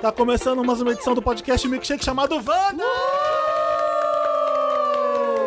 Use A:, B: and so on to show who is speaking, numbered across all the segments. A: Tá começando mais uma edição do podcast Milkshake chamado Wanda!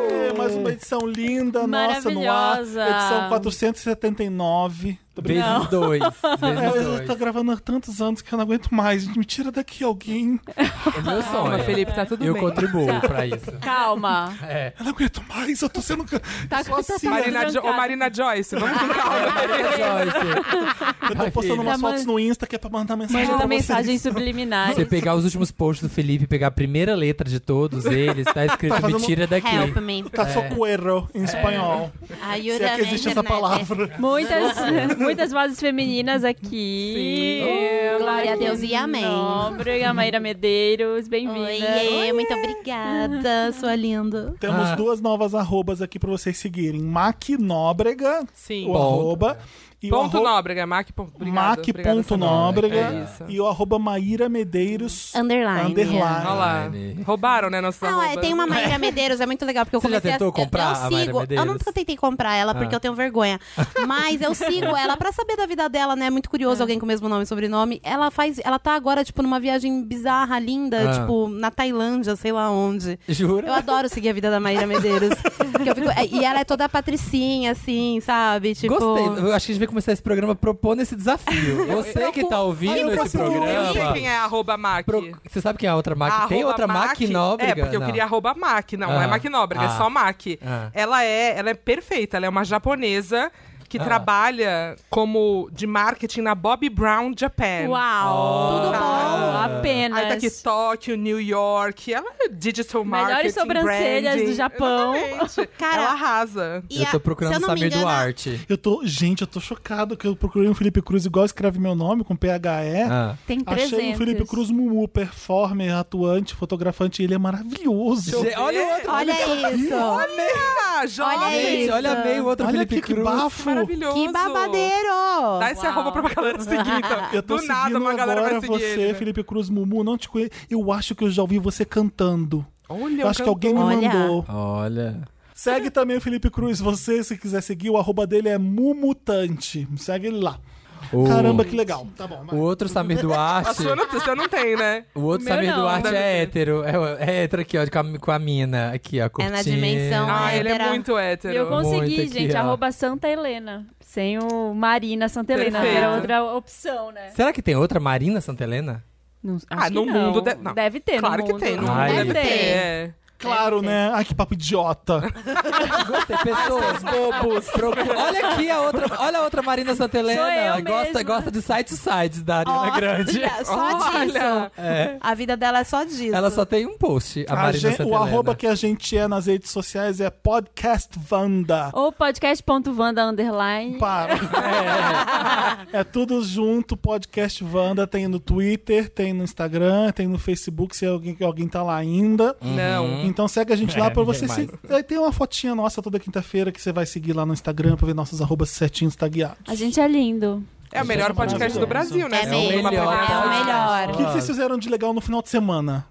A: É, Mais uma edição linda, nossa, no ar.
B: Maravilhosa.
A: Edição 479. Tô brincando.
C: Vezes dois.
A: É,
C: Vezes
A: eu
C: dois.
A: tô gravando há tantos anos que eu não aguento mais. Gente, me tira daqui alguém.
C: É meu sonho.
D: Calma, Felipe, tá tudo
C: eu
D: bem.
C: contribuo pra isso.
B: Calma.
C: É.
A: Eu não aguento mais, eu tô sendo. Tá
B: Tá
A: só
B: com- tá
A: assim.
B: parado.
D: Marina, jo
B: Trancada.
D: Ô, Marina Joyce, vamos com calma.
C: Joyce,
A: Eu tô
C: Ai,
A: postando
C: filha.
A: umas
B: Tá,
A: fotos
B: mas-
A: no Insta que é pra mandar mensagem.
B: Manda
A: pra
B: mensagem
A: vocês.
B: subliminar.
C: Você pegar os últimos posts do Felipe, pegar a primeira letra de todos eles, tá escrito
A: Tá fazendo-
C: me tira daqui.
E: Help me.
A: Tá só com erro em espanhol. Se
E: Ajuda
A: é que existe
E: na
A: essa
E: internet.
B: Ah.
A: palavra.
B: Muitas, muitas vozes femininas aqui.
E: Né? Sim. Oh, Glória a Deus e amém.
B: Obrigada, Maíra Medeiros. Bem-vinda.
E: Oiê, muito obrigada, sua linda.
A: Temos
C: Ah.
A: duas novas arrobas aqui pra vocês seguirem. Mac Nóbrega,
D: Sim.
A: o arroba. E
D: Ponto
A: o arroba
D: Nóbrega, Mac. pon- Obrigado, obrigado,
A: Mac.nóbrega
D: Sandra. É isso.
A: e o arroba Maíra Medeiros
E: Underline.
A: underline.
D: Olha lá.
C: Ai.
D: Roubaram, né, nossa
E: Não, é, tem uma Maíra Medeiros, é muito legal, porque eu
C: Você já
E: comecei
C: tentou
E: a, eu-
C: comprar
E: eu,
C: a Maíra
E: sigo, eu
C: Medeiros?
E: nunca tentei comprar ela, porque
C: Ah.
E: eu tenho vergonha. Mas eu sigo ela pra saber da vida dela, né? É muito curioso alguém com o mesmo nome e sobrenome. Ela faz, ela tá agora, tipo, numa viagem bizarra, linda,
C: Ah.
E: tipo, na Tailândia, sei lá onde. Eu
C: Jura?
E: adoro seguir a vida da Maíra Medeiros. Porque eu fico- é, e ela é toda patricinha, assim, sabe? Tipo,
C: Gostei. Eu acho que a gente vai começar esse programa propondo esse desafio. Você que tá ouvindo
A: eu
C: esse
A: procuro.
D: Eu sei
C: programa.
D: quem é arroba Mac.
C: pro- Você sabe quem é a outra Mac?
D: Arroba
C: Tem outra Mac, Nóbrega?
D: É, porque eu
C: Não.
D: queria arroba Mac. Não, não é
C: Ah.
D: Mac Nóbrega,
C: Ah.
D: é só Mac.
C: Ah.
D: Ela, é, ela é perfeita, ela é uma japonesa que
C: Ah.
D: trabalha como de marketing na Bob Brown Japan.
B: Uau.
E: Tudo bom?
B: Ah, Apenas.
D: Aí tá aqui Tóquio, New York, ela é digital
B: Melhores
D: marketing,
B: sobrancelhas
D: branding.
B: do Japão.
D: Exatamente.
E: Cara,
D: ela arrasa.
E: e
C: Eu
E: a-
C: tô
E: se
C: procurando
E: eu não me
C: Samir
E: engano,
C: Duarte.
A: Eu tô, gente, eu tô chocado que eu procurei um Felipe Cruz igual eu escrevi meu nome com PHE.
C: Ah.
B: Tem 300.
A: Achei um Felipe Cruz Mumu, performer, atuante, fotografante, ele é maravilhoso.
C: Gente, Olha o outro.
E: Olha isso.
D: Ah, jovem!
E: Olha
C: Gente,
E: isso.
C: olha bem o outro
A: Olha
C: Felipe
A: aqui, que
C: Cruz.
A: bafo.
D: Maravilhoso.
E: Que babadeiro!
C: Tá,
D: Dá esse arroba pra uma galera seguir, então.
A: Eu tô
D: Do nada,
A: seguindo
D: uma galera
A: agora
D: vai seguir
A: você,
D: ele, né?
A: Felipe Cruz Mumu, não te conheço. Eu acho que eu já ouvi você cantando.
D: Olha,
A: Eu acho que alguém me
E: cantor. Olha.
A: mandou.
C: Olha.
A: Segue também o Felipe Cruz, você, se quiser seguir, o arroba dele é Mumutante. Segue ele lá.
C: O-
A: Caramba, que legal. Tá bom,
C: O
A: vai.
C: outro Samir
D: A
C: Duarte.
D: sua não, o seu não tem, né?
C: O outro
B: O meu
C: Samir
B: não.
C: Duarte
D: Deve
C: é
D: ter.
C: hétero. É, o- é hétero aqui, ó, com a, com a mina. Aqui, ó, curtindo.
E: dimensão.
D: Ah,
E: Ah,
D: ele
E: hétero.
D: é muito hétero.
B: Eu consegui,
C: Muito aqui,
B: gente.
C: ó.
B: Arroba Santa Helena. Sem o Marina Santa Helena, que era
D: Perfeito.
B: outra opção, né?
C: Será que tem outra Marina Santa Helena?
B: Não, acho
D: Ah,
B: que
D: no
B: não.
D: mundo de- não.
B: deve ter,
D: Claro
B: no
D: que
B: mundo.
D: tem, não
C: Ai.
B: deve
D: deve ter.
B: ter.
D: É.
A: Claro, né? Ai, que papo idiota.
C: Gostei, pessoas bobos. Procura- Olha aqui a outra, olha a outra Marina Santa
B: Sou
C: Helena.
B: eu
C: Gosta,
B: mesma.
C: gosta de side to sides da Ariana
E: Olha,
C: Grande.
E: Só
D: Olha.
E: disso. A vida dela é só disso.
C: Ela só tem um post, a,
A: A
C: Marina
A: gen-
C: Santa
A: o
C: Helena.
A: arroba que a gente é nas redes sociais é podcastvanda.
B: Ou podcast.vanda underline.
A: Para. É, é tudo junto, podcast Wanda, tem no Twitter, tem no Instagram, tem no Facebook, se alguém, alguém tá lá ainda.
D: Não.
A: Então segue a gente lá
C: Uhum. É,
A: pra você
C: demais.
A: se... Aí tem uma fotinha nossa toda quinta-feira que você vai seguir lá no Instagram pra ver nossos arrobas certinhos tagueados.
B: A gente é lindo.
D: É o melhor podcast do Brasil, né?
E: É
D: Se
E: mesmo,
D: tem uma
C: é o
D: palavra-
E: É o melhor.
A: O que, que vocês fizeram de legal no final de semana?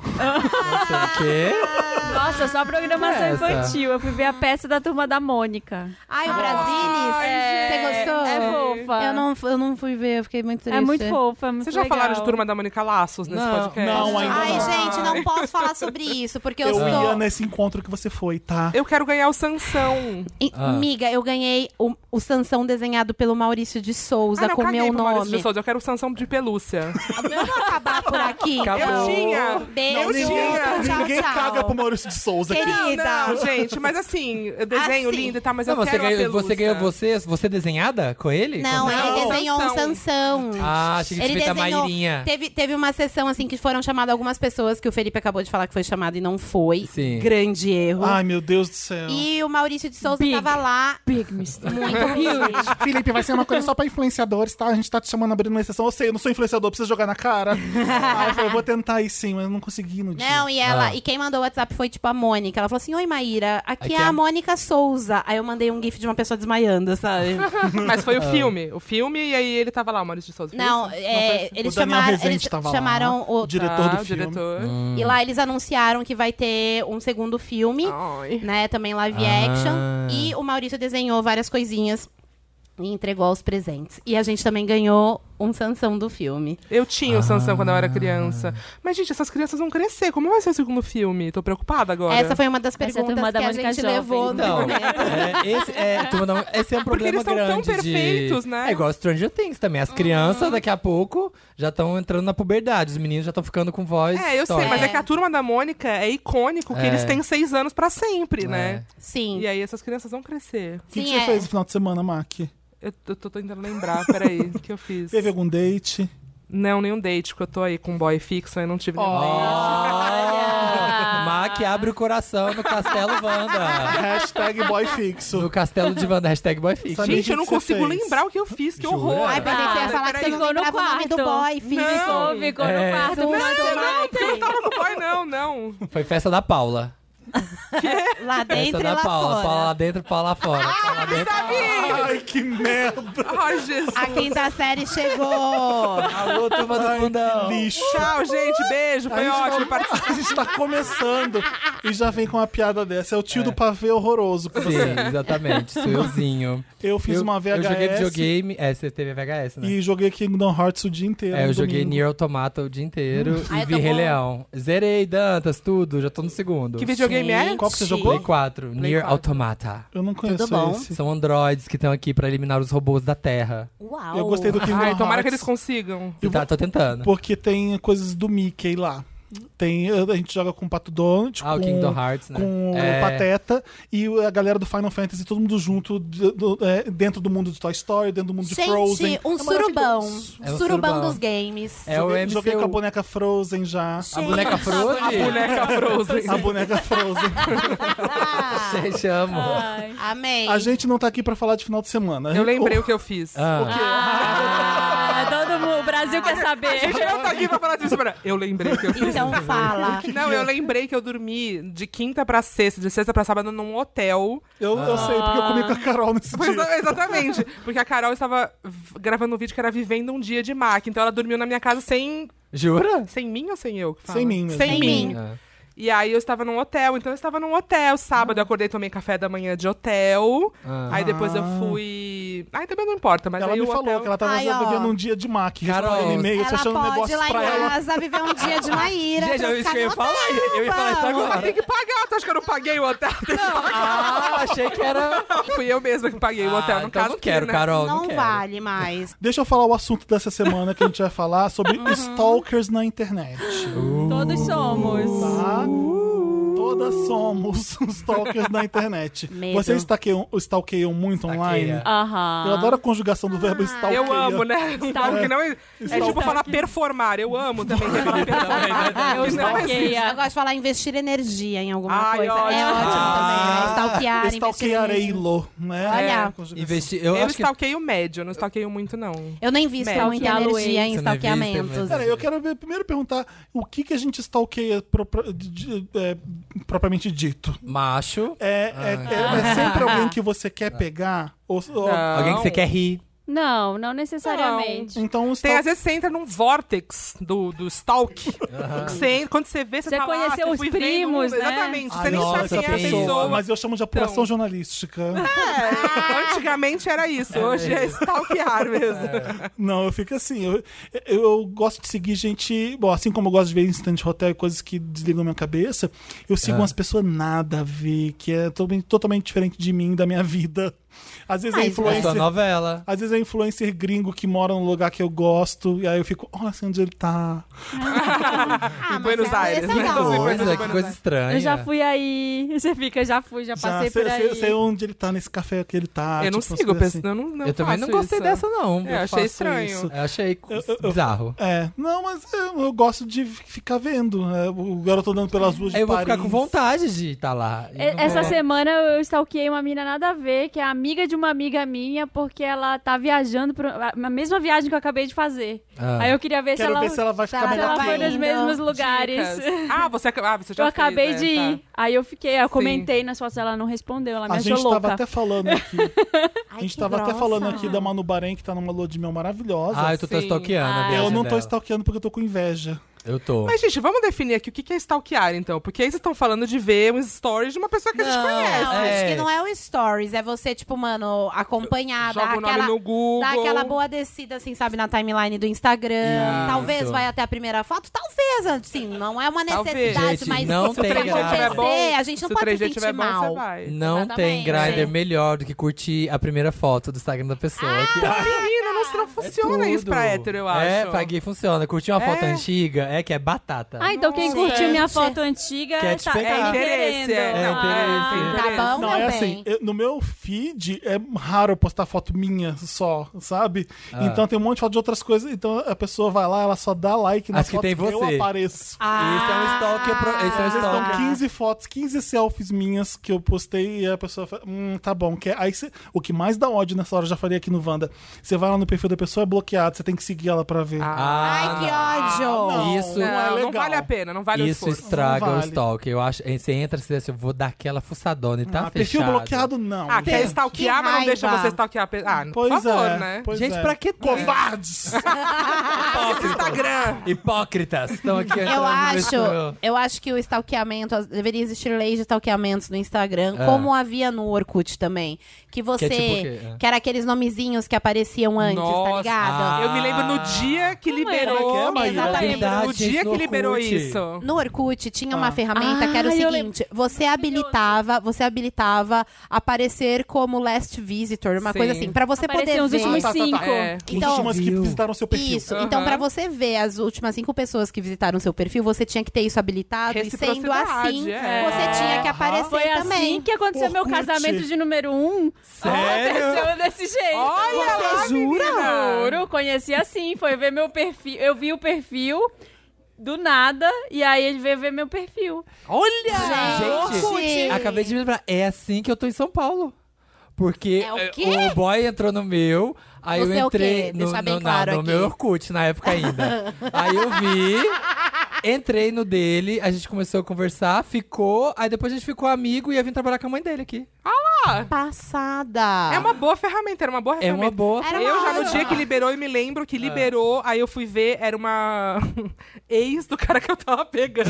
C: Não sei o
D: Ah,
C: quê.
B: Nossa, só
D: É
B: programação
C: Essa.
B: infantil. Eu fui ver a peça da turma da Mônica.
E: Ai, o Brasilis. Você gostou?
B: É fofa.
E: Eu não, eu não fui ver, eu fiquei muito triste.
B: É muito fofa, é muito
D: Vocês já
B: legal.
D: falaram de Turma da Mônica Laços nesse
C: Não,
D: podcast?
A: não, ainda
E: Ai,
A: não.
E: gente, não posso falar sobre isso, porque eu,
A: Eu
E: estou...
A: ia né? nesse encontro que você foi, tá?
D: Eu quero ganhar o Sansão.
E: E, Miga, eu ganhei o, o Sansão desenhado pelo Maurício de Souza
D: Ah, não,
E: com
D: caguei
E: meu
D: pro Maurício de
E: nome.
D: Souza, Eu quero o Sansão de pelúcia.
E: Vamos acabar por aqui.
C: Acabou.
D: Eu tinha.
E: Beijo.
D: Eu
A: ninguém
D: tinha.
E: Tchau,
A: ninguém
E: tchau.
A: caga pro Maurício de Souza aqui.
E: Querido. Querida.
D: Não, gente, mas assim, eu desenho
E: Assim.
D: lindo e tal, mas
C: Não,
D: eu
C: você
D: quero
C: ganhou,
D: a pelúcia.
C: você ganhou você, você é desenhada com ele?
E: Não,
C: Com-
E: ele
D: Não.
E: desenhou um
D: Sansão.
E: Sansão.
C: Ah, achei que tinha feito a
F: É.
C: Mairinha.
E: Teve, teve uma sessão, assim, que foram chamadas algumas pessoas que o Felipe acabou de falar que foi chamado e não foi.
C: Sim.
E: Grande erro.
A: Ai, meu Deus do céu.
E: E o Maurício de Souza
B: Big.
E: tava lá.
B: Big mistake.
A: Felipe, vai ser uma coisa só pra influenciadores, tá? A gente tá te chamando abrindo uma exceção. Eu sei, eu não sou influenciador, preciso jogar na cara. Aí eu falei, vou tentar aí sim, mas eu não consegui no dia.
E: Não, e ela,
C: Ah.
E: e quem mandou o WhatsApp foi tipo a Mônica. Ela falou assim: Oi, Maíra, aqui,
C: Aqui
E: é
C: é
E: a
C: a-
E: Mônica Souza. Aí eu mandei um GIF de uma pessoa desmaiando, sabe?
D: Mas foi o filme. O filme, e aí ele tava lá, o Maurício de Souza. foi
E: Não,
D: isso?
E: é, eles
A: o Daniel
E: chamaram,
A: Rezende
E: eles
A: tava lá,
E: chamaram o.
A: o diretor
D: Tá,
A: do filme.
D: diretor.
E: E lá eles anunciaram que vai ter um segundo filme,
A: Ah.
D: Ai.
E: né? Também live
C: Ah.
E: action. E o Maurício desenhou várias coisinhas. E entregou os presentes. E a gente também ganhou um Sansão do filme.
D: Eu tinha o Sansão quando eu era criança. Mas, gente, essas crianças vão crescer. Como vai ser o segundo filme? Tô preocupada agora.
E: Essa foi uma das
B: Essa é a
E: perguntas
B: turma da
E: que a
B: Mônica
E: gente
B: Jovem.
E: levou no
F: Então,
E: momento.
F: é, esse, é, tu não- esse é
D: Porque
F: um problema
D: eles são tão
F: grande de-
D: perfeitos, né? Ah.
F: É igual Stranger Things também. As crianças, daqui a pouco, já estão entrando na puberdade. Os meninos já estão ficando com voz.
D: É, eu sei,
F: tônica.
D: mas é que a turma da Mônica é icônico que
F: É.
D: eles têm seis anos pra sempre,
E: É.
D: né?
E: Sim.
D: E aí essas crianças vão crescer.
A: O que, que
E: Sim,
A: você
E: é.
A: fez no final de semana, Mac?
D: Eu, eu tô tentando lembrar, peraí, o que eu fiz?
A: Teve algum date?
D: Não, nenhum date, porque eu tô aí com um boy fixo, aí não tive nenhum date.
F: Oh, Mac abre o coração no Castelo Wanda.
A: Hashtag boy fixo.
F: No Castelo de Wanda, hashtag boyfix.
A: Sabe-
D: Gente, eu não
A: O que que você
D: consigo
A: fez?
D: lembrar o que eu fiz, que
F: Jura?
D: horror.
E: Ai, pensei que você ia
B: Ah,
E: falar que você não
B: peraí.
E: lembrava o nome do
B: Ficou no
E: boy, filho.
B: Não, ficou
F: É.
B: no quarto. mandou
D: Eu não
B: Mike.
D: tava com boy, não, não.
F: Foi festa da Paula.
E: Lá dentro
F: Festa
E: e
F: é da
E: lá
F: Paula.
E: fora.
F: Paula lá dentro, Paula lá fora.
D: Ah,
F: Paula lá dentro.
A: Ai, que merda!
D: Ai, Jesus.
E: A quinta série chegou.
F: Alô, turma do fundão.
A: Lixo!
D: Tchau, gente. Beijo.
A: A
D: Foi
A: gente,
D: ótimo.
A: tá,
D: participar.
A: a gente tá começando e já vem com uma piada dessa. É o tio do pavê horroroso. que você-
F: Sim, exatamente. Sou euzinho.
A: Eu fiz
F: eu,
A: uma VHS
F: Eu joguei videogame. É, você teve VHS, né?
A: e joguei Kingdom Hearts o dia inteiro.
F: É, eu
A: no
F: joguei
A: domingo.
F: Nier Automata o dia inteiro
E: Ai,
F: e
E: eu
F: vi
E: tô
F: Rei
E: bom.
F: Leão. Zerei Dantas, tudo, já tô no segundo.
D: Que videogame é?
E: Gente.
A: Qual que você jogou?
F: Play 4, Nier
D: 4.
F: Automata.
A: Eu não conheço
E: bom?
A: esse.
F: São androides que estão aqui pra eliminar os robôs da Terra.
E: Uau.
A: Eu gostei do
F: Ah,
A: Kingdom
D: Ai,
A: Hearts.
D: tomara que eles consigam.
A: Eu
F: Tá, tô tentando.
A: Porque tem coisas do Mickey lá. Tem, a gente joga com o Pato Donald,
F: Ah,
A: com,
F: o Kingdom Hearts, né?
A: com
F: É,
A: o Pateta e a galera do Final Fantasy, todo mundo junto d- do- é, dentro do mundo de Toy Story, dentro do mundo de
E: Gente,
A: Frozen.
E: um
A: É
E: surubão.
A: maravilhoso.
F: É um
E: surubão.
F: surubão.
E: dos games.
F: É o
A: joguei,
F: MCU.
A: joguei com a boneca Frozen já.
F: A boneca Frozen?
D: A boneca Frozen.
A: A boneca Frozen.
E: Ah,
F: Gente, amo.
B: Ai.
E: Amém.
A: A gente não tá aqui pra falar de final de semana.
D: Eu lembrei o que eu fiz.
F: Ah,
B: Ah, todo mundo, o Brasil quer saber.
D: Gente, eu tô aqui pra falar disso. Pera, Eu lembrei o que eu fiz.
E: Então fala.
D: Não, eu lembrei que eu dormi de quinta pra sexta, de sexta pra sábado num hotel.
A: Eu, eu sei, porque eu comi com a Carol nesse
D: Pois
A: dia.
D: é, exatamente. Porque a Carol estava v- gravando um vídeo que era vivendo um dia de Mac. Então ela dormiu na minha casa sem.
F: jura?
D: Sem mim ou sem eu? que fala?
A: Sem mim mesmo.
D: Sem,
E: Sem
D: mim.
E: mim.
F: Ah.
D: E aí eu estava num hotel, então eu estava num hotel. Sábado eu acordei, tomei café da manhã de hotel.
F: Ah.
D: Aí depois eu fui. Aí também não importa, mas
A: Ela
D: aí
A: me
D: o
A: falou
D: hotel...
A: que ela tava
E: Ai, ó.
A: vivendo um dia de Mac,
F: Carol,
A: respondendo e-mail,
E: Ela
F: um
A: fechando
E: pode ir
A: negócio
E: lá em
A: pra ela.
E: casa viver um dia de Maíra.
F: Gente,
E: pra
F: é isso
E: ficar
F: que eu ia
E: no
F: falar. Eu ia falar isso
E: vamos.
F: agora.
D: Tem que pagar, tu acha que eu não paguei o hotel?
F: Ah, achei que era.
D: Fui eu mesma que paguei o um hotel,
F: Ah,
D: no
F: então
D: caso.
F: não quero,
D: né?
F: Carol. Não,
E: Não
F: quero.
E: vale mais.
A: Deixa eu falar o assunto dessa semana que a gente vai falar sobre
E: Uhum.
A: stalkers na internet.
B: Todos somos.
A: Tá? Todas somos stalkers na internet.
E: Uh. Medo.
A: Vocês stalkeiam, stalkeiam muito online?
F: Stalkeia.
B: Aham.
A: Eu adoro a conjugação do
E: Ah.
A: verbo stalkeia.
D: Eu amo, né? Um
B: Está-
D: verbo que não é, é tipo falar performar. Eu amo também. que é performar.
B: Eu
D: Isso não
B: stalkeia.
D: existe.
E: Eu gosto de falar investir energia em alguma
D: Ai,
E: coisa.
D: ótimo.
E: É ótimo
F: Ah.
E: também. Né? Stalkear, investir energia.
A: Stalkearei-lo, né?
E: Olha.
A: É, a conjugação.
F: Investi...
D: Eu
F: Eu acho que.
D: stalkeio médio, não stalkeio muito, não.
E: Eu nem visto
D: Médio.
E: muita energia em
F: Você não é vista,
E: stalkeamentos.
F: mas-
A: Pera, eu quero ver- primeiro perguntar o que, que a gente stalkeia propra- de- é, propriamente dito.
F: Macho.
A: É, é- é- é sempre alguém que você quer pegar? Ou, ou-
D: Não.
F: Alguém que você quer rir.
B: Não, não necessariamente.
A: então um
D: Tem,
A: stalker.
D: às vezes você entra num vortex do, do stalk. Você entra- quando você vê, você,
B: Você
D: tá lá,
B: conheceu
D: você
B: os
D: fui vendo
B: primos,
D: um-
B: né?
D: Exatamente.
A: Ah,
D: você nem sabe
F: nossa,
D: quem é a
F: pessoa.
D: pessoa.
A: Mas eu chamo de apuração
D: Então.
A: jornalística.
D: É, antigamente era isso, hoje é stalkear mesmo.
F: É.
A: Não, eu fico assim. Eu, eu- eu gosto de seguir gente. Bom, assim como eu gosto de ver instante hotel e coisas que desligam minha cabeça, eu sigo umas pessoas nada a ver, que é to- totalmente diferente de mim, da minha vida. Às vezes é
E: Mas
F: É sua
A: influencer.
F: novela.
A: Às vezes é influencer gringo que mora num lugar que eu gosto, e aí eu fico, olha assim onde ele tá.
E: Ah, mas
D: Buenos
E: é-
D: Aires,
E: esse é
D: né?
E: legal.
D: Então, você vai-
F: Coisa, que coisa estranha.
B: Eu já fui aí. Você fica, já fui, já
A: Já
B: passei
A: sei,
B: por
A: sei-
B: aí.
D: é um
A: sei onde ele tá nesse café que ele tá.
D: eu não
A: tipo, umas
D: sigo,
A: coisas
D: pessoa-
A: assim.
D: eu não, não
F: Eu também não
D: faço
F: gostei
D: isso.
F: dessa, não.
D: É, achei
F: faço
D: estranho.
F: isso. Eu achei
A: eu- eu-
F: bizarro.
A: É, não, mas eu, eu gosto de fi- ficar vendo. é, o garoto andando pelas ruas de
F: Eu vou
A: Paris.
F: ficar com vontade de estar lá. Eu
B: E-
F: não
B: É, Essa
F: vou-
B: semana eu stalkeei uma mina nada a ver, que é amiga de uma amiga minha, porque ela tá viajando pra, a mesma viagem que eu acabei de fazer.
F: Ah.
B: Aí eu queria ver se
A: Quero
B: ela,
A: ver se ela tá vai
E: se
A: ficar
B: se ela
A: melhor.
E: vai
B: foi
A: que eu.
B: nos
E: indo.
B: mesmos lugares.
D: Dicas. Ah, você, ac- ah, você já
B: Eu
D: fez,
B: acabei
D: né?
B: de
D: Tá.
B: ir. Aí eu fiquei, eu comentei nas fotos, ela não respondeu, ela me
A: A
B: achou
A: gente
B: louca.
A: tava até falando aqui.
E: Ai,
A: A gente
E: que
A: tava até
E: grossa.
A: falando aqui da Manu Bahrein, que tá numa lua de mel maravilhosa.
F: Ah, eu tô tô
D: Sim.
F: stalkeando. a
B: Ah,
F: viagem
A: eu não tô
F: dela.
A: stalkeando porque eu tô com inveja.
F: Eu tô.
D: Mas, gente, vamos definir aqui o que que é stalkear, então. Porque aí vocês estão falando de ver uns stories de uma pessoa que a gente
F: Não,
D: conhece.
E: Não,
F: É.
E: acho que não é o stories, é você, tipo, mano, acompanhar, dar
D: Joga o nome
E: Ah, aquela,
D: no Google.
E: dar aquela boa descida, assim, sabe, na timeline do Instagram.
F: Isso.
E: Talvez vai até a primeira foto, talvez, assim, não é uma
D: Talvez.
E: necessidade,
F: Gente,
E: mas
F: não
E: se
F: tem
E: acontecer,
F: graça.
E: a gente não
D: se o
E: pode
D: 3G
E: se sentir
D: tiver bom,
E: mal.
D: você vai.
F: Não tem
E: Exatamente.
F: grinder melhor do que curtir a primeira foto do Instagram da pessoa. que-
D: Menina, não, não tá. funciona isso pra hétero, eu acho.
F: É, pra gay funciona. Curtir uma foto
D: É.
F: antiga é que é batata.
B: Ah, então quem
E: Nossa.
B: curtiu minha
E: Gente.
B: foto antiga
F: Quer te
B: tá,
F: pegar.
B: tá
D: É interesse,
B: querendo.
D: é.
F: É
B: Ah,
D: interesse.
E: Tá bom,
A: Não,
E: meu
A: é
E: bem.
A: assim, eu- no meu feed é raro eu postar foto minha só, sabe?
F: Ah.
A: Então tem um monte de foto de outras coisas. Então a pessoa vai lá, ela só dá like nas
F: As que
A: fotos
F: tem você.
A: eu apareço.
F: Esse é um stalker pro- esse é um
A: Às vezes
E: Ah,
F: stalker.
E: tá.
A: estão 15 fotos, 15 selfies minhas que eu postei e a pessoa fala, hum, tá bom. Quer... Aí cê- o que mais dá ódio nessa hora, eu já falei aqui no Wanda. Você vai lá no perfil da pessoa, é bloqueado, você tem que seguir ela pra ver.
E: Ah, Ai, que ódio!
A: não,
F: Ah, isso-
A: não é
D: Não, não
A: legal.
D: vale a pena, não vale o
F: Isso
D: esforço.
F: estraga
A: Não
F: o
A: vale.
F: stalker. Eu acho. aí Você entra assim, assim, eu vou dar aquela fuçadona e tá
A: Ah, perfil
F: fechado.
A: bloqueado, não.
D: Ah, quer stalkear,
E: Que
D: mas não deixa
E: raiva.
D: você stalkear. a pe- Ah, por
A: Pois
D: favor,
A: é.
D: né?
A: Pois
F: Gente,
A: é.
F: pra que
A: Covardes!
F: é.
D: Nossa, Instagram!
F: Hipócritas. Estão aqui
E: Eu
F: entrando
E: acho,
F: nesse-
E: eu acho que o stalkeamento, as- deveria existir lei de stalkeamentos no Instagram,
F: É.
E: como havia no Orkut também. Que você,
F: tipo
E: que,
F: o quê? É.
E: era aqueles nomezinhos que apareciam antes, tá
D: Nossa, Ah.
E: ligado?
D: Eu me lembro
F: Ah.
D: no dia que
B: Como é?
D: liberou.
A: Como é que é, Maíra?
D: Eu lembro
F: Verdade,
D: no dia
F: gente,
D: que
F: no
D: liberou
F: Orkut.
D: isso.
E: No Orkut tinha uma ferramenta
B: Ah,
E: que era o
B: eu
E: seguinte, você habilitava, você habilitava aparecer como last visitor, uma
D: Sim.
E: coisa assim, pra você
B: Apareceu
E: poder
B: os
E: ver.
B: últimos
A: Ah, tá, tá,
B: cinco.
A: tá.
D: É.
A: Os
E: Então,
A: últimos que
F: viu?
A: visitaram seu perfil.
E: Isso. Então,
D: Aham.
E: pra você ver as últimas cinco pessoas que visitaram seu perfil, você tinha que ter isso habilitado. E sendo
D: Reciprocidade,
E: assim,
D: é.
E: você tinha que aparecer
B: Foi
E: também.
B: assim que aconteceu meu
A: Orkut.
B: casamento de número um.
F: Sério?
B: Aconteceu desse jeito.
D: Olha lá, menina.
B: Juro, conheci assim. Foi ver meu perfil. Eu vi o perfil do nada e aí ele veio ver meu perfil.
F: Olha! Gente,
E: Gente.
F: acabei de me lembrar. É assim que eu tô em São Paulo. Porque
E: É o
F: eh,
E: quê?
F: o boy entrou no meu, aí
E: Você é
F: eu
E: o quê?
F: entrei no,
E: Deixar bem
F: no-
E: claro
F: não, no
E: aqui.
F: meu Orkut na época ainda. aí eu vi, entrei no dele, a gente começou a conversar, ficou, aí depois a gente ficou amigo e ia vir trabalhar com a mãe dele aqui.
E: Passada.
D: É uma boa ferramenta, era uma boa
F: É
D: ferramenta.
F: uma boa.
E: Era uma
D: eu já no
E: ótima.
D: dia que liberou, eu me lembro que liberou, aí eu fui ver, era uma ex do cara que eu tava pegando.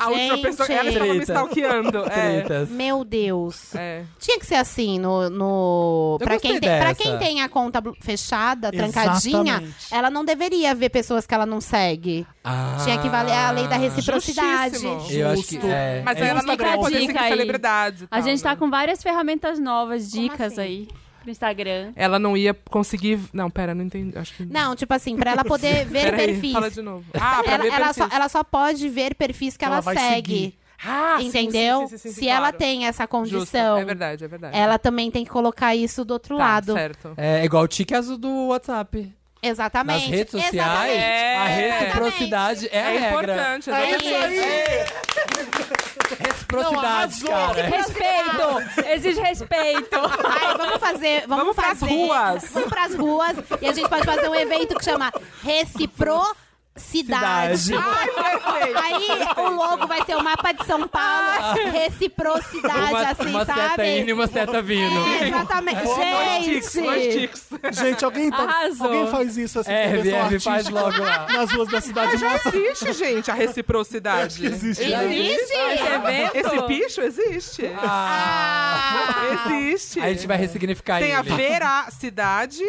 D: A última
E: Gente.
D: pessoa, ela estava me
F: Treta.
D: stalkeando. É.
F: Tretas.
E: Meu Deus.
D: É.
E: Tinha que ser assim, no. no...
F: Eu
E: Pra,
F: gostei
E: quem tem, pra
F: dessa.
E: quem tem a conta blu- fechada, trancadinha,
A: Exatamente.
E: ela não deveria ver pessoas que ela não segue.
F: Ah.
E: Tinha que valer a lei da reciprocidade.
D: Justíssimo.
F: Eu acho que
A: Justo.
F: é.
D: Mas
F: é
D: aí ela não
B: Instagram.
D: vai poder seguir
B: Dica aí.
D: celebridades. e
B: A
D: tal,
B: gente tá
D: né?
B: com várias ferramentas novas,
E: Como
B: dicas
E: assim?
B: aí pro Instagram.
D: Ela não ia conseguir. Não, pera, não entendi. Acho que.
E: Não, tipo assim, pra ela poder ver
D: pera aí,
E: perfis.
D: Fala de novo. Ah, pra
E: Ela,
D: ver
E: ela
D: perfis.
E: só, ela só pode ver perfis que
A: Ela
E: ela,
A: vai
E: segue.
A: seguir.
D: Ah, sim,
E: entendeu?
D: sim, sim, sim, sim,
E: Se
D: claro.
E: ela tem essa
D: Justo,
E: condição,
D: É verdade, é verdade.
E: ela também tem que colocar isso do outro
D: tá,
E: lado.
D: Certo.
F: É igual o tique azul do WhatsApp. Nas
E: Exatamente.
F: redes sociais,
E: Exatamente.
D: Exatamente.
F: a
D: É.
F: reciprocidade é, a
D: É
F: regra.
D: importante,
A: É isso
D: exatamente.
A: aí!
F: Reciprocidade,
A: Não, arrasou.
D: É.
F: cara.
B: Respeito! Exige respeito.
E: Ai, vamos fazer. Vamos,
D: Vamos pras
E: fazer-
D: ruas.
E: Vamos pras ruas. E a gente pode fazer um evento que chama Reciprocidade.
D: Ai, perfeito.
E: Aí o logo vai ser o mapa de São Paulo, reciprocidade,
F: Uma,
E: assim,
F: uma
E: sabe?
F: seta assim, indo e uma seta vindo.
E: É, exatamente.
D: Dois ticks, dois
E: Gente,
D: ticks.
A: Gente, alguém, tá-
B: Arrasou.
A: alguém faz isso assim,
F: É,
A: é,
F: Vieve, faz logo lá.
A: nas ruas da cidade
D: Já
A: mostra
D: existe, gente, a reciprocidade.
A: que existe.
E: né?
B: Existe? Esse evento?
D: Esse bicho existe.
F: Ah.
E: Ah.
D: Existe.
F: Aí né? a gente vai ressignificar
D: Tem a
F: ele.
D: veracidade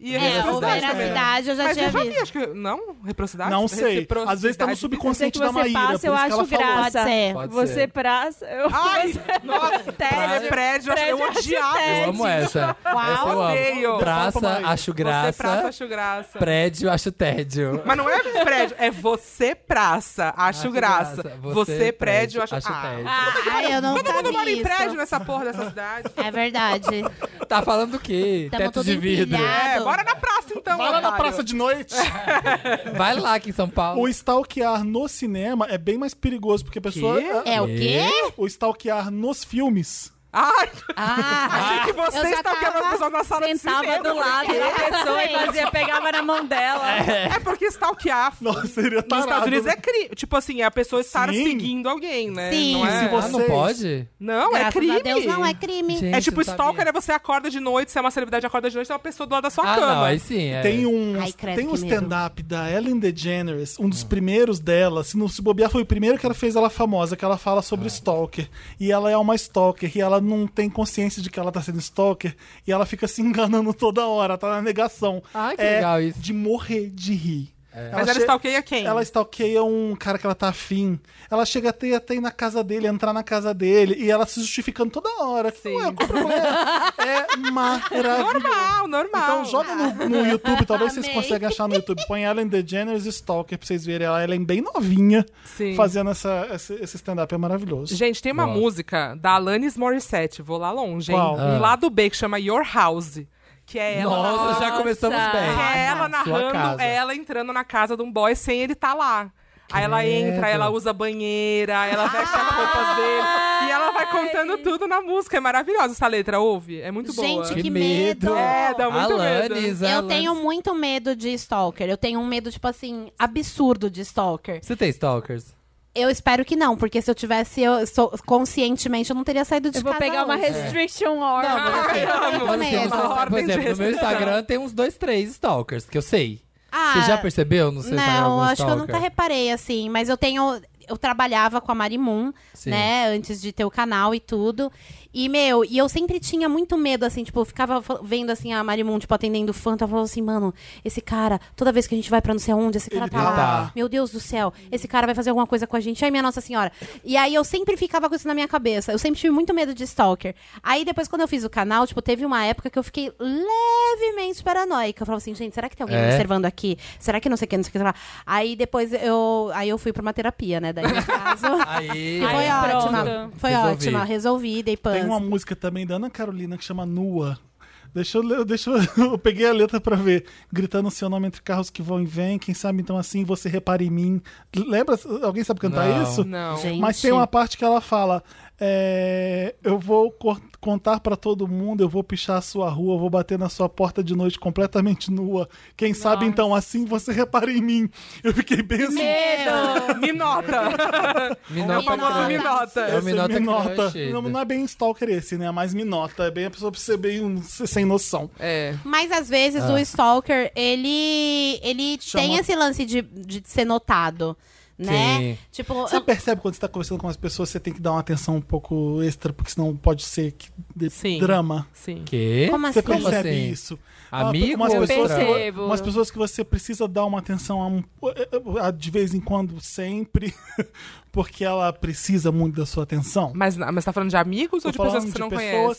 D: e a
E: é, o
D: reciprocidade também.
E: veracidade eu já é
D: Mas
E: tinha
D: eu já vi,
E: visto.
D: acho que... Não? Reciprocidade?
A: Não sei. Às vezes tá no
D: Reciprocidade.
A: subconsciente
B: Eu sei
A: da
B: que você
A: Maíra.
B: passa,
A: por
B: eu
A: isso que
B: acho
A: ela falou.
B: graça.
E: Pode ser.
F: Pode
B: Você
F: ser.
B: praça. Eu...
D: Ai, nossa,
B: Tédio.
D: prédio, eu acho-
B: Prédio,
D: eu
B: hashtag.
D: odiava.
F: Eu amo essa.
E: Uau,
F: essa eu
D: odeio.
F: amo. Praça,
A: Fala pra mãe.
F: acho
D: Você
F: graça.
D: praça, acho graça.
F: Prédio, acho tédio.
D: Mas não é prédio, é você praça, acho,
F: Acho
D: graça.
F: graça.
D: Você,
F: Você
D: prédio,
F: prédio,
D: acho,
F: acho
D: ah, Tá,
F: tédio.
E: Ai, eu não
D: Todo mundo mora em prédio né?
E: isso.
D: nessa porra dessa cidade.
E: É verdade.
F: Tá falando o quê?
E: Tamo
F: Teto
E: tudo
F: de vidro.
D: É,
E: empilhado.
D: bora na praça então,
A: Vai lá na
D: otário.
A: praça de noite.
F: Vai lá aqui em São Paulo.
A: o
C: É.
A: stalkear no cinema é bem mais perigoso, porque a pessoa. ah,
D: Quê?
E: É o quê?
A: O stalkear nos filmes.
D: Ai,
E: Ah,
D: achei que
E: eu
D: você
E: já
D: está
E: tava-
D: as pessoas na sala de
B: Sentava
D: cinema.
B: é do lado da pessoa e fazia, pegava tava na mão dela.
D: É porque stalkear f-
A: Nossa, seria
D: nos
A: tarado.
D: Estados Unidos é crime. Tipo assim, é a pessoa estar
A: Sim.
D: seguindo alguém, né?
E: Sim.
D: Não,
A: E se
D: é,
A: você-
C: Ah, não
A: Vocês.
C: pode?
D: não é
E: Graças
D: crime.
E: a Deus, não é crime.
C: Gente,
D: É tipo
C: eu sabia.
D: stalker, é você acorda de noite, você é uma celebridade, acorda de noite, tem uma pessoa do lado da sua
C: Ah,
D: cama.
C: não, aí sim. É.
A: Tem um,
E: Ai, credo,
A: tem um
E: que medo.
A: stand-up da Ellen DeGeneres, um dos primeiros dela, se não se bobear, foi o primeiro que ela fez ela famosa, que ela fala sobre stalker. E ela é uma stalker, e ela não tem consciência de que ela tá sendo stalker, e ela fica se enganando toda hora, tá na negação.
C: Ai, que
A: é
C: legal isso.
A: de morrer de rir.
D: Mas ela
A: che-
D: stalkeia quem?
A: Ela stalkeia um cara que ela tá afim. Ela chega até até ir na casa dele, entrar na casa dele, e ela se justificando toda hora. Que não é, culpa dela. é maravilhoso.
D: Normal, normal.
A: Então joga no, no YouTube, talvez vocês
E: Amei.
A: consigam achar no YouTube. Põe Ellen DeGeneres Stalker pra vocês verem ela. Ellen bem novinha
D: Sim.
A: fazendo essa, esse, esse stand-up. É maravilhoso.
D: Gente, tem uma
C: Boa.
D: música da Alanis Morissette, vou lá longe, hein?
A: Qual?
C: Ah.
D: Um lado B que chama Your House, que é ela.
C: Nossa, já
B: Nossa.
C: começamos
D: que
C: bem.
D: é ela
C: Sua
D: narrando,
C: casa.
D: ela entrando na casa de um boy sem ele tá lá. Aí ela
C: Credo.
D: entra, ela usa banheira, ela veste as roupas dele. E ela vai contando tudo na música. É maravilhosa essa letra, ouve? É muito boa.
E: Gente, que,
C: Que
E: medo.
C: medo.
D: É, dá muito medo.
C: Alanis,
E: Eu
C: Alanis.
E: tenho um- muito medo de stalker. Eu tenho um medo, tipo assim, absurdo de stalker.
C: Você tem stalkers?
E: Eu espero que não, porque se eu tivesse, eu sou, conscientemente, eu não teria saído de
B: Eu vou
E: casa
B: pegar uma
E: hoje.
B: restriction order.
E: Ah,
C: Não, mas assim,
D: amo.
C: mas assim,
E: Medo.
C: no seu- por
D: Ordem de
C: exemplo, no meu
D: restrição.
C: Instagram tem uns dois, três stalkers, que eu sei.
E: Ah,
C: Você já percebeu no seu Instagram
E: Não,
C: é algum
E: acho que eu
C: stalker?
E: nunca reparei, assim. Mas eu tenho... Eu trabalhava com a Marimun,
C: Sim.
E: né? Antes de ter o canal e tudo. E, meu, e eu sempre tinha muito medo, assim. Tipo, eu ficava fa- vendo, assim, a Marimun, tipo, atendendo fã. Ela falou assim, mano, esse cara... Toda vez que a gente vai pra não sei onde, esse cara
A: Ele
E: tá
C: tá
E: lá.
C: lá.
E: Meu Deus do céu. Esse cara vai fazer alguma coisa com a gente. Ai, minha Nossa Senhora. E aí, eu sempre ficava com isso na minha cabeça. Eu sempre tive muito medo de stalker. Aí, depois, quando eu fiz o canal, tipo, teve uma época que eu fiquei levemente paranoica. Eu falava assim, gente, será que tem alguém
C: É.
E: me observando aqui? Será que não sei o que, não sei o que? sei lá. Aí, depois, eu... Aí, eu fui pra uma terapia, né? Daí, no caso...
C: Aí,
E: E foi
B: Ai,
C: aí,
E: ótima.
B: pronto.
E: Foi
C: Resolvi.
E: ótima. Resolvi, dei pan.
A: Tem uma música também da Ana Carolina que chama Nua. Deixa eu, ler- deixa eu, eu peguei a letra pra ver. Gritando seu nome entre carros que vão e vêm. Quem sabe então assim você repara em mim. Lembra? Alguém sabe cantar
C: Não.
A: isso?
D: Não.
E: Gente.
A: Mas tem uma parte que ela fala: é, Eu vou cor- contar pra todo mundo, eu vou pichar a sua rua, eu vou bater na sua porta de noite completamente nua. Quem sabe então assim você repara em mim. Eu fiquei bem assim.
B: Medo.
D: Me nota.
C: me
D: É o
C: nota
D: famoso me
C: crush.
D: nota.
C: É o
A: Você
C: Minota
A: me nota.
C: Crush.
A: Não, não é bem stalker esse, né? Mas me nota. É bem a pessoa pra ser bem um- ser sem noção.
D: É.
E: Mas às vezes o stalker, ele, ele
A: Ah. Chama-
E: tem esse lance de, de ser notado, né?
C: Sim.
E: Tipo,
A: Você percebe quando você tá conversando com as pessoas, você tem que dar uma atenção um pouco extra, porque senão pode ser que dê
D: Sim.
A: drama.
D: Sim.
C: Quê?
E: Como
A: Você
E: assim?
C: Como
A: percebe
C: assim?
A: isso.
C: Amigo
A: umas
C: ou
A: pessoas,
B: estranho?
A: que,
B: Percebo.
A: umas pessoas que você precisa dar uma atenção a um- a- de vez em quando, sempre, porque ela precisa muito da sua atenção.
D: Mas, mas tá falando de amigos
A: Tô
D: ou de pessoas
A: falando
D: que você
A: de
D: não
A: pessoas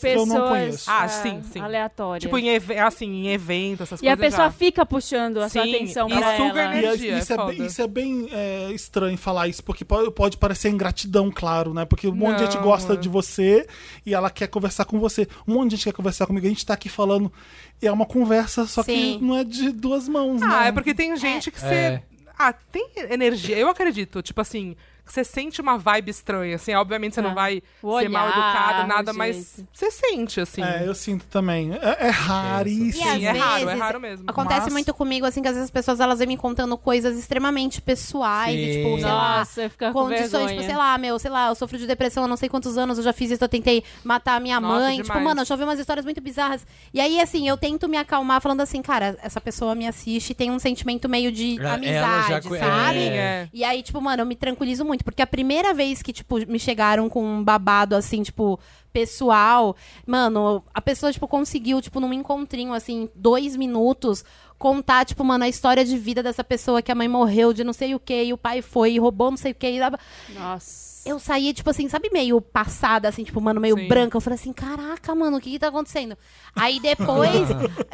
D: conhece?
A: que eu não
B: Pessoas,
A: conheço.
D: Ah,
B: é,
D: sim, sim.
B: Aleatórias.
D: Tipo, em, eve- assim, em evento, essas
B: e a
D: coisas.
B: pessoa
D: já.
B: fica puxando a sua
D: Sim,
B: atenção
D: e
B: pra
D: suga
A: E
B: ela.
A: é-
D: energia,
A: isso, é
D: foda.
A: bem, isso é bem, é, estranho falar isso, porque pode, pode parecer ingratidão, claro, né? Porque um monte de gente
D: Não,
A: gosta
D: é.
A: de você e ela quer conversar com você. Um monte de gente quer conversar comigo. A gente tá aqui falando. e É uma conversa, só
E: Sim.
A: que não é de duas mãos,
D: Ah,
A: né?
D: é porque tem gente que você.
C: É.
D: Ah, tem energia. Eu acredito, tipo assim, que você sente uma vibe estranha, assim. Obviamente você
B: Ah.
E: É.
D: não vai
B: O
D: ser
B: olhar,
D: mal educado,
B: o
D: nada, mas
B: jeito.
D: você sente, assim.
A: É, eu sinto também. É, é raríssimo.
E: E às
D: Sim, é raro, é
E: vezes,
D: raro mesmo.
E: Acontece
A: Mas-
E: muito comigo, assim, que às vezes as pessoas elas vêm me contando coisas extremamente pessoais, e, tipo,
C: Sim.
E: sei lá,
B: Nossa, fica com vergonha.
E: condições, tipo, sei lá, meu, sei lá, eu sofro de depressão há não sei quantos anos, eu já fiz isso, eu tentei matar a minha
D: Nossa,
E: mãe. Tipo,
D: demais.
E: mano, eu já ouvi umas histórias muito bizarras. E aí, assim, eu tento me acalmar falando assim, cara, essa pessoa me assiste e tem um sentimento meio de
C: É, Ela- ela já
E: amizade,
C: conhe-
E: sabe?
D: Sim,
C: É.
D: é.
E: E aí, tipo, mano, eu me tranquilizo muito, porque a primeira vez que, tipo, me chegaram com um babado, assim, tipo, pessoal, mano, a pessoa, tipo, conseguiu, tipo, num encontrinho, assim, dois minutos, contar, tipo, mano, a história de vida dessa pessoa que a mãe morreu de não sei o que, e o pai foi e roubou não sei o que.
B: Nossa.
E: Eu saí, tipo assim, sabe, meio passada, assim, tipo, mano, meio
D: Sim.
E: branca. Eu falei assim, caraca, mano, o que que tá acontecendo? Aí depois,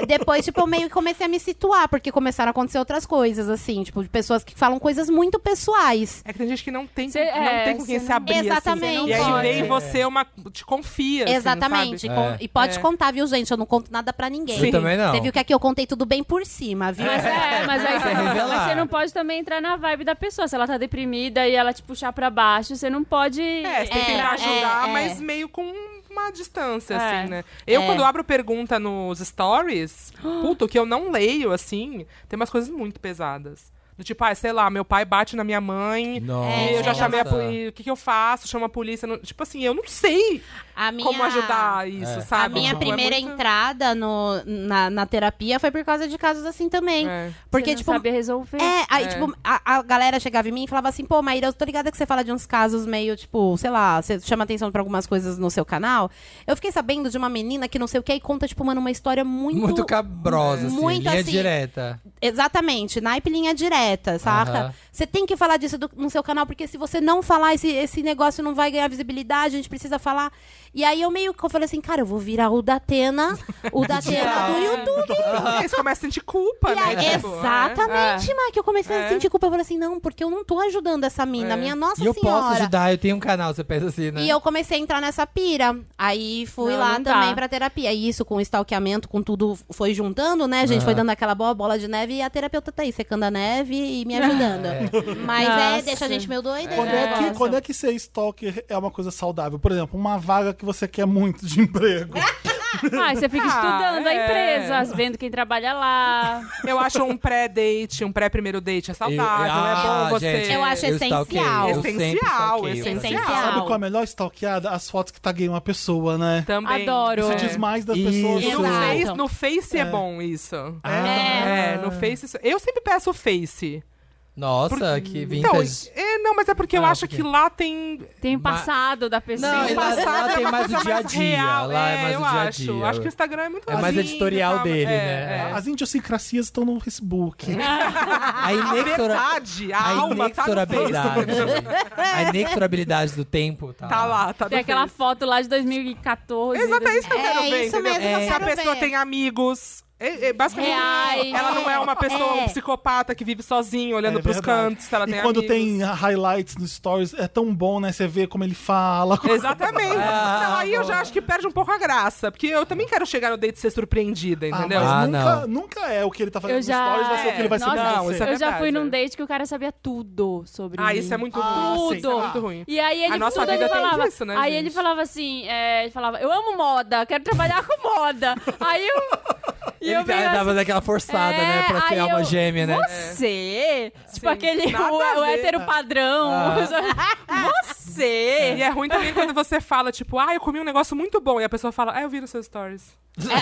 E: depois, tipo, eu meio que comecei a me situar, porque começaram a acontecer outras coisas, assim, tipo, de pessoas que falam coisas muito pessoais.
D: É que tem gente que não tem,
B: Cê-
D: não
B: é,
D: tem com quem
B: cê
D: se
B: não-
D: abrir. assim.
E: Exatamente.
D: E aí
B: Pode.
D: vem você uma. te confia. assim,
E: Exatamente.
D: sabe?
E: Com-
C: É.
E: E pode
D: É.
E: contar, viu, gente? Eu não conto nada pra ninguém.
C: Eu também não.
E: Você viu que aqui eu contei tudo bem por cima, viu?
B: Mas, é, mas aí
C: Sem
B: mas
C: revelar.
B: você não pode também entrar na vibe da pessoa. Se ela tá deprimida e ela te puxar pra baixo, você não pode.
D: É, você tem que
E: É,
D: tentar ajudar,
E: é, é.
D: mas meio com uma distância,
B: É.
D: assim, né? Eu,
E: É.
D: quando abro pergunta nos stories, puto, o que eu não leio, assim, tem umas coisas muito pesadas. Do tipo, ah, sei lá, meu pai bate na minha mãe.
F: Nossa.
D: E eu já chamei a
F: Nossa.
D: polícia. O que, que eu faço? Chama a polícia. não- Tipo assim, eu não sei
E: A minha...
D: como ajudar isso,
F: É.
D: sabe?
E: A minha
D: Tipo, é
E: primeira
D: muito-
E: entrada no, na, na terapia foi por causa de casos assim também.
D: É.
E: Porque,
B: não
E: tipo,
B: saber resolver.
E: É, aí,
D: É.
E: tipo, a, a galera chegava em mim e falava assim, pô, Maíra, eu tô ligada que você fala de uns casos meio, tipo, sei lá, você chama atenção pra algumas coisas no seu canal. Eu fiquei sabendo de uma menina que não sei o que e conta, tipo, mano, uma história muito.
F: Muito cabrosa, assim.
E: Muito
F: linha
E: assim.
F: direta.
E: Exatamente, naipe linha direta, saca?
F: Aham.
E: Você tem que falar disso do- no seu canal, porque se você não falar, esse, esse negócio não vai ganhar visibilidade, a gente precisa falar. E aí eu meio que eu falei assim, cara, eu vou virar o Datena, o Datena do YouTube.
D: Aí você começa a sentir culpa,
E: E
D: né?
E: aí-
D: Tipo, é.
E: exatamente, Má, que eu comecei a
D: É.
E: sentir culpa. Eu falei assim, não, porque eu não tô ajudando essa mina,
D: É.
E: minha nossa
F: e eu
E: senhora.
F: posso ajudar, eu tenho um canal, você pensa assim, né?
E: E eu comecei a entrar nessa pira. Aí fui
B: Não,
E: lá
B: não dá.
E: também pra terapia. E isso, com o stalkeamento, com tudo, foi juntando, né, gente? Foi
F: Aham.
E: dando aquela boa bola de neve e a terapeuta tá aí, secando a neve e me ajudando. Mas é,
B: Nossa.
E: deixa a gente meio doida.
A: Quando
E: né?
A: é, que, quando é que ser stalker é uma coisa saudável? Por exemplo, uma vaga que você quer muito de emprego.
B: Ah, você fica
D: Ah,
B: estudando a
D: é.
B: empresa, vendo quem trabalha lá.
D: Eu acho um pré-date, um pré-primeiro date é saudável,
F: Eu- ah,
D: é bom você...
F: gente,
E: Eu acho
F: stalkeio,
E: essencial.
F: eu sempre
D: Essencial,
F: stalkeio.
E: essencial.
A: Sabe qual é a melhor stalkeada? As fotos que tagueiam a pessoa, né?
D: Também.
B: Adoro.
A: Isso
B: É.
A: diz mais da
F: Isso.
A: pessoa.
D: E no
A: do que-
E: Exato.
D: Face, no Face é, bom isso.
E: É.
D: É. no Face... isso- Eu sempre peço o Face.
F: Nossa, que
D: Então,
F: vintage.
D: é, não, mas é porque eu
F: Ah,
D: acho
F: por quê?
D: que lá tem...
B: Tem o
F: Mas-
B: passado da pessoa.
F: Não,
D: tem
F: e lá-
D: passado,
F: lá tem
D: é uma
F: mais o
D: coisa
F: dia a dia,
D: real.
F: lá é mais
D: eu
F: o dia a
D: acho.
F: dia.
D: Acho que o Instagram é muito
F: É mais
D: assim,
F: editorial
D: tá?
F: dele,
D: É,
F: né?
D: é.
A: Ah, As idiosincrasias estão no Facebook.
F: A
D: A
F: inexora-
D: verdade, a,
F: a
D: alma tá no Face.
F: inexorabilidade. a inexorabilidade do tempo tá,
D: Tá lá, tá no
B: Tem aquela
D: Face.
B: foto lá de 2014.
D: Exato, é isso que eu
E: É,
D: quero
E: é
D: ver,
E: isso
D: entendeu?
E: mesmo que
F: eu
D: Se a
E: quero
D: pessoa
E: ver.
D: tem amigos... é- é basicamente,
B: Reais.
D: ela não é uma pessoa,
E: É.
D: um psicopata que vive sozinho, olhando
A: É
D: pros
A: verdade.
D: cantos, se ela tem
A: e quando
D: amigos.
A: tem highlights nos stories, é tão bom, né? Você vê como ele fala.
D: Exatamente.
F: Ah,
D: Não, aí eu
F: boa.
D: já acho que perde um pouco a graça. Porque eu também quero chegar no date e ser surpreendida,
A: Ah,
D: entendeu?
A: mas
F: Ah,
A: nunca,
F: não.
A: nunca é o que ele tá fazendo
B: Eu
A: nos
B: já-
A: stories, vai ser o que ele vai ser
B: Nossa,
A: pra
D: Não,
A: você.
D: isso é
B: eu já
D: verdade.
B: fui num date que o cara sabia tudo sobre
D: Ah,
B: mim.
D: isso é muito
A: Ah,
D: ruim.
A: sim,
D: Isso é
A: tá.
D: muito ruim.
B: E aí ele,
D: A nossa
B: tudo ele
D: vida tem
B: falava.
D: disso, né,
B: aí
D: gente?
B: ele falava assim, é, ele falava, eu amo moda, quero trabalhar com moda. Aí eu. E
F: ele
B: eu
F: dava
B: meio assim,
F: daquela forçada, né?
B: é,
F: Pra
B: aí
F: ser alma
B: eu-
F: gêmea, né?
B: Você? Tipo
D: Sim,
B: aquele
D: nada
B: o,
D: a
B: o
D: ver.
B: hétero padrão.
D: Ah.
B: Você!
D: E é ruim também quando você fala, tipo, ah, eu comi um negócio muito bom. E a pessoa fala, ah, eu vi nos seus stories.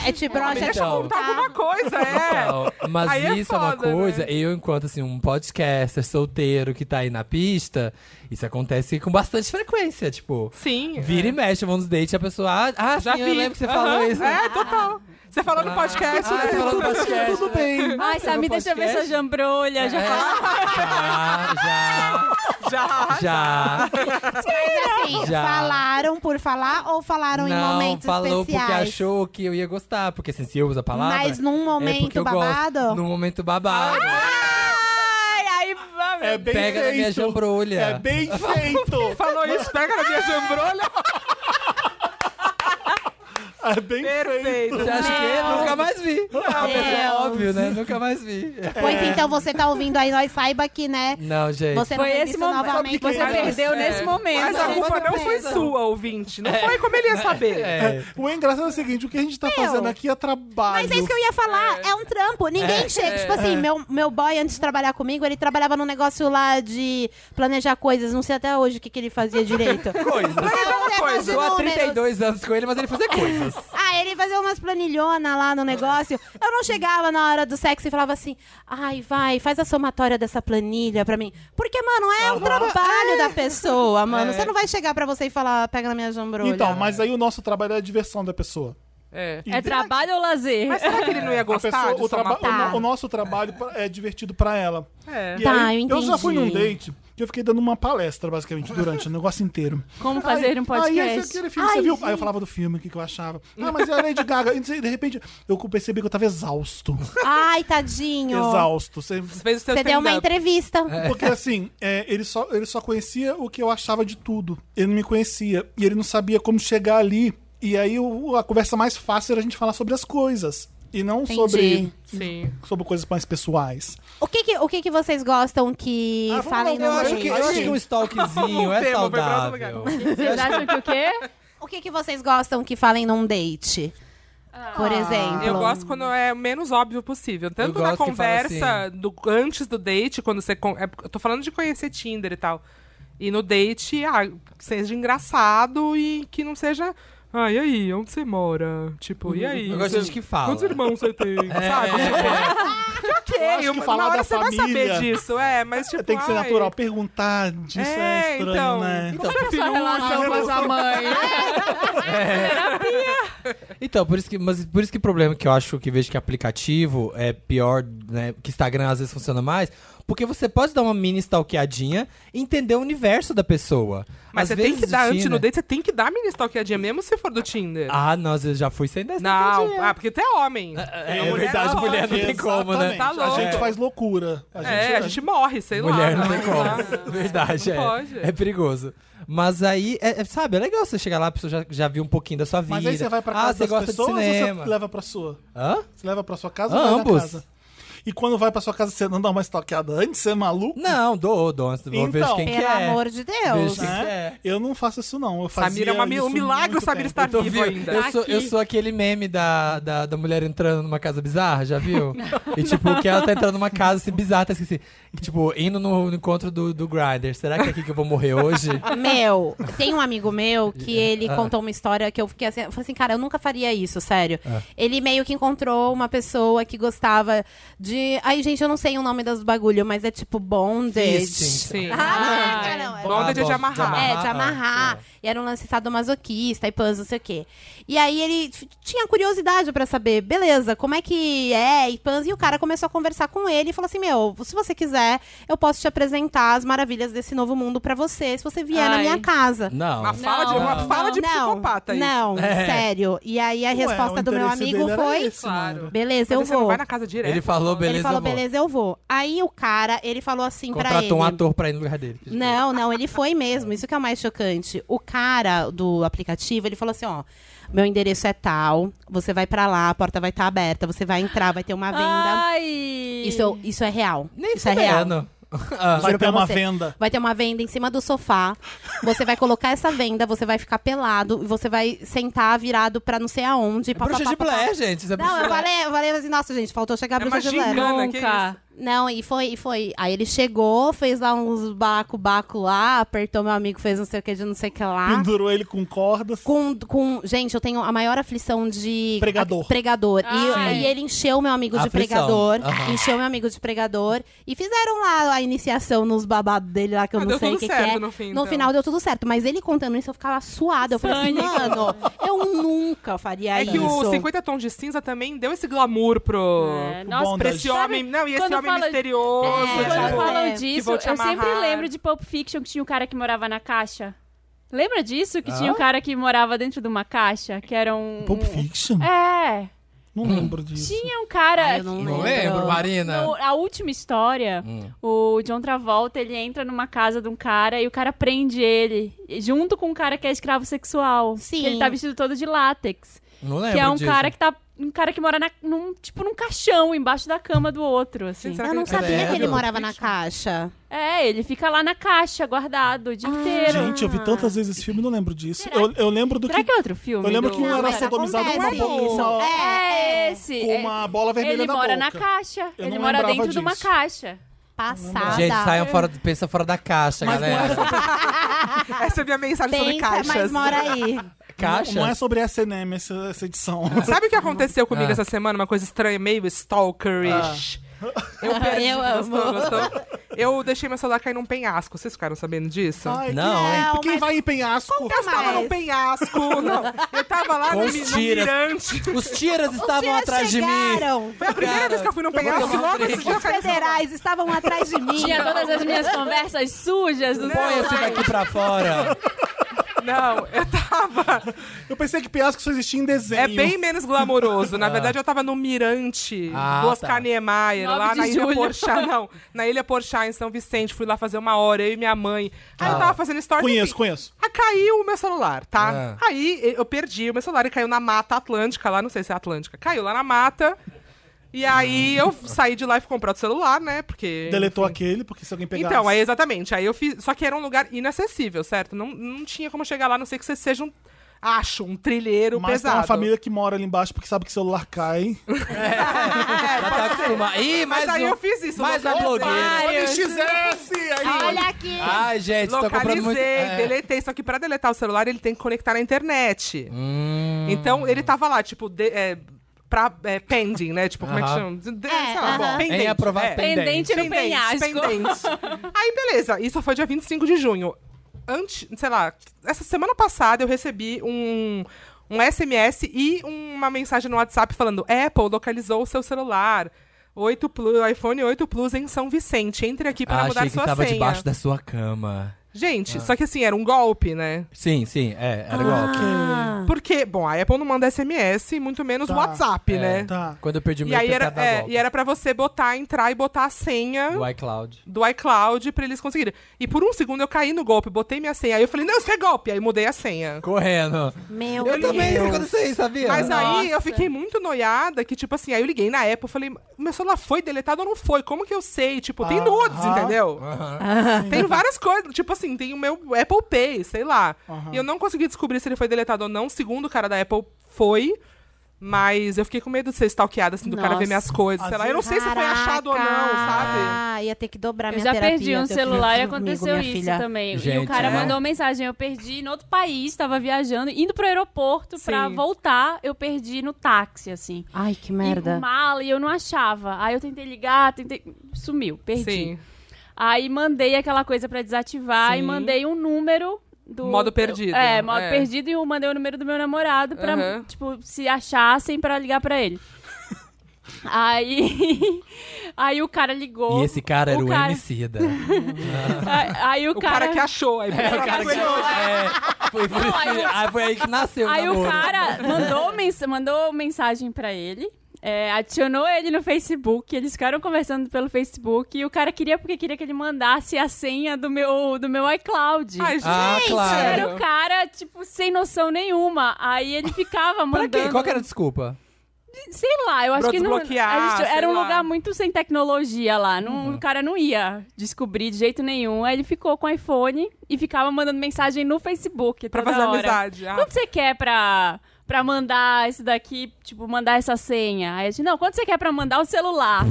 E: É, é tipo, ó,
D: Ah, me
E: já
D: deixa eu
F: então.
D: contar alguma coisa, é.
F: Então, mas
D: Aí é
F: isso é uma
D: foda,
F: coisa,
D: né?
F: eu, enquanto assim, um podcaster solteiro que tá aí na pista, isso acontece com bastante frequência, tipo.
D: Sim.
F: Vira
D: é.
F: e mexe, vamos date, a pessoa. Ah, ah
D: Já
F: sim, eu
D: vi.
F: lembro que você
D: Aham,
F: falou isso.
D: É, total. Você falou no podcast,
F: Ah,
D: né?
F: você falou no podcast.
A: Tudo bem.
B: Ai, Samir,
F: um
B: deixa eu ver sua jambrolha.
F: É.
B: Já
F: Já,
D: Já.
F: já, já.
E: assim,
F: Já.
E: falaram por falar ou falaram em
F: Não,
E: momentos
F: falou
E: especiais?
F: porque achou que eu ia gostar, porque assim, se eu uso a palavra.
E: Mas num
F: é porque
E: momento
F: eu Gosto,
E: babado?
F: num momento babado.
D: Ah,
B: Ai, aí,
A: É bem
F: Pega na
A: feito.
F: minha jambrolha.
A: É bem feito.
D: Falou isso, pega na minha jambrolha.
A: É bem
D: Perfeito.
F: Você acha que
E: Não.
F: Nunca mais vi. Ah, mas é
E: Deus.
F: óbvio, né? Nunca mais vi.
E: Pois então você tá ouvindo aí, nós saiba que, né?
F: Não, gente.
E: Você não
B: Foi
E: fez
B: esse
E: isso
B: momento.
E: novamente.
B: Você
E: né?
B: perdeu nesse
D: É. Mas
B: momento.
F: né?
D: a culpa não foi
E: Pensa.
D: sua, ouvinte. Não foi como ele ia saber.
F: É.
A: O engraçado é o seguinte, o que a gente tá fazendo aqui é trabalho.
E: Mas é isso que eu ia falar, é, um trampo. Ninguém chega. Tipo assim, meu, meu boy, antes de trabalhar comigo, ele trabalhava num negócio lá de planejar coisas. Não sei até hoje o que, que ele fazia direito.
F: Coisas.
E: Planejava
D: coisa.
E: de
F: Tô há
E: números.
F: 32 anos com ele, mas ele fazia coisas.
E: Ah, ele fazia umas planilhonas lá no negócio. Eu não chegava na hora do sexo e falava assim: ai, vai, faz a somatória dessa planilha pra mim. Porque, mano, é o trabalho da pessoa, mano.
F: É.
E: Você não vai chegar pra você e falar, pega na minha jambrolha.
A: Então, mas aí o nosso trabalho é a diversão da pessoa.
D: É.
B: É trabalho ou lazer? É.
D: Mas será que ele não ia
A: A
D: gostar
A: pessoa-
D: de
A: o, traba-
D: somatória?
A: o no- o nosso trabalho pra- é divertido pra ela.
D: É.
A: E
E: Tá,
A: aí,
E: eu
A: já fui num
E: entendi.
A: date que eu fiquei dando uma palestra, basicamente, durante o negócio inteiro.
B: Como fazer um podcast?
A: Aí, esse- aquele filme, você viu? Aí eu falava do filme, o que, que eu achava. Ah, mas é a Lady Gaga. E de repente, eu percebi que eu tava exausto.
E: Ai, tadinho.
A: Exausto. Você-
D: Você fez o seu
E: Você deu uma
D: stand-up.
E: entrevista.
A: Porque assim, é, ele, só, ele só conhecia o que eu achava de tudo. Ele não me conhecia. E ele não sabia como chegar ali. E aí o- a conversa mais fácil era a gente falar sobre as coisas. E não
E: Entendi.
A: sobre,
D: Sim.
A: sobre coisas mais pessoais.
E: O que, que- o que, que vocês gostam que
A: Ah, vamos lá,
E: falem no
F: Eu acho
E: date?
F: que, eu acho que um stalkzinho
D: Voltemos,
F: é
D: foi pra outro
F: saudável.
B: Vocês acham que o quê?
E: O que, que vocês gostam que falem num date? Por
F: Ah,
E: exemplo.
D: Eu gosto quando é o menos óbvio possível. Tanto
F: Eu
D: na
F: gosto que fala assim.
D: conversa, do, antes do date, quando você. con- é, eu tô falando de conhecer Tinder e tal. E no date, ah, que seja engraçado e que não seja. Ah, e aí? Onde você mora? Tipo, e aí?
F: Eu gosto de
D: Você-
F: gente que fala.
D: Quantos irmãos você tem? Sabe? tipo, Ok,
A: Eu É. acho que
D: uma,
A: falar
D: uma hora
A: da
D: você vai
A: família
D: saber disso, é, mas tipo.
A: Tem que ser
D: ai,
A: natural. Perguntar disso é,
D: É,
A: estranho,
D: então.
A: né?
D: Então,
B: Qual é a sua relação com a sua mãe?
F: Então, por isso que, mas por isso que o problema que eu acho que vejo que aplicativo é pior, né? Que Instagram às vezes funciona mais, porque você pode dar uma mini stalkeadinha e entender o universo da pessoa.
D: Mas
F: Às
D: você tem
F: vezes
D: que
F: o
D: dar antes
F: Tinder-
D: no date, você tem que dar a mini stalkeadinha, mesmo se for do Tinder.
F: Ah, não, às vezes já fui sem dar
D: não,
F: stalkeadinha.
D: ah, porque tu é homem.
F: É,
D: mulher
F: verdade,
D: não
F: mulher não
D: pode.
F: tem como, né?
A: Exatamente.
D: Tá louco.
A: A gente faz loucura. A gente,
D: é, a gente morre, sei
F: Mulher
D: lá.
F: não tem
D: dá.
F: como. Verdade,
D: Não
F: é.
D: pode.
F: É perigoso. Mas aí, é- é, sabe, é legal você chegar lá, a pessoa já, já viu um pouquinho da sua vida.
A: Mas aí você vai pra casa
F: ah, você
A: das
F: gosta
A: pessoas
F: de
A: ou
F: cinema.
A: você leva pra sua?
F: Hã?
A: Você leva pra sua casa
F: Ah,
A: ou vai
F: ambos.
A: na casa? E quando vai pra sua casa, você não dá uma estoqueada antes? Você é maluco?
F: Não, dou, dou. antes, Vou ver
A: Então.
F: quem que
E: Pelo
F: é.
E: amor de Deus. né?
F: Deixa eu- É.
A: Eu não faço isso, não. Eu fazia
D: Samira é uma mi-
A: isso
D: um milagre o
A: muito
D: Samira
A: tempo.
D: estar
F: Tô
D: vivo
F: vivo.
D: ainda.
F: Eu, sou, eu sou aquele meme da, da, da mulher entrando numa casa bizarra, já viu? e tipo, que ela tá entrando numa casa assim bizarra, tá esqueci. E, Tipo, indo no, no encontro do, do Grindr. Será que é aqui que eu vou morrer hoje?
E: Meu, tem um amigo meu que ele contou uma história que eu fiquei assim, eu falei assim, cara, eu nunca faria isso, sério. Ele meio que encontrou uma pessoa que gostava de. Ai, gente, eu não sei o nome das bagulho, mas é tipo bondage.
F: Fisting.
D: Sim.
E: Ah,
B: Ai,
E: não, é-
D: Bondage é de
F: Ah,
D: amarrar.
E: É, de amarrar.
F: ah, sim.
E: E era um lance sadomasoquista e pãs, não sei o quê. E aí ele f- tinha curiosidade pra saber, beleza, como é que é e pãs. E o cara começou a conversar com ele e falou assim: Meu, se você quiser, eu posso te apresentar as maravilhas desse novo mundo pra você, se você vier na
B: Ai.
E: minha casa.
F: Não.
D: Uma fala de, uma
B: Não.
D: fala de psicopata isso. É.
E: Não, sério. E aí a
A: Ué,
E: resposta
A: o
E: do meu
A: interesse
E: amigo
A: dele era
E: foi:
A: esse, né? mano.
D: Claro.
E: Beleza, eu
D: Mas Você não
E: vou.
D: vai na casa direto.
F: Ele falou,
E: ele
F: beleza,
E: falou:
F: eu vou.
E: Beleza, eu vou. Aí o cara, ele falou assim pra ele.
F: Contratou um ator pra ir no lugar dele.
E: Não, não, ele foi mesmo. Isso que é o mais chocante. O cara do aplicativo, ele falou assim, ó, meu endereço é tal, você vai pra lá, a porta vai estar aberta, você vai entrar, vai ter uma venda.
B: Ai.
E: Isso, eu- isso é real.
F: Nem
E: isso é real.
F: sabendo. Ah,
A: Vai
E: Juro
A: ter
E: pra
A: uma
E: você.
A: venda.
E: Vai ter uma venda em cima do sofá. Você vai colocar essa venda, você vai ficar pelado e você vai sentar virado pra não sei aonde.
F: é bruxa de Blair, gente. Isso é bruxa
E: Não,
F: de
E: eu
F: Blair.
E: falei, eu falei assim, nossa, gente, faltou chegar a
D: É uma
E: bruxa de Blair.
D: gigante. Ana, que
B: Nunca.
E: Não, e foi, e foi. Aí ele chegou, fez lá uns baco-baco lá, apertou meu amigo, fez não sei o que de não sei o que lá.
A: Pendurou ele com cordas.
E: Com, com. Gente, eu tenho a maior aflição de.
A: Pregador.
E: a- pregador.
B: Ah,
E: e,
B: sim.
E: e ele encheu meu amigo de
F: Aflição.
E: pregador.
F: Aham.
E: Encheu meu amigo de pregador. E fizeram lá a iniciação nos babados dele lá, que eu
D: Ah,
E: não
D: deu
E: sei o
D: tudo
E: que, que
D: certo
E: é.
D: no fim,
E: no
D: então.
E: final deu tudo certo. Mas ele contando isso, eu ficava suada. Eu falei assim,
B: Pânico.
E: mano, eu nunca faria
D: É
E: isso.
D: que o 50 Tons de Cinza também deu esse glamour pro.
B: É,
A: O
B: nossa,
A: bom
D: pra esse
B: Sabe
D: homem. Não, e esse
B: quando
D: homem
B: fala-
D: misterioso.
E: É,
D: tipo,
B: Quando
E: Exato.
B: falam
E: É.
D: que
B: disso,
D: vão te
B: eu sempre
D: amarrar.
B: lembro de Pulp Fiction, que tinha um cara que morava na caixa. Lembra disso? Que tinha um cara que morava dentro de uma caixa, que era um...
A: Pulp Fiction?
B: É,
A: Não lembro disso.
B: tinha um cara...
E: Ai, eu não
F: Não
E: lembro.
F: lembro, Marina.
B: No- a última história,
A: Hum.
B: o John Travolta, ele entra numa casa de um cara e o cara prende ele, junto com um cara que é escravo sexual.
E: Sim.
B: Que ele tá vestido todo de látex.
F: Não lembro
B: Que é um
F: disso.
B: cara que tá. Um cara que mora na- num, tipo, num caixão embaixo da cama do outro, assim.
D: Gente, será
E: Eu
D: que
E: não
D: ele-
E: sabia que ele
F: Credo.
E: morava na caixa.
B: É, ele fica lá na caixa, guardado o dia inteiro.
A: Gente, eu vi
D: Ah.
A: tantas vezes esse filme e não lembro disso. Eu, eu lembro do
B: Será
A: que.
B: que é outro filme?
A: Eu lembro
B: do-
A: que um
E: Não,
A: era
E: mas
A: sodomizado com uma,
E: acontece
A: bo-
E: isso.
A: uma-
B: É esse.
A: com uma bola
B: é-
A: vermelha
B: Ele
A: na
B: mora
A: boca.
B: na caixa.
A: Eu
B: ele
A: não
B: mora
A: lembrava
B: dentro de uma
A: disso.
B: caixa.
E: Passada.
F: Gente, saiam fora, do- pensa fora da caixa,
A: Mas não é
F: galera.
D: Essa é a minha mensagem sobre
E: Pensa,
D: caixas.
E: mas mora aí.
F: Caixa?
A: Não é sobre SNM essa, essa edição.
D: Sabe o que aconteceu comigo
F: Ah.
D: essa semana? Uma coisa estranha, meio stalkerish.
E: Ah.
D: Eu, perdi,
E: Eu
D: gostou,
E: amo.
D: gostou? Eu deixei meu celular cair num penhasco. Vocês ficaram sabendo disso?
A: Ai,
F: Não,
A: quem- é?
E: hein? Não,
A: Quem
E: mas-
A: vai em penhasco?
D: eu estava
E: mas-
D: num penhasco. Não, eu estava lá
F: Com
D: no,
F: os
D: mi- no
F: tiras.
D: mirante.
F: Os tiras estavam
E: Os tiras
F: atrás de mim.
E: chegaram.
D: Foi a primeira
F: Cara,
D: vez que eu fui num
F: eu vou
D: penhasco.
F: tomar um
D: Logo esse
F: drink.
D: dia eu
E: Os
D: caí no
E: federais estavam atrás de mim.
B: Tinha todas as minhas conversas sujas do
F: Põe esse daqui pra fora.
D: Não, eu tava.
A: Eu pensei que penhasco só existia em desenho.
D: É bem menos glamouroso. Na verdade, eu tava no Mirante
F: Ah,
D: do
F: tá.
D: Oscar Niemeyer,
B: Nove
D: lá
B: de
D: na Ilha
B: julho.
D: Porchat. Não, na Ilha Porchat, em São Vicente. Fui lá fazer uma hora, eu e minha mãe. Aí
F: Ah.
D: eu tava fazendo stories.
A: Conheço,
D: enfim.
A: conheço.
D: Aí caiu o meu celular, tá?
F: Ah.
D: Aí eu perdi o meu celular e caiu na Mata Atlântica, lá, não sei se é Atlântica. Caiu lá na mata. E aí eu saí de lá e fui comprar outro celular, né? Porque.
A: Deletou aquele, porque se alguém pegasse...
D: Então, aí exatamente. Aí eu fiz. Só que era um lugar inacessível, certo? Não, não tinha como chegar lá, a não ser que você seja um. Acho, um trilheiro
A: Mas tem
F: tá
D: pesado.
A: uma família que mora ali embaixo porque sabe que celular cai.
D: Ah,
F: Já tá acostumado. Ih,
D: é, Mas
F: mais
D: aí
F: um-
D: eu fiz isso.
F: Mais uma
D: localizei,
F: blogueira.
A: XS!
E: Olha aqui!
F: Ai, gente, tô tá comprando muito.
D: Localizei,
F: é.
D: deletei. Só que pra deletar o celular, ele tem que conectar na internet.
F: Hum.
D: Então, ele tava lá, tipo, de- é, pra, é, pending, né? Tipo, como é que
F: Aham.
D: chama? De-
E: É,
D: sei lá,
E: aham.
D: bom, pendente,
F: Em aprovado
D: é.
F: pendente.
B: Pendente no penhasco.
D: pendente. Aí, beleza. Isso foi dia 25 de junho. Antes, sei lá, essa semana passada eu recebi um, um SMS e uma mensagem no WhatsApp falando Apple localizou o seu celular. 8 Plus, iPhone 8 Plus em São Vicente. Entre aqui para
F: Ah,
D: mudar
F: achei que
D: sua
F: tava
D: senha.
F: debaixo da Ah. sua cama.
D: Gente, só que assim, era um golpe, né?
F: Sim, sim, é, era igual.
E: Ah,
D: Porque, bom, a Apple não manda SMS, muito menos
A: Tá.
D: WhatsApp,
F: É.
D: né?
A: Tá.
F: Quando eu perdi o
D: E
F: meu
D: aí era,
F: tentava dar
D: é,
F: golpe.
D: e era pra você botar, entrar e botar a senha
F: O iCloud.
D: do iCloud pra eles conseguirem. E por um segundo eu caí no golpe, botei minha senha. Aí eu falei, não, isso é golpe. Aí mudei a senha.
F: Correndo.
E: Meu
F: Eu
E: Deus.
F: também, isso aconteceu, aí, sabia?
D: Mas aí
B: Nossa.
D: eu fiquei muito noiada que, tipo assim, aí eu liguei na Apple, falei, meu celular foi deletado ou não foi? Como que eu sei? Tipo, tem
A: Ah,
D: nudes,
A: ah.
D: entendeu?
F: Aham.
D: Tem várias coisas. Tipo assim, tem o meu Apple Pay, sei lá.
A: Aham.
D: E eu não consegui descobrir se ele foi deletado ou não. Segundo o cara da Apple, foi. Mas eu fiquei com medo de ser stalkeada, assim, do cara ver
B: Nossa.
D: minhas coisas.
A: Às
D: Sei lá. Eu não sei se foi
E: Caraca!
D: achado ou não, sabe?
E: Ah, ia ter que dobrar
B: Eu
E: minha
B: já
E: terapia.
B: perdi um
E: Deus,
B: celular e
E: comigo,
B: aconteceu
E: minha
B: isso
E: filha.
B: também. e
F: Gente,
B: o cara
F: é.
B: mandou uma mensagem, eu perdi em outro país, tava viajando, indo pro aeroporto pra
D: Sim.
B: voltar, eu perdi no táxi, assim.
E: Ai, que
B: E
E: merda.
B: mala, e eu não achava. Aí eu tentei ligar, tentei... Sumiu, perdi.
D: Sim.
B: Aí mandei aquela coisa pra desativar
D: Sim.
B: e mandei um número do.
D: Modo perdido,
B: É, modo
D: é.
B: perdido e eu mandei o número do meu namorado pra,
D: Aham.
B: tipo, se achassem pra ligar pra ele. aí. Aí o cara ligou.
F: E esse cara era o,
B: cara-
F: MC da.
B: A- Aí, o,
D: O cara, que achou. Aí,
F: É, o cara que. É, foi, por
B: Não,
F: isso,
B: aí
F: que-
B: o-
F: ah, foi aí que nasceu.
B: Aí o
F: namoro.
B: cara mandou, mens mandou mensagem pra ele. é, adicionou ele no Facebook, eles ficaram conversando pelo Facebook e o cara queria porque queria que ele mandasse a senha do meu do meu iCloud.
D: Ai, gente.
F: Ah, claro.
B: Era o cara, tipo, sem noção nenhuma. Aí ele ficava
F: Pra
B: mandando...
F: quê? Qual que era a desculpa?
B: Sei lá, eu acho
D: Pra
B: que não...
D: desbloquear,
B: a gente-
D: sei
B: era um
D: lá. Uhum.
B: lugar muito sem tecnologia lá. Não, O cara não ia descobrir de jeito nenhum. Aí ele ficou com o iPhone e ficava mandando mensagem no Facebook
D: Pra
B: toda
D: fazer
B: hora.
D: amizade. Ah,
B: Quanto você quer pra... Pra mandar esse daqui, tipo, mandar essa senha. Aí a gente, não, quanto você quer pra mandar o celular?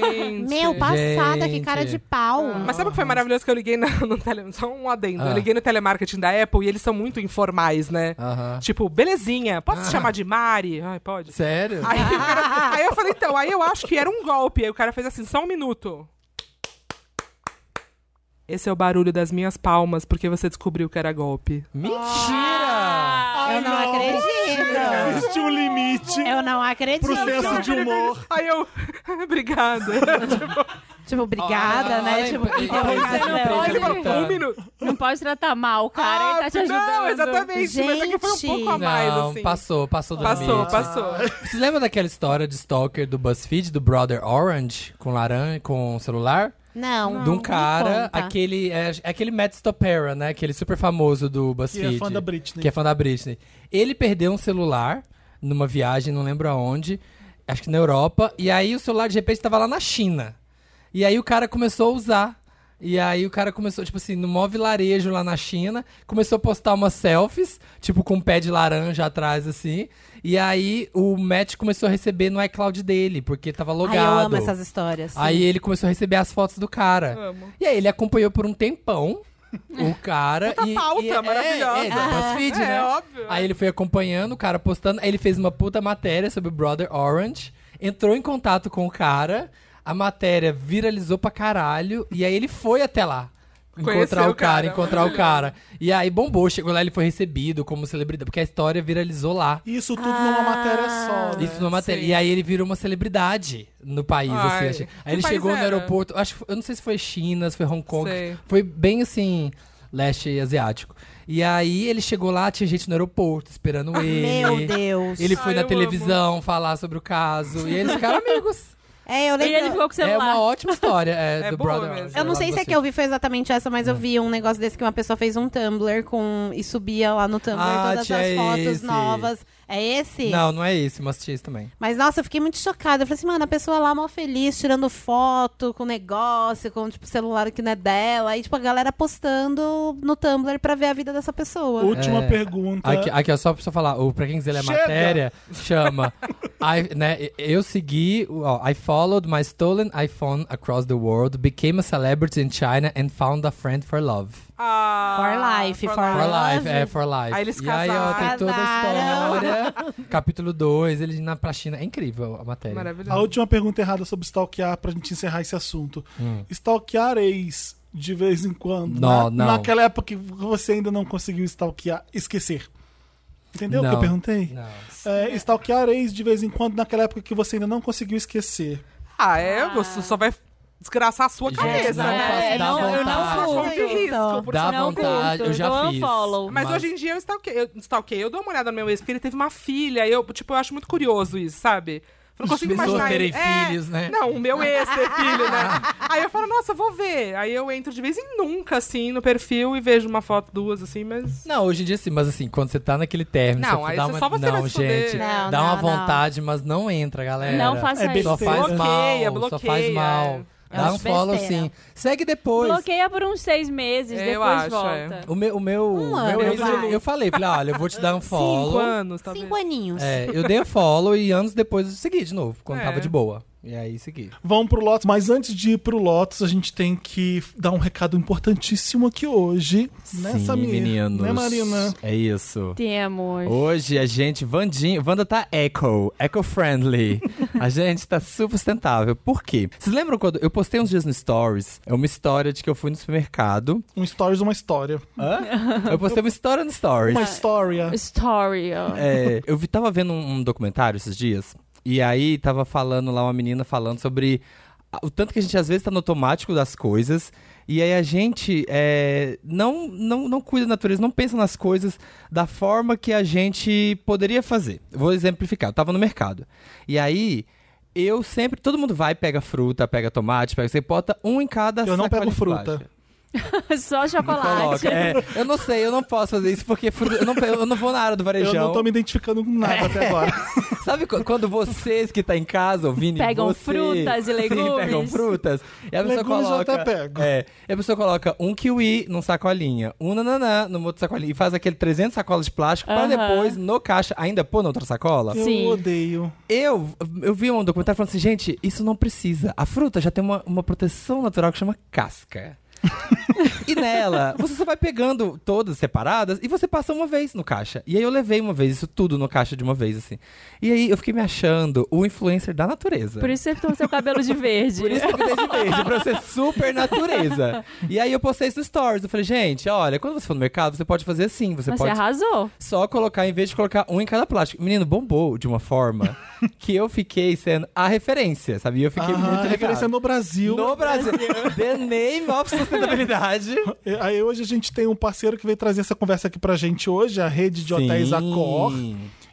D: gente.
E: Meu, passada, que cara de
F: Gente.
E: pau.
D: Mas sabe o que foi maravilhoso que eu liguei na- no tele... Só um adendo.
F: Ah.
D: Eu liguei no telemarketing da Apple e eles são muito informais, né?
F: Aham.
D: Tipo, belezinha, posso
F: Ah.
D: te chamar de Mari? Ai, pode.
F: Sério?
B: Ah.
D: Aí, o cara- aí eu falei, então, aí eu acho que era um golpe. Aí o cara fez assim, só um minuto. Esse é o barulho das minhas palmas, porque você descobriu que era golpe.
F: Mentira!
E: eu não, acredito.
A: Existe um limite
E: Eu não acredito.
A: pro senso de humor.
D: Aí eu, obrigada.
E: Tipo, obrigada,
F: Ah,
E: né?
F: ah,
E: Tipo,
F: ah,
C: é,
E: interrogação.
F: ah,
D: Ele falou,
F: Eita.
D: um minuto.
B: Não pode tratar mal o cara, ele tá te ajudando.
D: Ah, Não, exatamente. Mas é que foi um
E: Gente.
D: pouco a mais,
F: Não,
D: assim.
F: passou, passou do
D: Passou,
F: limite.
D: passou.
F: Você lembra daquela história de stalker do BuzzFeed, do Brother Orange, com laranja, com celular?
E: Não.
F: de um
E: me
F: cara,
E: conta.
F: aquele, é, aquele Matt Stopera, né? Aquele super famoso do BuzzFeed.
A: fã da Britney.
F: Que é fã da Britney. Ele perdeu um celular numa viagem, não lembro aonde, acho que na Europa, e aí o celular de repente tava lá na China. E aí o cara começou a usar. E aí o cara começou, tipo assim, no maior vilarejo lá na China, começou a postar umas selfies, tipo com um pé de laranja atrás, assim. E aí o Matt começou a receber no iCloud dele, porque tava
E: Ai,
F: logado.
E: eu amo essas histórias.
F: Aí ele começou a receber as fotos do cara.
D: Amo.
F: E aí ele acompanhou por um tempão o cara.
D: Puta
F: e,
D: pauta
F: e, é,
D: maravilhosa.
F: É, do BuzzFeed,
D: É,
F: né?
D: óbvio.
F: Aí ele foi acompanhando, o cara postando. Aí ele fez uma puta matéria sobre o Brother Orange. Entrou em contato com o cara. A matéria viralizou pra caralho. E aí ele foi até lá. Encontrar
D: Conheceu
F: o cara,
D: o cara.
F: encontrar o cara. E aí bombou, chegou lá, ele foi recebido como celebridade, porque a história viralizou lá.
A: Isso tudo numa matéria só. Né?
F: Isso numa matéria.
D: Sim.
F: E aí ele virou uma celebridade no país,
D: Ai,
F: assim. acho-
D: que
F: Aí ele
D: país
F: chegou no
D: era?
F: aeroporto, acho que foi- eu não sei se foi China, se foi Hong Kong.
D: Sei.
F: Foi bem assim.
C: leste asiático. E aí ele chegou lá, tinha gente no aeroporto esperando ele.
E: Ah, Meu Deus.
C: Ele foi
D: Ai,
C: na
D: eu
C: televisão falar sobre o caso. E eles ficaram amigos.
E: É, eu
B: E
E: lembro.
B: ele ficou com o
C: É
B: celular.
C: uma ótima história. É,
D: É
C: do
D: boa
C: Brother.
D: mesmo.
E: Eu não sei se é que eu vi foi exatamente essa, mas eu
C: É.
E: vi um negócio desse que uma pessoa fez um Tumblr com e subia lá no Tumblr
C: Ah,
E: todas
C: tinha
E: as fotos
C: esse.
E: novas. É esse?
C: Não, não é esse, mas tinha isso também.
E: Mas nossa, eu fiquei muito chocada. Eu falei assim, mano, a pessoa lá mó feliz, tirando foto com negócio, com tipo celular que não é dela, aí tipo a galera postando no Tumblr pra ver a vida dessa pessoa.
A: Última
C: É.
D: Então,
A: pergunta.
C: Aqui, aqui ó, só pra você falar, o, pra quem quiser ler a
A: Chega!
C: matéria, chama. I, né, eu segui, ó, I followed my stolen iPhone across the world, became a celebrity in China and found a friend for love.
D: Ah,
E: For life, for
C: For
E: Love.
C: life, é, for life.
D: Aí eles
C: e aí, ó, tem toda a
E: casaram.
C: história. capítulo 2, ele na pra China. É incrível a matéria.
A: A
D: Maravilhoso.
A: última pergunta errada sobre stalkear pra gente encerrar esse assunto. Stalkear ex de vez em quando.
C: Hum. Não,
A: na-
C: não.
A: Naquela época que você ainda não conseguiu stalkear, esquecer. Entendeu o que
C: Não.
A: eu perguntei?
C: Não.
A: É, stalkear ex de vez em quando naquela época que você ainda não conseguiu esquecer.
D: Ah, é? Você só vai desgraçar a sua
C: Gente,
D: cabeça,
C: não
D: né?
C: faço-
B: É,
C: dá
B: não, eu não
C: vontade.
B: curto.
D: Muito risco. por
C: Dá
B: não
C: vontade,
B: curto,
C: eu já
B: dou
C: fiz.
B: unfollow.
D: Mas,
C: Mas-
D: hoje em dia eu stalkeio, eu, stalkeio, eu dou uma olhada no meu ex, porque ele teve uma filha. Eu, tipo, eu acho muito curioso isso, sabe? Eu Não
C: As
D: consigo
C: pessoas
D: imaginar
C: terem
D: ele- é,
C: filhos, né?
D: Não, o meu ex ter filho, né? Aí eu falo, nossa, vou ver. Aí eu entro de vez em nunca, assim, no perfil e vejo uma foto, duas, assim, mas.
C: Não, hoje em dia sim, mas assim, quando você tá naquele término,
D: Não,
C: você
D: aí
C: dá
D: você-
C: uma...
D: só você
C: não,
D: vai se fuder.
C: gente,
E: Não,
C: dá uma
E: não, não.
C: vontade, mas não entra, galera.
B: Não faça
A: É
B: isso.
A: besteira.
C: Só faz
A: Bloqueia,
C: mal, só faz
D: bloqueia.
C: mal.
E: É
C: Dá
E: uma
C: um follow
E: besteira.
C: sim. Segue depois.
B: Bloqueia por uns seis meses,
D: É, Eu
B: depois
D: acho,
B: volta.
C: O meu, o meu,
E: Um
C: o
E: ano,
C: meu ex,
E: vai.
C: ele- eu falei, falei, olha, eu vou te dar um follow.
D: Cinco anos, talvez.
E: Cinco aninhos.
C: É, eu dei um follow e anos depois eu segui de novo, quando
D: É.
C: tava de boa. E aí segui.
A: Vamos pro Lotus, mas antes de ir pro Lotus, a gente tem que dar um recado importantíssimo aqui hoje. Nessa
F: Sim,
A: menina.
F: meninos.
A: Né, Marina?
F: É isso.
B: Temos.
F: Hoje a gente, Vandinho, Wanda tá eco, eco-friendly. A gente tá super sustentável. Por quê? Vocês lembram quando eu postei uns dias no Stories? É uma história de que eu fui no supermercado.
A: Um stories, uma história.
F: Hã? Eu postei uma história no Stories.
A: Uma história.
B: Story. ó.
F: É, eu vi, tava vendo um, um documentário esses dias, e aí tava falando lá uma menina falando sobre a- o tanto que a gente às vezes tá no automático das coisas, e aí a gente é, não, não, não cuida da natureza, não pensa nas coisas da forma que a gente poderia fazer. Vou exemplificar, eu tava no mercado. E aí. Eu sempre, todo mundo vai, pega fruta, pega tomate, pega, você bota um em cada
A: Eu não
F: sacolinha
A: pego
F: de
A: fruta.
F: plástico.
B: Só
F: É. Não
B: chocolate.
F: coloca, é. eu não sei, eu não posso fazer isso porque fruta- eu, não, pe- eu não vou na área do varejão.
A: Eu não tô me identificando com nada até agora.
F: Sabe qu- quando vocês que tá em casa ouvindo
B: Pegam
F: você-
B: frutas e
F: Sim, pegam
B: legumes.
F: frutas. E a pessoa
A: Legumes eu
F: coloca.
A: até pego.
F: É, e a pessoa coloca um kiwi num sacolinha, um nananã num outro sacolinha e faz aquele 300 sacolas de plástico pra
B: Aham.
F: depois no caixa ainda pôr na outra sacola.
A: Eu
B: Sim.
A: odeio.
F: Eu, eu vi um documentário falando assim, gente, isso não precisa. A fruta já tem uma, uma proteção natural que chama casca. e nela, você só vai pegando todas separadas e você passa uma vez no caixa. E aí eu levei uma vez isso tudo no caixa de uma vez, assim. E aí eu fiquei me achando o influencer da natureza.
B: Por isso você pintou seu cabelo de verde.
F: Por isso que eu mudei de verde, pra eu ser super natureza. E aí eu postei isso no stories. Eu falei, gente, olha, quando você for no mercado, você pode fazer assim. Você
B: Mas você
F: pode
B: arrasou.
F: só colocar, em vez de colocar um em cada plástico. Menino, bombou de uma forma que eu fiquei sendo a referência, sabe? E eu fiquei
A: Ah,
F: muito ligado.
A: referência no Brasil.
F: No Brasil. The name of sustentabilidade.
A: E- Aí hoje a gente tem um parceiro que veio trazer essa conversa aqui pra gente hoje, a rede de hotéis Accor,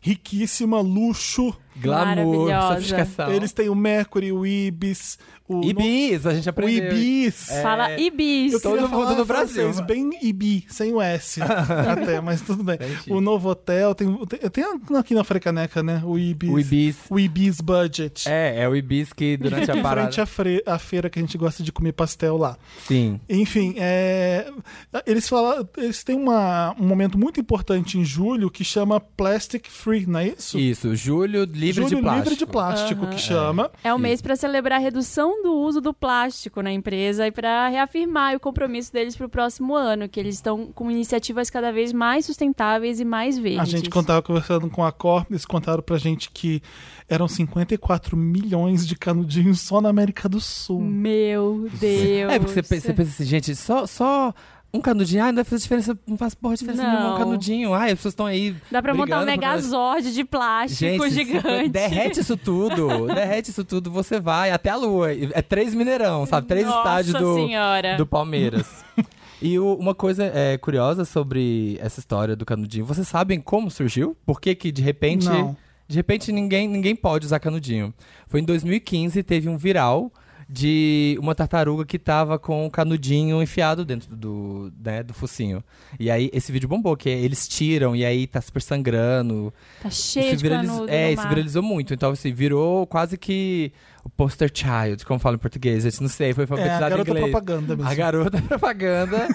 A: riquíssima, luxo.
F: Glamour,
B: Maravilhosa.
F: sofisticação.
A: Eles um têm o Mercury, o Ibis, o
F: Então. Ibis, É. a gente
A: o
F: aprendeu.
A: Ibis.
B: Fala Ibis.
A: Eu
F: Todo
A: queria
F: mundo
A: falar
F: do
A: em
F: Brasil.
A: francês, bem Ibi, sem o S até, mas tudo bem. O novo hotel tem, tem, tem aqui na Frecaneca, né? O Ibis.
F: O Ibis.
A: O Ibis Budget.
F: É, é o Ibis que durante
A: Fica
F: a
A: em
F: parada...
A: frente à, fre- à feira que a gente gosta de comer pastel lá.
F: Sim.
A: Enfim, é, eles falam, eles têm uma- um momento muito importante em julho que chama Plastic Free, não é isso?
F: Isso, julho livre
A: julho
F: de plástico.
A: livre de plástico que chama.
B: É um mês para celebrar a redução do uso do plástico na empresa e para reafirmar o compromisso deles para o próximo ano, que eles estão com iniciativas cada vez mais sustentáveis e mais verdes.
A: A gente contava conversando com a Corp, eles contaram pra gente que eram 54 milhões de canudinhos só na América do Sul.
B: Meu Deus.
F: um. É, porque você, pe- você pensa assim, gente, só, só um canudinho, ah, não vai fazer diferença, não faz porra de diferença
B: Não.
F: nenhuma, um canudinho. Ai, as pessoas estão aí
B: Dá pra montar
F: brigando por-
B: um megazord de plástico
F: Gente,
B: gigante.
F: derrete isso tudo, derrete isso tudo, você vai até a lua. É três Mineirão, sabe? Três
B: Nossa é.
F: estádios do,
B: senhora.
F: do Palmeiras. E o- uma coisa é, curiosa sobre essa história do canudinho. Vocês sabem como surgiu? Por que que de repente...
A: Não.
F: De repente ninguém, ninguém pode usar canudinho. Foi em 2015, teve um viral de uma tartaruga que tava com o canudinho enfiado dentro do, né, do focinho. E aí esse vídeo bombou, que é, eles tiram e aí tá super sangrando.
B: Tá cheio
F: Isso
B: de
F: viraliz-
B: canudo
F: É,
B: no
F: isso
B: mar.
F: viralizou muito. Então, assim, virou quase que o poster child, como fala em português. Esse não sei,
A: É,
F: foi
A: a
F: alfabetizado em
A: garota
F: inglês.
A: propaganda mesmo.
F: A garota propaganda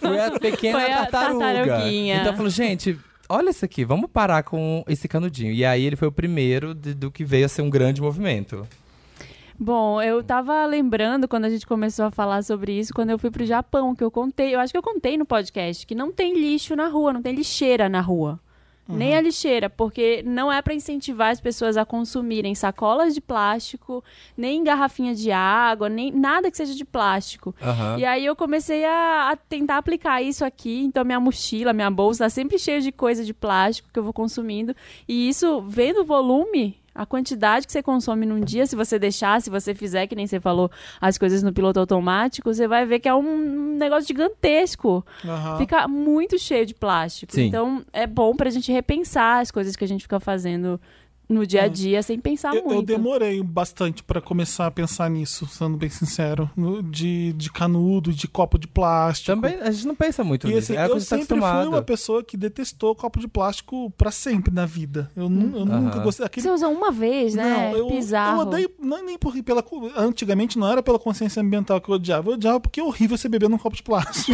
F: foi a pequena
B: Foi a
F: tartaruga.
B: tartaruguinha.
F: Então falou, gente, olha isso aqui, vamos parar com esse canudinho. E aí ele foi o primeiro de- do que veio a ser um grande movimento.
B: Bom, eu tava lembrando quando a gente começou a falar sobre isso, quando eu fui pro Japão, que eu contei, eu acho que eu contei no podcast, que não tem lixo na rua, não tem lixeira na rua. Nem a lixeira, porque não é pra incentivar as pessoas a consumirem sacolas de plástico, nem garrafinha de água, nem nada que seja de plástico. E aí eu comecei a, a tentar aplicar isso aqui. Então, minha mochila, minha bolsa, tá sempre cheia de coisa de plástico que eu vou consumindo. E isso, vendo o volume, a quantidade que você consome num dia, se você deixar, se você fizer, que nem você falou, as coisas no piloto automático, você vai ver que é um negócio gigantesco.
A: Aham.
B: Fica muito cheio de plástico.
F: Sim.
B: Então, é bom pra gente repensar as coisas que a gente fica fazendo no dia a dia, sem pensar
A: Eu, eu
B: muito.
A: demorei bastante pra começar a pensar nisso, sendo bem sincero. No- De, de canudo, de copo de plástico.
F: Também a gente não pensa muito
A: E
F: nisso.
A: assim,
F: é a
A: eu
F: coisa que tá
A: sempre fui
F: acostumado.
A: uma pessoa que detestou copo de plástico pra sempre na vida. Eu, nu- eu
F: Aham.
A: nunca gostei. Aquele
B: Você usa uma vez, né?
A: Não, eu,
B: Bizarro.
A: eu odeio, não, é nem por, pela, co- antigamente não era pela consciência ambiental que eu odiava, eu odiava porque é horrível você beber num copo de plástico.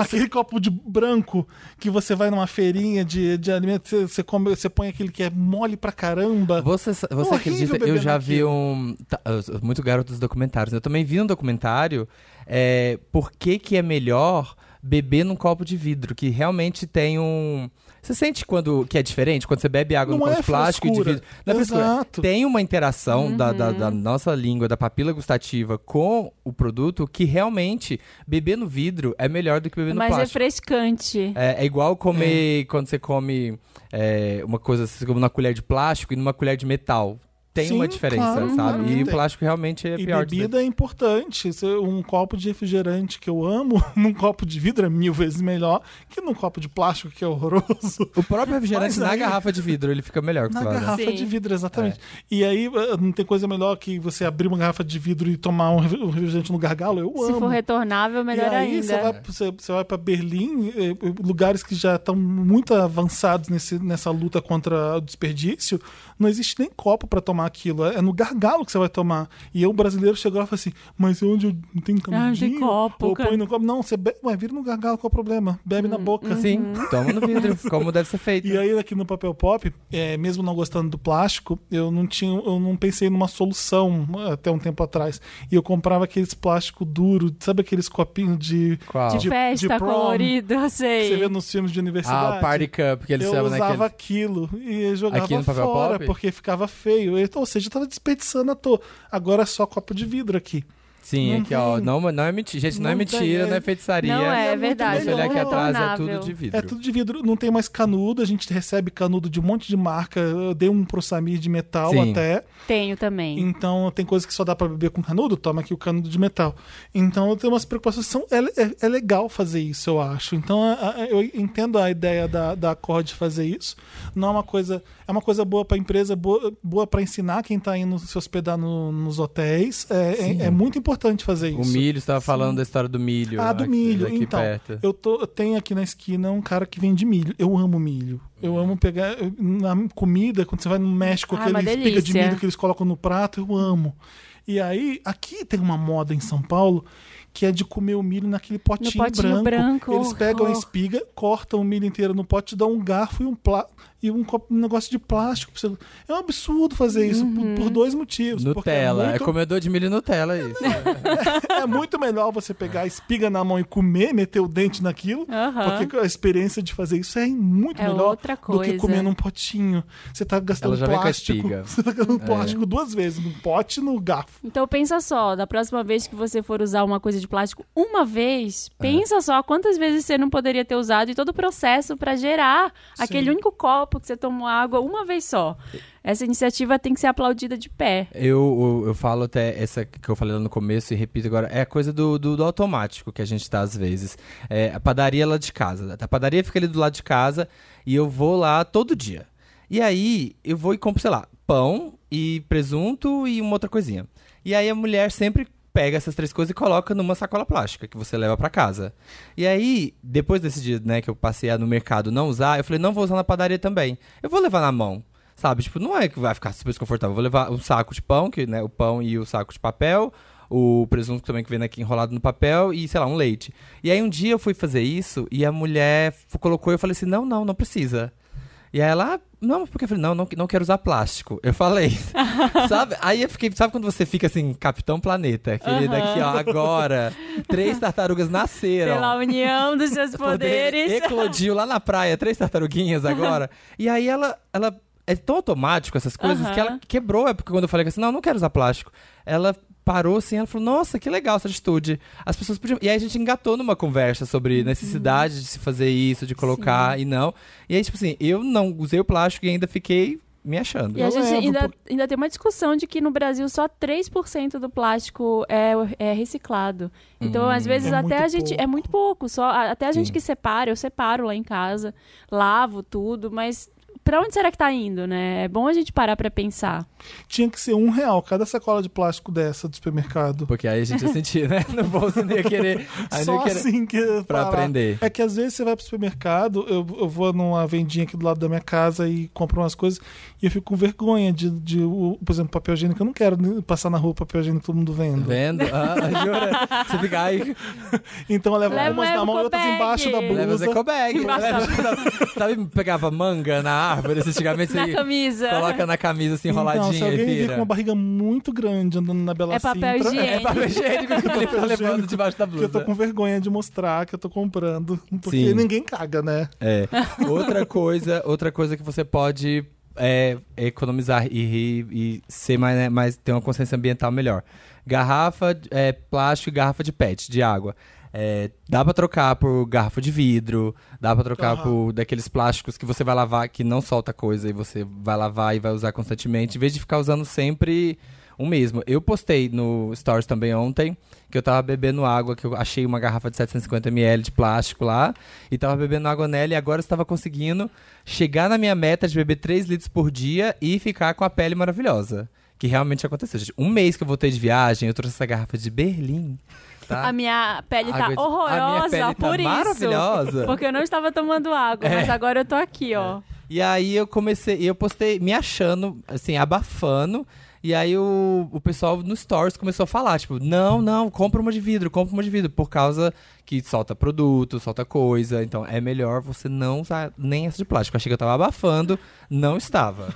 A: aquele copo de branco que você vai numa feirinha de, de alimento, você, você come, você põe aquele que é mole pra caramba.
F: Você, sa- você
A: É um Horrível
F: acredita? Eu
A: beber
F: já vi
A: naquilo.
F: um. tá, eu- muito garoto dos documentários. né? Eu também vi um documentário. É, por que, que é melhor beber num copo de vidro? Que realmente tem um. Você sente quando que é diferente? Quando você bebe água num
A: Não
F: copo
A: é
F: de plástico e de
A: frescura.
F: vidro. Não é frescura.
A: Exato.
F: Tem uma interação da, da- da nossa língua, da papila gustativa com o produto que realmente beber no vidro é melhor do que beber
B: É
F: no
B: mais
F: plástico.
B: refrescante.
F: É, é igual comer quando você come é, uma coisa assim, como uma colher de plástico e numa colher de metal. Tem
A: Sim,
F: uma diferença,
A: claro,
F: sabe?
A: claro que
F: e o
A: tem.
F: plástico realmente é
A: E
F: pior. de
A: bebida é importante. Se Um copo de refrigerante que eu amo, num copo de vidro é mil vezes melhor que num copo de plástico que é horroroso.
F: dentro. O próprio refrigerante
A: Mas
F: na
A: aí-
F: garrafa de vidro, ele fica melhor que
A: Na
F: você vai
A: garrafa
B: Sim.
A: de vidro, exatamente. E aí, eh, não tem coisa melhor que você abrir uma garrafa de vidro e tomar um refri- um refrigerante no gargalo? Eu tipo, amo.
B: Se for retornável, melhor
A: e aí
B: ainda.
A: Você vai, você, você vai para Berlim, eh, lugares que já estão muito avançados nesse, nessa luta contra o desperdício, não existe nem copo para tomar aquilo. É no gargalo que você vai tomar. E eu, brasileiro, chegou lá e falou assim: Mas onde eu não tenho canudinho?
B: Ah, tem copo,
A: Ou
B: cara." Hum,
A: põe no copo. Não, você bebe, ué, vira no gargalo, qual é o problema? Bebe na boca.
F: dar. Sim, toma no vidro, como deve ser feito.
A: Uhum. E aí aqui no papel pop, eh, mesmo não gostando do plástico, eu não tinha, eu não pensei numa solução eh, até um tempo atrás. E eu comprava aqueles plástico duro, sabe aqueles copinhos de
F: Qual? Ah,
B: De,
A: de-
B: festa
A: de prom,
B: colorida, eu
A: que você
B: sei.
A: vê nos filmes de universidade.
F: Ah, o Party Cup que eles
A: eu
F: chamam
A: usava
F: naquele.
A: aquilo e jogava
F: Aqui no papel
A: fora
F: pop?
A: porque ficava feio. Então, ou seja, eu tava desperdiçando à toa. Agora é só copo de vidro aqui.
F: Sim,
A: Não
F: aqui, ó.
A: tem.
F: Não, não é mentira. Gente, não, é
A: Uhum. Não tem,
F: mentira,
A: é-
F: não é feitiçaria.
B: Não é, é
A: muito
B: verdade.
F: Se
A: melhor.
F: olhar aqui atrás, é
B: Retornável.
F: tudo de vidro.
A: É tudo de vidro, não tem mais canudo, a gente recebe canudo de um monte de marca. Eu dei um pro Samir de metal
F: Sim.
A: até.
B: Tenho também.
A: Então tem coisa que só dá pra beber com canudo, toma aqui o canudo de metal. Então eu tenho umas preocupações. São, é, é- é legal fazer isso, eu acho. Então a- a- eu entendo a ideia da, da Accord fazer isso. Não é uma coisa. É uma coisa boa pra empresa, boa, boa para ensinar quem tá indo se hospedar no- nos hotéis. É, é- é muito importante fazer isso.
F: O milho, você tava falando da história do milho.
A: Ah, do
F: aqui-
A: milho.
F: daqui
A: então,
F: perto.
A: eu, tô, eu tenho aqui na esquina um cara que vende milho. Eu amo milho. Eu amo pegar eu- na comida, quando você vai no México,
B: Ah,
A: aquele
B: uma
A: espiga de
B: delícia.
A: milho que eles colocam no prato, eu amo. E aí, aqui tem uma moda em São Paulo que é de comer o milho naquele potinho,
B: potinho branco, Oh.
A: Eles pegam a
B: horror.
A: espiga, cortam o milho inteiro no pote, dão um garfo e um, pla e um, copo- um negócio de plástico. pra você- É um absurdo fazer isso por,
B: Uhum.
A: por dois motivos. porque
F: Nutella. É,
A: muito-
F: comedor de milho Nutella, isso.
A: é muito melhor você pegar a espiga na mão e comer, meter o dente naquilo,
B: Aham.
A: Uhum. porque a experiência de fazer isso é muito
B: É
A: melhor
B: outra
A: do que
B: coisa.
A: comer num potinho. Você tá gastando
F: Ela já vem com a
A: plástico.
F: espiga. É.
A: Você tá gastando plástico duas vezes, no pote e no garfo.
B: Então pensa só, da próxima vez que você for usar uma coisa de plástico uma vez,
A: É.
B: pensa só quantas vezes você não poderia ter usado e todo o processo para gerar aquele único copo que você tomou água uma vez só. Essa iniciativa tem que ser aplaudida de pé.
F: Eu, eu, eu falo até essa que eu falei lá no começo e repito agora, é a coisa do, do, do automático que a gente tá às vezes. É, a padaria lá de casa. A padaria fica ali do lado de casa e eu vou lá todo dia. E aí eu vou e compro, sei lá, pão e presunto e uma outra coisinha. E aí a mulher sempre pega essas três coisas e coloca numa sacola plástica que você leva pra casa. E aí, depois desse dia, né, que eu passei a no mercado não usar, eu falei, não vou usar na padaria também. Eu vou levar na mão. Sabe? Tipo, não é que vai ficar super desconfortável. Eu Vou levar um saco de pão, que, né, o pão e o saco de papel, o presunto também que vem aqui enrolado no papel e, sei lá, um leite. E aí um dia eu fui fazer isso e a mulher f- colocou e eu falei assim: "Não, não, não precisa". E aí ela, "Ah, não, mas por quê?" eu falei, não, não, não quero usar plástico. Eu falei, sabe? Aí eu fiquei, sabe quando você fica assim, Capitão Planeta, querida, aqui ó, agora, três tartarugas nasceram.
B: Pela união dos seus
F: Poder
B: poderes.
F: Eclodiu lá na praia, três tartaruguinhas agora. e aí ela, ela. É tão automático essas coisas que
B: Aham.
F: ela quebrou. É porque quando eu falei assim, não, não quero usar plástico. Ela parou assim, ela falou, nossa, que legal essa atitude. As pessoas podiam. E aí a gente engatou numa conversa sobre
B: Uhum.
F: necessidade de se fazer isso, de colocar e não. E aí, tipo assim, eu não usei o plástico e ainda fiquei me achando.
B: E a
A: Eu
B: gente
A: levo,
B: ainda, ainda tem uma discussão de que no Brasil só 3% do plástico é, é reciclado. Então, às vezes,
A: É
B: até
A: muito
B: a gente. É
A: pouco.
B: muito pouco. Só, a- até a gente
F: Sim.
B: que separa, eu separo lá em casa, lavo tudo, mas pra onde será que tá indo, né? É bom a gente parar pra pensar.
A: Tinha que ser um real cada sacola de plástico dessa do supermercado.
F: Porque aí a gente ia sentir, né? No bolso nem ia querer. Aí não
A: Só
F: ia querer.
A: assim que. eu ia
F: Pra
A: falar.
F: aprender. Tá
A: É que às vezes você vai pro supermercado, eu, eu vou numa vendinha aqui do lado da minha casa e compro umas coisas e eu fico com vergonha de, de, o- por exemplo, papel higiênico. Eu não quero nem passar na rua papel higiênico todo mundo vendo.
F: Vendo? Ah, jura? Você fica, ai,
A: Então eu levo
B: Leva
A: algumas
B: o
A: na mão e outras
B: Ecobag.
A: embaixo da
B: Leva
F: Leva as
A: blusa.
F: ecobag. Leva, sabe, pegava manga na árvore, assim, antigamente
B: Na
F: você
B: camisa.
F: coloca na camisa assim,
A: Então,
F: enroladinha
A: se alguém
F: e
A: vir com
F: vira.
A: uma barriga muito grande andando na Bela
B: É papel
A: Sintra,
B: higiênico.
F: É papel higiênico que ele tá
A: Papel
F: levando
A: higiênico
F: debaixo da
A: que eu
F: blusa.
A: tô com vergonha de mostrar que eu tô comprando. Porque
F: Sim.
A: ninguém caga, né?
F: É. Outra coisa, outra coisa que você pode é, economizar e, ri- e ser mais, né, mais- ter uma consciência ambiental melhor. Garrafa é, plástico e garrafa de PET, de água. É, dá pra trocar por garrafa de vidro, dá pra trocar
A: Aham.
F: por daqueles plásticos que você vai lavar, que não solta coisa e você vai lavar e vai usar constantemente, em vez de ficar usando sempre o mesmo. Eu postei no Stories também ontem que eu tava bebendo água, que eu achei uma garrafa de 750ml de plástico lá, e tava bebendo água nela, e agora eu estava conseguindo chegar na minha meta de beber 3 litros por dia e ficar com a pele maravilhosa. Que realmente aconteceu, gente. Um mês que eu voltei de viagem, eu trouxe essa garrafa de Berlim. Tá?
B: A minha pele tá
F: Água de-
B: horrorosa
F: a minha pele tá
B: por isso.
F: maravilhosa. É.
B: Porque eu não estava tomando água, mas agora eu tô aqui, ó.
F: E aí eu comecei, eu postei me achando, assim, abafando. E aí o, o pessoal no Stories começou a falar, tipo, não, não, compra uma de vidro, compra uma de vidro, por causa que solta produto, solta coisa. Então é melhor você não usar nem essa de plástico. Eu achei que eu tava abafando, não estava.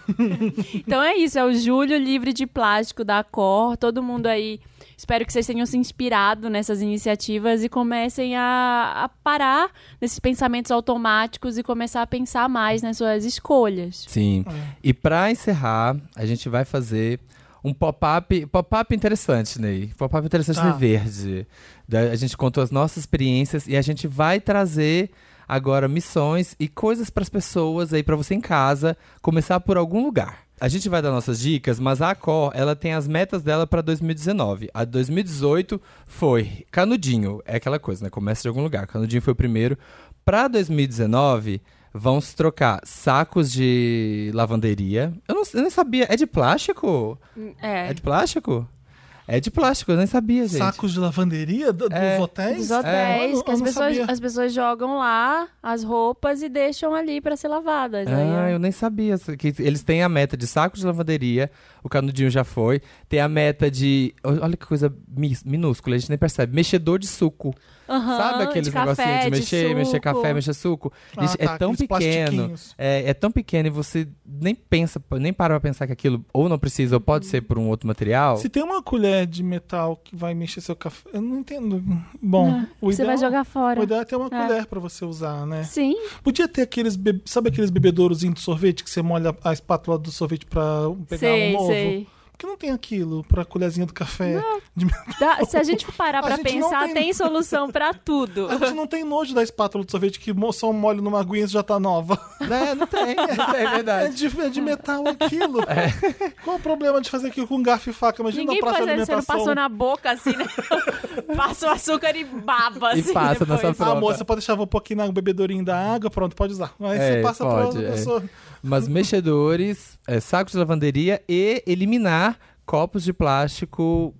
B: Então é isso, é o Julho Livre de Plástico da Cor. Todo mundo aí, espero que vocês tenham se inspirado nessas iniciativas e comecem a, a parar nesses pensamentos automáticos e começar a pensar mais nas suas escolhas.
F: Sim. E pra encerrar, a gente vai fazer um pop-up, pop-up interessante, Ney. Pop-up interessante
A: Tá.
F: Ney Verde. Da- a gente contou as nossas experiências e a gente vai trazer agora missões e coisas pras pessoas aí pra você em casa começar por algum lugar. A gente vai dar nossas dicas, mas a Acor, ela tem as metas dela pra 2019. A 2018 foi Canudinho, é aquela coisa, né? Começa de algum lugar. Canudinho foi o primeiro. Pra 2019, vão se trocar sacos de lavanderia. Eu não, eu não sabia. É de plástico? É.
B: É.
F: de plástico? É de plástico, eu nem sabia, gente.
A: Sacos de lavanderia do- dos
F: É.
A: hotéis?
B: Dos hotéis,
A: É.
B: que as
A: Eu não
B: pessoas,
A: sabia.
B: as pessoas jogam lá as roupas e deixam ali pra ser lavadas. Aí, ó.
F: Ah, eu nem sabia. Que eles têm a meta de saco de lavanderia, o canudinho já foi. Tem a meta de. Olha que coisa mi- minúscula, a gente nem percebe. Mexedor de suco.
B: Aham,
F: Sabe aqueles
B: de café,
F: negocinhos de mexer, mexer
B: suco.
F: café, mexer suco? Gente,
A: Ah, tá,
F: é tão
A: aqueles
F: pequeno.
A: plastiquinhos.
F: É, é tão pequeno e você nem pensa, nem para pra pensar que aquilo ou não precisa, ou
B: Hum.
F: pode ser por um outro material.
A: Se tem uma colher de metal que vai mexer seu café. Eu não entendo. Bom, o
B: Você
A: ideal,
B: vai jogar fora.
A: o ideal é ter uma
B: É.
A: colher pra você usar, né?
B: Sim,
A: Podia ter aqueles. be- Sabe aqueles bebedourozinhos de sorvete que você molha a espátula do sorvete pra pegar
B: sei,
A: um novo?
B: sei.
A: Porque não tem aquilo pra colherzinha do café. de metal.
B: Dá- se a gente parar
A: A
B: pra
A: gente não
B: pensar,
A: tem-
B: tem... solução pra tudo.
A: A gente não tem nojo da espátula de sorvete que mo- só um molho numa aguinha e já tá nova.
F: Não, não tem, não tem, é
A: É
F: verdade.
A: de, é de metal aquilo. Qual o problema de fazer aquilo com garfo e faca? Imagina
B: Ninguém
A: um prato de
B: fazendo isso, não
A: alimentação.
B: passou na boca assim, né? Passa o açúcar e baba,
F: E
B: assim.
F: passa
B: depois.
F: nessa
A: Ah,
F: prova.
A: moça, pode deixar um pouquinho na bebedorinha da água, pronto, pode usar. Aí
F: É,
A: você passa pra
F: pode,
A: outra
F: é.
A: pessoa.
F: Mas mexedores, é, sacos de lavanderia e eliminar copos de plástico,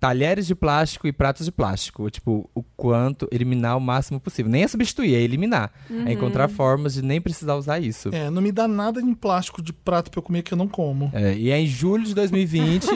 F: talheres de plástico e pratos de plástico. Tipo, o quanto, eliminar o máximo possível. Nem é substituir, é eliminar. É encontrar formas de nem precisar usar isso.
A: É, não me dá nada em plástico de prato pra eu comer que eu não como.
F: É, e é em julho de 2020,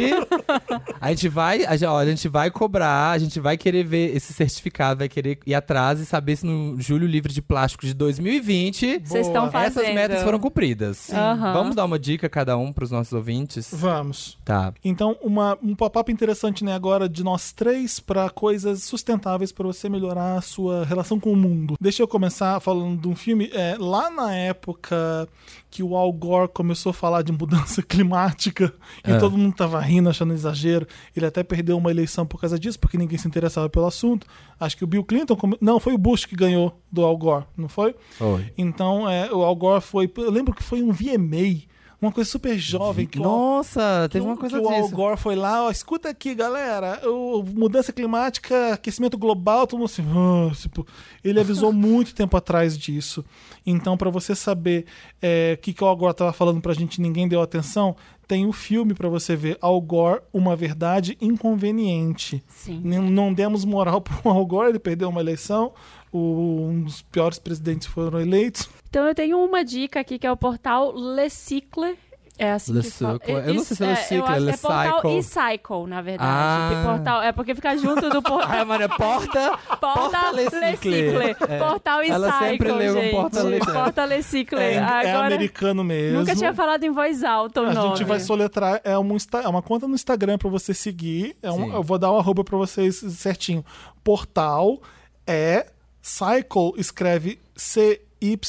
F: a gente vai, a gente, ó, a gente vai cobrar, a gente vai querer ver esse certificado, vai querer ir atrás e saber se no julho livre de plástico de 2020
B: Vocês estão fazendo.
F: essas metas foram cumpridas.
B: Aham.
F: Vamos dar uma dica cada um pros nossos ouvintes?
A: Vamos.
F: Tá.
A: Então, uma, um pop-up interessante, né, agora de nós três para coisas sustentáveis para você melhorar a sua relação com o mundo. Deixa eu começar falando de um filme. é, lá na época que o Al Gore começou a falar de mudança climática e
F: Ah.
A: todo mundo tava rindo, achando exagero, ele até perdeu uma eleição por causa disso, porque ninguém se interessava pelo assunto. Acho que o Bill Clinton. come- Não, foi o Bush que ganhou do Al Gore, não foi?
F: Oi.
A: Então, é, o Al Gore foi. Eu lembro que foi um VMA. Uma coisa super jovem que o Al
F: Nossa, teve
A: que
F: uma
A: o-
F: coisa
A: que o Al
F: disso.
A: Gore foi lá, ó, escuta aqui, galera, o, mudança climática, aquecimento global, todo mundo assim, "Ah", tipo, ele avisou muito tempo atrás disso. Então, pra você saber é, o que, que o Al Gore tava falando pra gente, e ninguém deu atenção, tem o filme pra você ver, Al Gore, uma verdade inconveniente.
B: Sim.
A: Não, não demos moral pro Al Gore, ele perdeu uma eleição, o- um dos piores presidentes foram eleitos.
B: Então eu tenho uma dica aqui que é o portal Le Cycle. É assim
F: Le
B: que fala.
F: Cycle. Eu não sei se é Le
B: eu
F: Cycle,
B: acho
F: é
B: que
F: Le
B: é portal
F: Cycle.
B: e Cycle, na verdade.
F: Ah.
B: Que portal, é porque fica junto do
F: Ai,
B: portal.
F: Maria, porta.
B: Porta
F: Le Cycle. É.
B: Portal e
F: Ela
B: Cycle,
F: sempre leu um
B: gente.
F: Porta Le-
B: Porta Le Cycle.
A: É, é
B: Agora,
A: americano mesmo.
B: nunca tinha falado em voz alta o
A: A
B: nome.
A: gente vai soletrar. É uma, insta- é uma conta no Instagram pra você seguir. É um-
F: Sim.
A: eu vou dar o arroba pra vocês certinho. Portal é Cycle, escreve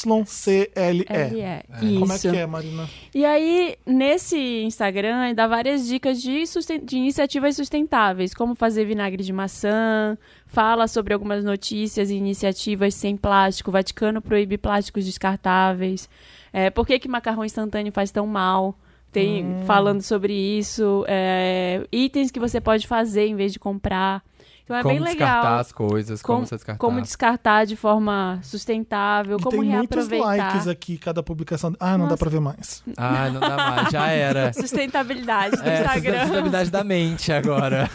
A: C-Y-C-L-E.
B: É, é.
A: Como é
B: Isso.
A: que é, Marina?
B: E aí, nesse Instagram, ele dá várias dicas de, susten- de iniciativas sustentáveis, como fazer vinagre de maçã, fala sobre algumas notícias e iniciativas sem plástico, o Vaticano proíbe plásticos descartáveis, é, por que, que macarrão instantâneo faz tão mal, tem
A: É.
B: falando sobre isso, é, itens que você pode fazer em vez de comprar. Então é
F: como
B: bem
F: descartar
B: legal.
F: as coisas, como, você descartar.
B: como descartar de forma sustentável,
A: E
B: como
A: tem muitos
B: reaproveitar.
A: likes aqui, cada publicação. Ah, não dá
B: Nossa.
A: pra ver mais.
F: Ai, não dá mais, já era.
B: Sustentabilidade no
F: É,
B: Instagram.
F: sustentabilidade da mente agora.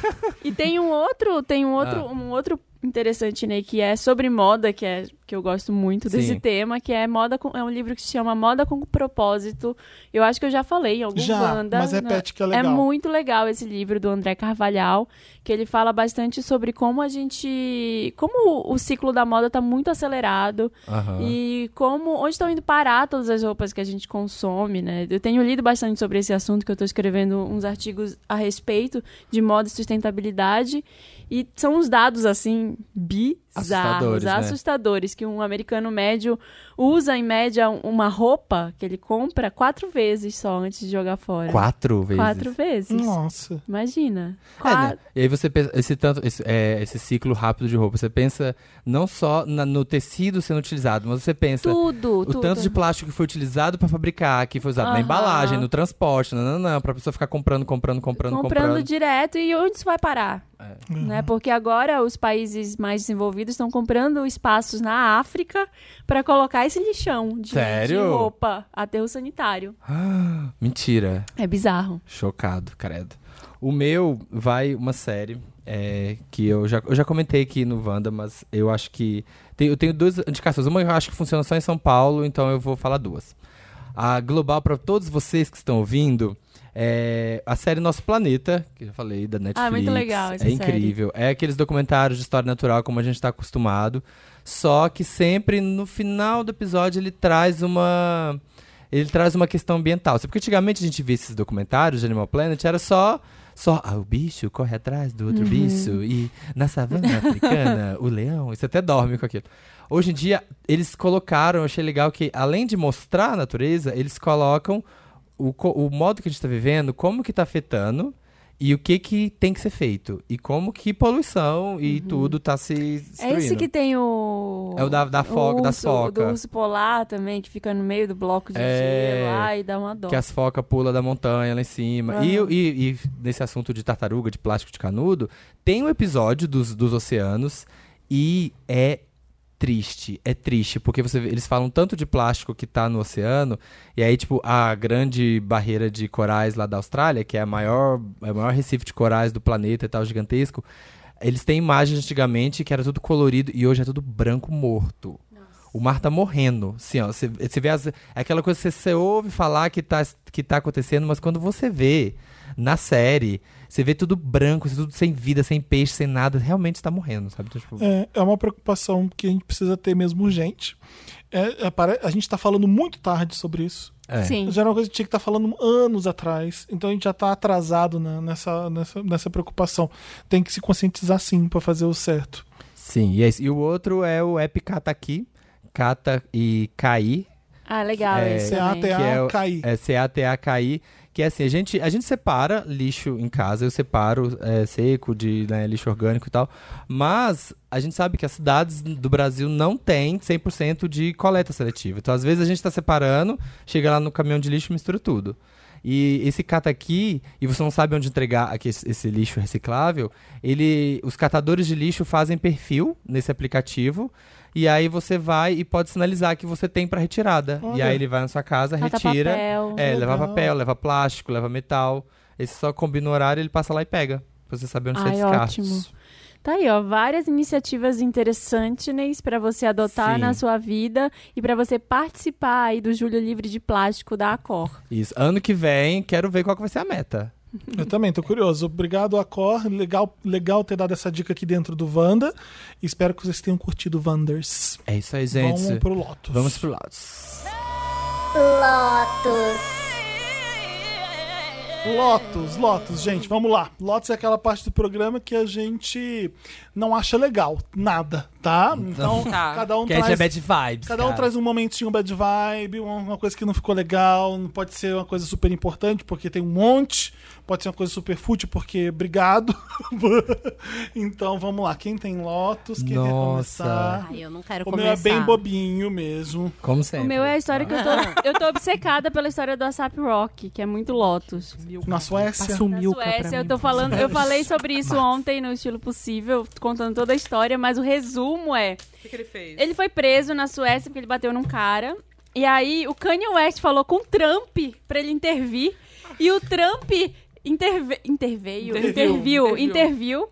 B: E tem um outro, tem um outro,
F: Ah.
B: um outro interessante, né, que é sobre moda, que é que eu gosto muito
F: Sim.
B: desse tema, que é moda com, é um livro que se chama Moda com propósito. Eu acho que eu já falei em algum
A: Já,
B: Wanda,
A: mas
B: né?
A: repete que é legal.
B: É muito legal esse livro do André Carvalhal, que ele fala bastante sobre como a gente, como o ciclo da moda tá muito acelerado,
F: Aham.
B: e como onde estão indo parar todas as roupas que a gente consome, né? Eu tenho lido bastante sobre esse assunto, que eu estou escrevendo uns artigos a respeito de moda e sustentabilidade. E são uns dados, assim,
F: Assustadores,
B: bizarros, assustadores,
F: né?
B: que um americano médio usa, em média, uma roupa que ele compra quatro vezes só antes de jogar fora.
F: Quatro vezes.
B: Quatro vezes.
A: Nossa.
B: Imagina.
F: É,
B: Qua-
F: né? E aí você pensa, esse, tanto, esse, é, esse ciclo rápido de roupa, você pensa não só na- no tecido sendo utilizado, mas você pensa
B: Tudo,
F: é o
B: tudo.
F: tanto de plástico que foi utilizado pra fabricar, que foi usado na
B: Aham.
F: embalagem, no transporte, não, não, não, pra pessoa ficar comprando, comprando, comprando, comprando. É.
B: comprando, direto e onde isso vai parar? Né? Porque agora os países mais desenvolvidos estão comprando espaços na África para colocar esse lixão de,
F: Sério?
B: de roupa, aterro sanitário.
F: Ah, Mentira.
B: É bizarro.
F: Chocado, credo. O meu vai uma série é, que eu já, eu já comentei aqui no Wanda, mas eu acho que. tem- eu tenho duas indicações. Uma eu acho que funciona só em São Paulo, então eu vou falar duas. A Global, para todos vocês que estão ouvindo, é a série Nosso Planeta, que eu já falei, da Netflix.
B: Ah, muito legal essa
F: É
B: série.
F: incrível. É aqueles documentários de história natural, como a gente está acostumado. Só que sempre no final do episódio ele traz uma ele traz uma questão ambiental. Sabe, Porque antigamente a gente via esses documentários de Animal Planet, era só. Só, ah, o bicho corre atrás do
B: Uhum.
F: outro bicho. E na savana africana, o leão. Isso até dorme com aquilo. Hoje em dia, eles colocaram, eu achei legal que, além de mostrar a natureza, eles colocam o, co- o modo tá que a gente está vivendo, como que está afetando. E o que que tem que ser feito? E como que poluição e tudo tá se destruindo.
B: Uhum. É esse que tem o.
F: É o da- da foca- das
B: urso- o Do
F: foca.
B: urso polar também, que fica no meio do bloco de
F: É.
B: gelo lá e dá uma dó.
F: Que as focas pulam da montanha lá em cima. E,
B: Aham.
F: e- e nesse assunto de tartaruga, de plástico de canudo, tem um episódio dos, dos oceanos e é triste. É triste, porque você vê- eles falam tanto de plástico que tá no oceano, e aí, tipo, a grande barreira de corais lá da Austrália, que é a maior, é o maior recife de corais do planeta e tal, gigantesco. Eles têm imagens antigamente que era tudo colorido e hoje é tudo branco morto. O mar tá morrendo. Assim, ó, você, você vê as, é aquela coisa que você, você ouve falar que tá, que tá acontecendo, mas quando você vê na série, você vê tudo branco, tudo sem vida, sem peixe, sem nada, realmente tá morrendo, sabe? Então, tipo,
A: É, é uma preocupação que a gente precisa ter mesmo urgente. É, é, pare- a gente tá falando muito tarde sobre isso.
F: é.
B: Sim.
A: Já era uma coisa que tinha que estar falando anos atrás. Então a gente já tá atrasado na- nessa, nessa, nessa preocupação. Tem que se conscientizar sim para fazer o certo.
F: Sim, e, é isso. E o outro é o app Cata aqui, Cata e Cair,
B: Ah, legal
F: É,
B: isso. também.
F: Que é
A: CATA
F: o-
A: cair.
F: É C-A-T-A-K-I. Que é assim, a gente, a gente separa lixo em casa, eu separo é, seco de né, lixo orgânico e tal. Mas a gente sabe que as cidades do Brasil não têm 100% de coleta seletiva. Então, às vezes, a gente está separando, chega lá no caminhão de lixo e mistura tudo. E esse cata aqui, e você não sabe onde entregar aqui esse, esse lixo reciclável, ele, os catadores de lixo fazem perfil nesse aplicativo. E aí você vai e pode sinalizar que você tem para retirada. E
A: Olha.
F: aí ele vai na sua casa,
B: Cata
F: retira.
B: papel.
F: É,
A: Legal.
F: leva papel, leva plástico, leva metal. Esse só combina o horário, ele passa lá e pega. Pra você saber onde você
B: Ai,
F: descarta.
B: ótimo. Tá aí, ó, várias iniciativas interessantes para você adotar
F: Sim.
B: na sua vida e para você participar aí do Julho Livre de Plástico da Acor.
F: Isso. Ano que vem, quero ver qual que vai ser a meta.
A: Eu também, tô curioso. Obrigado, Acor. Legal, legal ter dado essa dica aqui dentro do Wanda. Espero que vocês tenham curtido Wanders.
F: É isso aí, gente.
A: Vamos pro Lotus.
F: Vamos pro Lotus.
A: Lotus, Lotus, gente, vamos lá. Lotus é aquela parte do programa que a gente não acha legal, nada, tá? Então,
D: Tá.
A: cada um
F: Que aí já é
A: traz.
F: bad vibes.
A: Cada um
F: cara.
A: traz um momentinho bad vibe, uma, uma coisa que não ficou legal, não pode ser uma coisa super importante, porque tem um monte, pode ser uma coisa super fútil, porque obrigado. então vamos lá, quem tem Lotus, quem quer
F: Nossa.
A: começar?
E: Ai, eu não quero
A: O meu
E: começar.
A: é bem bobinho mesmo.
F: Como sempre.
B: O meu é a história que eu tô. Eu tô obcecada pela história do ASAP Rock, que é muito Lotus.
A: Na Suécia.
B: Na
D: Sumiu
B: Suécia, eu tô falando, eu falei sobre isso ontem no estilo possível, contando toda a história, mas o resumo é:
D: O que, que ele fez?
B: ele foi preso na Suécia porque ele bateu num cara. E aí o Kanye West falou com o Trump pra ele intervir. E o Trump interve-
D: Interviu.
B: interveio, interviu,
D: Interviu.
B: interviu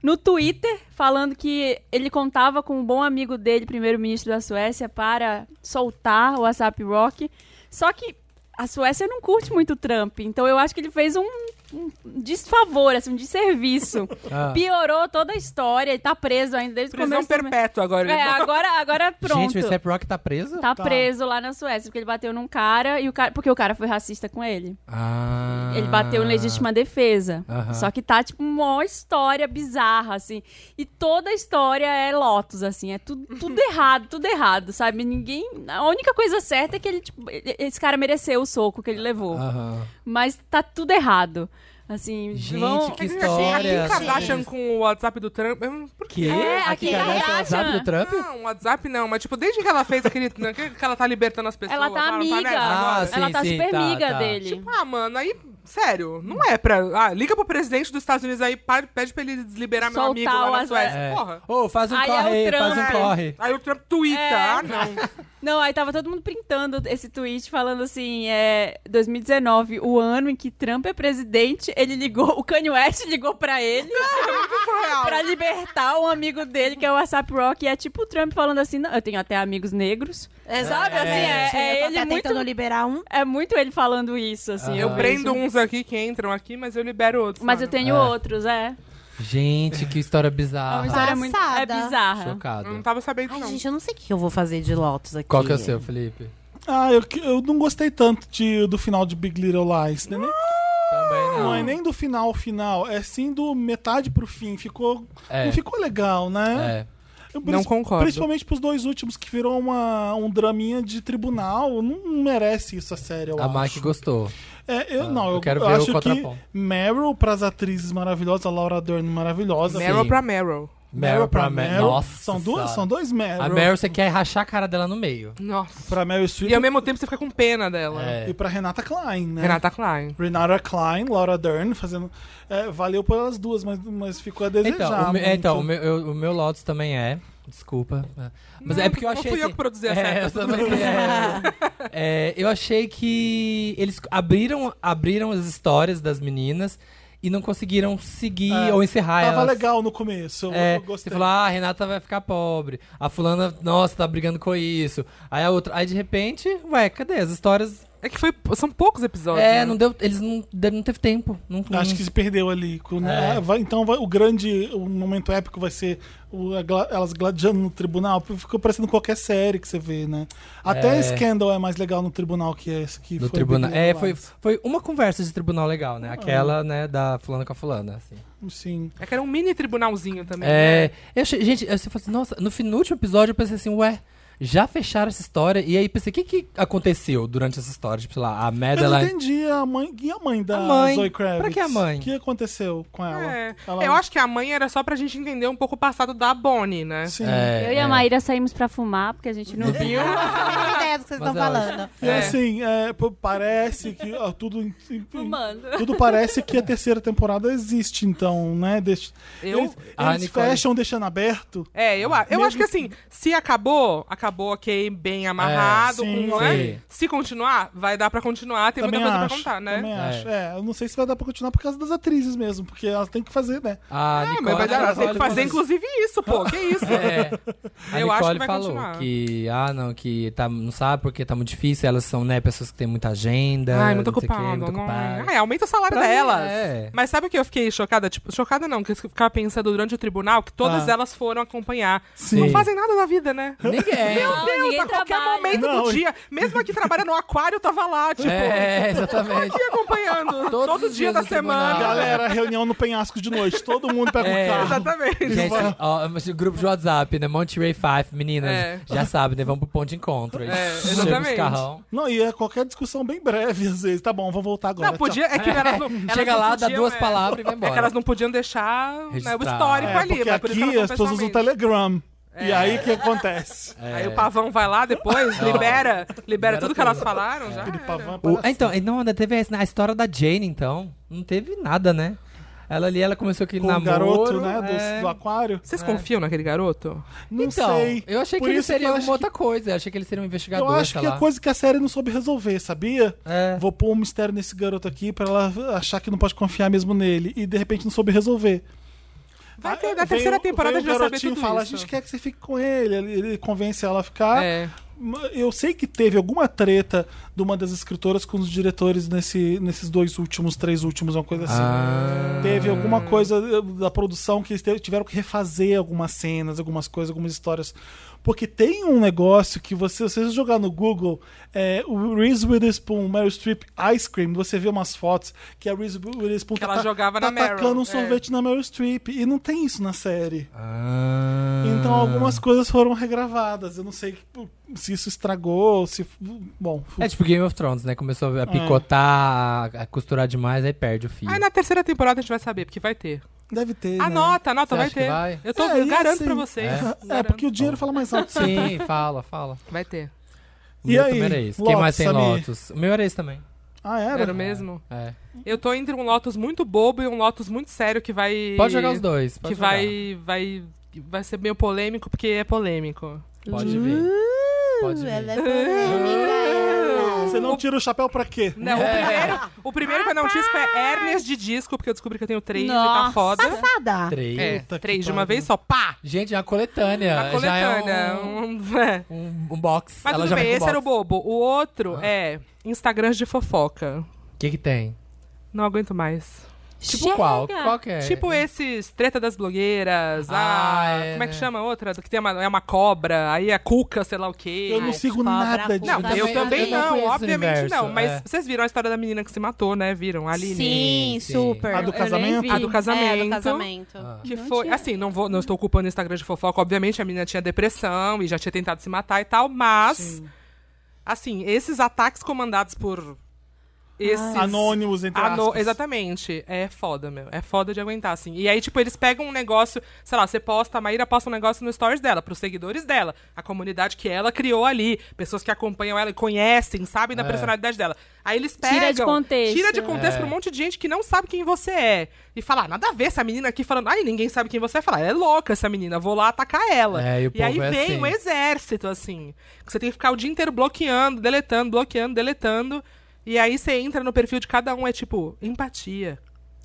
B: no Twitter falando que ele contava com um bom amigo dele, primeiro-ministro da Suécia, para soltar o WhatsApp Rock. Só que a Suécia não curte muito o Trump, então eu acho que ele fez um, um desfavor, assim, um desserviço.
F: Ah.
B: Piorou toda a história, ele tá preso ainda desde o
D: Tá. Prisão
B: começo. também.
D: perpétua agora.
B: É, agora, agora pronto.
F: Gente, o Step Rock tá preso?
B: Tá
A: Tá.
B: preso lá na Suécia, porque ele bateu num cara e o cara. Porque o cara foi racista com ele.
F: Ah.
B: Ele bateu em legítima defesa.
F: Aham.
B: Só que tá, tipo, uma história bizarra, assim. E toda a história é Lotus, assim. É tudo, tudo errado, tudo errado, sabe? Ninguém. A única coisa certa é que ele, tipo, ele- esse cara mereceu o soco que ele levou.
F: Aham.
B: Mas tá tudo errado. Assim,
F: Gente,
B: vão-
F: que
D: Olha,
F: história. assim.
D: Kim Kardashian com o WhatsApp do Trump. eu não- Por quê?
F: Que?
B: É, a
F: Aqui
B: Kim
F: Kardashian é o WhatsApp do Trump?
D: Não, WhatsApp não, mas tipo, desde que ela fez aquele. né, que que ela tá libertando as pessoas.
B: Ela tá
D: não
B: amiga.
D: nessa agora?
F: Ah, sim,
B: Ela tá
F: sim,
B: super
F: tá,
B: amiga
F: tá.
B: dele.
D: Tipo, ah, mano, aí, sério, não é pra. Ah, liga pro presidente dos Estados Unidos aí, pa- pede pra ele liberar meu
B: Soltar
D: amigo lá
B: o
D: na
B: azar.
D: Suécia.
F: É.
D: Porra.
F: Ô, faz um
B: Aí é
F: corre,
B: o
F: aí, faz
B: Trump.
F: um corre.
D: Aí o Trump twitta.
B: É.
D: Ah, não.
B: Não, aí tava todo mundo printando esse tweet falando assim, é 2019, o ano em que Trump é presidente, ele ligou, o Kanye West ligou pra ele
D: Surreal.
B: pra libertar um amigo dele que é o WhatsApp Rock e é tipo o Trump falando assim, não, eu tenho até amigos negros.
E: É,
B: Sabe, assim, é-
E: gente,
B: é
E: eu tô
B: ele
E: até
B: muito-
E: tentando liberar um.
B: É muito ele falando isso, assim.
F: Aham.
B: eu
D: Eu
B: vejo.
D: prendo um. uns aqui que entram aqui, mas eu libero outros.
B: mas eu
D: sabe?
B: tenho
F: É.
B: outros, é.
F: Gente, que história
B: É uma
F: bizarra.
B: história muito é
E: Passada.
B: bizarra.
F: Chocado.
D: Eu não tava sabendo,
E: Ai,
D: não.
E: gente, eu não sei o que eu vou fazer de Lotus aqui.
F: Qual que é o seu, Felipe?
A: Ah, eu, eu não gostei tanto de, do final de Big Little Lies, né? Nem-
F: Também
A: Não é nem do final final, é sim do metade pro fim. Ficou.
F: É.
A: Não ficou legal, né?
F: É.
A: Eu,
D: Não
A: princi-
D: concordo.
A: Principalmente pros dois últimos, que virou uma, um draminha de tribunal. Não merece isso a série, eu
F: A
A: acho.
F: Mike gostou.
A: É, eu não, eu,
F: quero
A: eu
F: ver o
A: acho que
F: contraponto.
A: Meryl pras atrizes maravilhosas, a Laura Dern maravilhosa.
D: Meryl
F: Sim.
D: pra Meryl.
F: Meryl pra Meryl. Nossa.
A: São, duas,
F: senhora.
A: são dois Meryl.
F: A Meryl, você quer rachar a cara dela no meio.
D: Nossa.
A: Pra
D: E
A: Meryl
D: ao
A: Streep
D: mesmo tempo você fica com pena dela.
A: e,
F: É.
A: pra Renata Klein, né?
D: É. Renata Klein.
A: Renata Klein, Laura Dern, fazendo. é, valeu pelas duas, mas, mas ficou a desejar.
F: Então, o, me- é,
A: muito.
F: então o, meu, eu- o meu Lotus também é. Desculpa. Mas
D: Não,
F: é porque eu
D: não
F: achei.
D: fui eu
F: assim-
D: que produzi essa
F: é, eu,
D: época.
F: também, é. É, eu achei que eles abriram, abriram as histórias das meninas e não conseguiram seguir
A: É,
F: ou encerrar
A: Tava
F: ah, elas.
A: legal no começo, eu,
F: É,
A: eu
F: você
A: gostei.
F: falou, ah, a Renata vai ficar pobre. A fulana, nossa, tá brigando com isso. Aí a outra, aí de repente, ué, cadê as histórias?
D: É que foi, são poucos episódios.
F: É,
D: né?
F: não deu, eles não, de- não teve tempo. Não,
A: Acho
F: não-
A: que se perdeu ali. com-
F: É.
A: Ah, vai- então vai- o grande o momento épico vai ser o- a gla- elas gladiando no tribunal. Ficou parecendo qualquer série que você vê, né? Até
F: É.
A: Scandal é mais legal no tribunal que esse que foi
F: do
A: Ah.
F: tribunal.
A: Big
F: É,
A: Little
F: foi,
A: Lies.
F: foi uma conversa de tribunal legal, né? Aquela, né, da fulana com a fulana, assim.
A: Sim.
D: É que era um mini tribunalzinho também. né?
F: É, eu achei, gente, eu falei assim, nossa, no, fim, no último episódio eu pensei assim, ué, já fecharam essa história? E aí pensei, o que, que aconteceu durante essa história? Tipo, sei lá, a
A: Eu não
F: Madeline...
A: entendi a mãe. E a mãe da
F: A mãe.
A: Zoe Kravitz?
F: Pra que a mãe?
A: O que aconteceu com ela?
D: É.
A: Ela-
D: Eu acho que a mãe era só pra gente entender um pouco o passado da Bonnie, né?
A: Sim.
F: É.
B: Eu e a Maíra saímos pra fumar, porque a gente não viu.
E: Não ideia do que vocês
F: Mas
E: estão
F: é
E: falando.
A: E
D: É.
A: assim, é, pô, parece que ó, tudo. em- em-
B: Fumando.
A: Tudo parece que a terceira temporada existe, então, né? Deixa-
D: Eu-
A: eles
F: Ah,
A: eles
F: Nicole.
A: fecham deixando aberto.
D: É, eu, a- eu acho que assim, se acabou, acabou ok, bem amarrado,
A: É, sim,
D: com, né?
F: sim.
D: Se continuar, vai dar pra continuar, tem muita coisa
A: acho,
D: pra contar, né?
A: Também
F: É.
A: acho. É, eu não sei se vai dar pra continuar por causa das atrizes mesmo, porque elas têm que fazer, né?
F: A
D: É,
F: Nicole
D: mas vai dar, tem
F: Carvalho
D: que fazer
F: falou-
D: inclusive isso, pô, que isso.
F: É, a
D: Eu acho
F: Nicole
D: que vai
F: falou
D: continuar.
F: que, ah, não, que tá, não sabe porque tá muito difícil, elas são, né, pessoas que têm muita agenda,
D: Ai, muito
F: não sei o quê,
D: ocupada.
F: muito
D: não- é.
F: ocupada.
D: Ai, aumenta o salário
F: Pra mim,
D: delas.
F: é.
D: Mas sabe o que eu fiquei chocada? Tipo, chocada não, que eu ficava pensando durante o tribunal que todas
A: Ah.
D: elas foram acompanhar.
A: Sim.
D: Não fazem nada na vida, né?
F: Ninguém.
B: Não, É, ninguém
D: a qualquer
B: trabalha.
D: momento
A: Não,
D: do dia. Mesmo aqui trabalhando no aquário, eu tava lá, tipo,
F: É, exatamente.
D: aqui acompanhando.
F: Todos
D: todo
F: os
D: dia
F: dias
D: da
F: no tribunal.
D: semana.
A: Galera, reunião no penhasco de noite, todo mundo pega
F: É,
A: o carro.
D: Exatamente.
F: Gente, ó, mas o grupo de WhatsApp, né? Monterey Five, meninas,
D: É.
F: já sabe, né? Vamos pro ponto de encontro. Aí
D: É,
F: chega os
D: exatamente.
F: carrão.
A: Não, e é qualquer discussão bem breve, às vezes. Tá bom, vou voltar agora.
D: Não, podia. É que elas não. elas
F: Chega
D: não
F: lá, dá
D: podiam,
F: duas
D: é.
F: palavras e vai
D: É
F: embora.
D: que elas não podiam deixar né, o
F: Registrar.
D: histórico
A: tchau. É,
D: ali.
A: porque
D: mas por isso que
A: aqui
D: elas
A: as
D: vão
A: pessoas usam
D: pessoalmente.
A: o
D: É.
A: Telegram. E aí o que acontece?
F: É.
D: Aí o pavão vai lá depois, libera, libera, tudo que elas falaram já.
A: Aquele
D: era.
A: pavão é
F: O-
A: palhaçada.
F: ah, então, e não, ainda teve essa- a história da Jane, então. Não teve nada, né? Ela ali, ela começou aquele
A: com o
F: namoro.
A: garoto, né, do,
F: é.
A: do aquário.
D: Vocês confiam naquele garoto?
A: Não
F: então,
A: sei.
F: eu achei
A: Por
F: que ele
A: isso
F: seria
A: eu
F: alguma
A: acho que-
F: outra coisa. Eu achei que ele seria um
A: Eu
F: investigador,
A: acho
F: sei
A: que
F: lá.
A: é coisa que a série não soube resolver, sabia?
F: É.
A: Vou pôr um mistério nesse garoto aqui pra ela achar que não pode confiar mesmo nele. E de repente não soube resolver.
D: Vai ter,
A: Ah,
D: na
A: vem
D: terceira
A: o-
D: temporada a
A: vem
D: gente
A: o
D: vai saber
A: garotinho
D: tudo
A: fala,
D: isso.
A: a gente quer que você fique com ele. Ele, ele convence ela a ficar.
D: É.
A: Eu sei que teve alguma treta de uma das escritoras com os diretores nesse, nesses dois últimos, três últimos, uma coisa assim.
F: Ah.
A: Teve alguma coisa eh, da produção que eles te- tiveram que refazer algumas cenas, algumas coisas, algumas histórias. Porque tem um negócio que você, se você jogar no Google, é, o Reese Witherspoon, Meryl Streep, Ice Cream, você vê umas fotos que a Reese Witherspoon
D: Que ela jogava
A: tá
D: na Meryl,
A: tacando um
D: é.
A: sorvete na Meryl Streep. E não tem isso na série.
F: Ah.
A: Então algumas coisas foram regravadas. Eu não sei se isso estragou, se. Bom.
F: É tipo Game of Thrones, né? Começou
A: É.
F: a picotar, a- a costurar demais, aí perde o fio.
D: Aí na terceira temporada a gente vai saber, porque vai ter.
A: Deve ter. né?
D: Anota, anota,
F: Você
D: vai
F: acha que
D: ter.
F: vai?
D: Ah, Eu tô
A: É,
D: eu
A: e
D: garanto
A: assim-
D: pra vocês.
A: É, é,
D: Garanto.
A: porque o dinheiro fala mais alto.
F: Sim, fala, fala.
D: Vai ter.
F: O
A: E
F: meu
A: aí,
F: também era esse. Quem
A: Lotus,
F: mais tem
A: Samir?
F: Lotus? O meu era esse também.
A: Ah, era?
D: Era o mesmo?
F: É.
D: Eu tô entre um Lotus muito bobo e um Lotus muito sério que vai.
F: Pode jogar os dois.
D: Que
F: Pode jogar.
D: vai, vai. Vai ser meio polêmico, porque é polêmico.
F: Pode vir. Pode
E: Uh,
F: vir.
E: ela é polêmica, ela.
A: Você não tira o chapéu pra quê?
D: Não, o primeiro, o primeiro que eu não disco é Hermes de disco, porque eu descobri que eu tenho três e tá
B: Nossa.
D: foda.
E: Passada.
F: Três.
D: É,
A: Puta que
D: três de uma
A: pariu.
D: vez só, pá!
F: Gente, é uma coletânea.
D: A coletânea.
F: Já é um,
D: um- é.
F: um, um box.
D: Mas
F: Ela
D: tudo
F: já
D: bem,
F: vem
D: esse
F: com
D: era o
F: box. Ah.
D: bobo. O outro é Instagrams de fofoca.
F: O que que tem?
D: Não aguento mais.
F: Tipo qual?
B: Chega.
F: Qual que é?
D: Tipo esses treta das blogueiras.
F: Ah,
D: Ah,
F: é,
D: como é que
F: né?
D: chama a outra? Que tem uma, é uma cobra, aí a cuca, sei lá o quê.
A: Eu não
D: Ai,
A: sigo
E: cobra
A: nada
E: puta.
A: disso.
D: Não, eu,
F: Eu também-
D: também
F: eu não
D: não,
F: conheço esse
D: obviamente
F: universo,
D: não. Mas
F: é.
D: vocês viram a história da menina que se matou, né? Viram? A Aline.
F: Sim,
E: Sim,
F: sim.
E: super.
A: A do
E: Eu
A: casamento?
E: nem
D: A
E: vi.
D: do casamento.
E: É, do casamento.
D: Que
B: Não
D: foi.
B: tinha.
D: Assim, não, vou, não estou culpando o Instagram de fofoca. Obviamente, a menina tinha depressão e já tinha tentado se
F: Ah,
D: matar e tal, mas. Assim, esses ataques comandados por Esses...
A: Anônimos, entre
D: Ano-
A: aspas.
D: Ah, Exatamente. É foda, meu. É foda de aguentar, assim. E aí, tipo, eles pegam um negócio, sei lá, você posta, a Maíra posta um negócio no stories dela, pros seguidores dela, a comunidade que ela criou ali, pessoas que acompanham ela e conhecem, sabem
F: É.
D: da personalidade dela. Aí eles pegam.
B: Tira de contexto.
D: Tira de contexto pra um monte de gente que não sabe quem você é. E fala, ah, nada a ver essa menina aqui falando, ai, ninguém sabe quem você é. Fala, ela é louca essa menina, vou lá atacar ela.
F: É, e o povo
D: aí
F: é
D: vem
F: assim.
D: o exército, assim. Que você tem que ficar o dia inteiro bloqueando, deletando, bloqueando, deletando. E aí você entra no perfil de cada um, é tipo, empatia.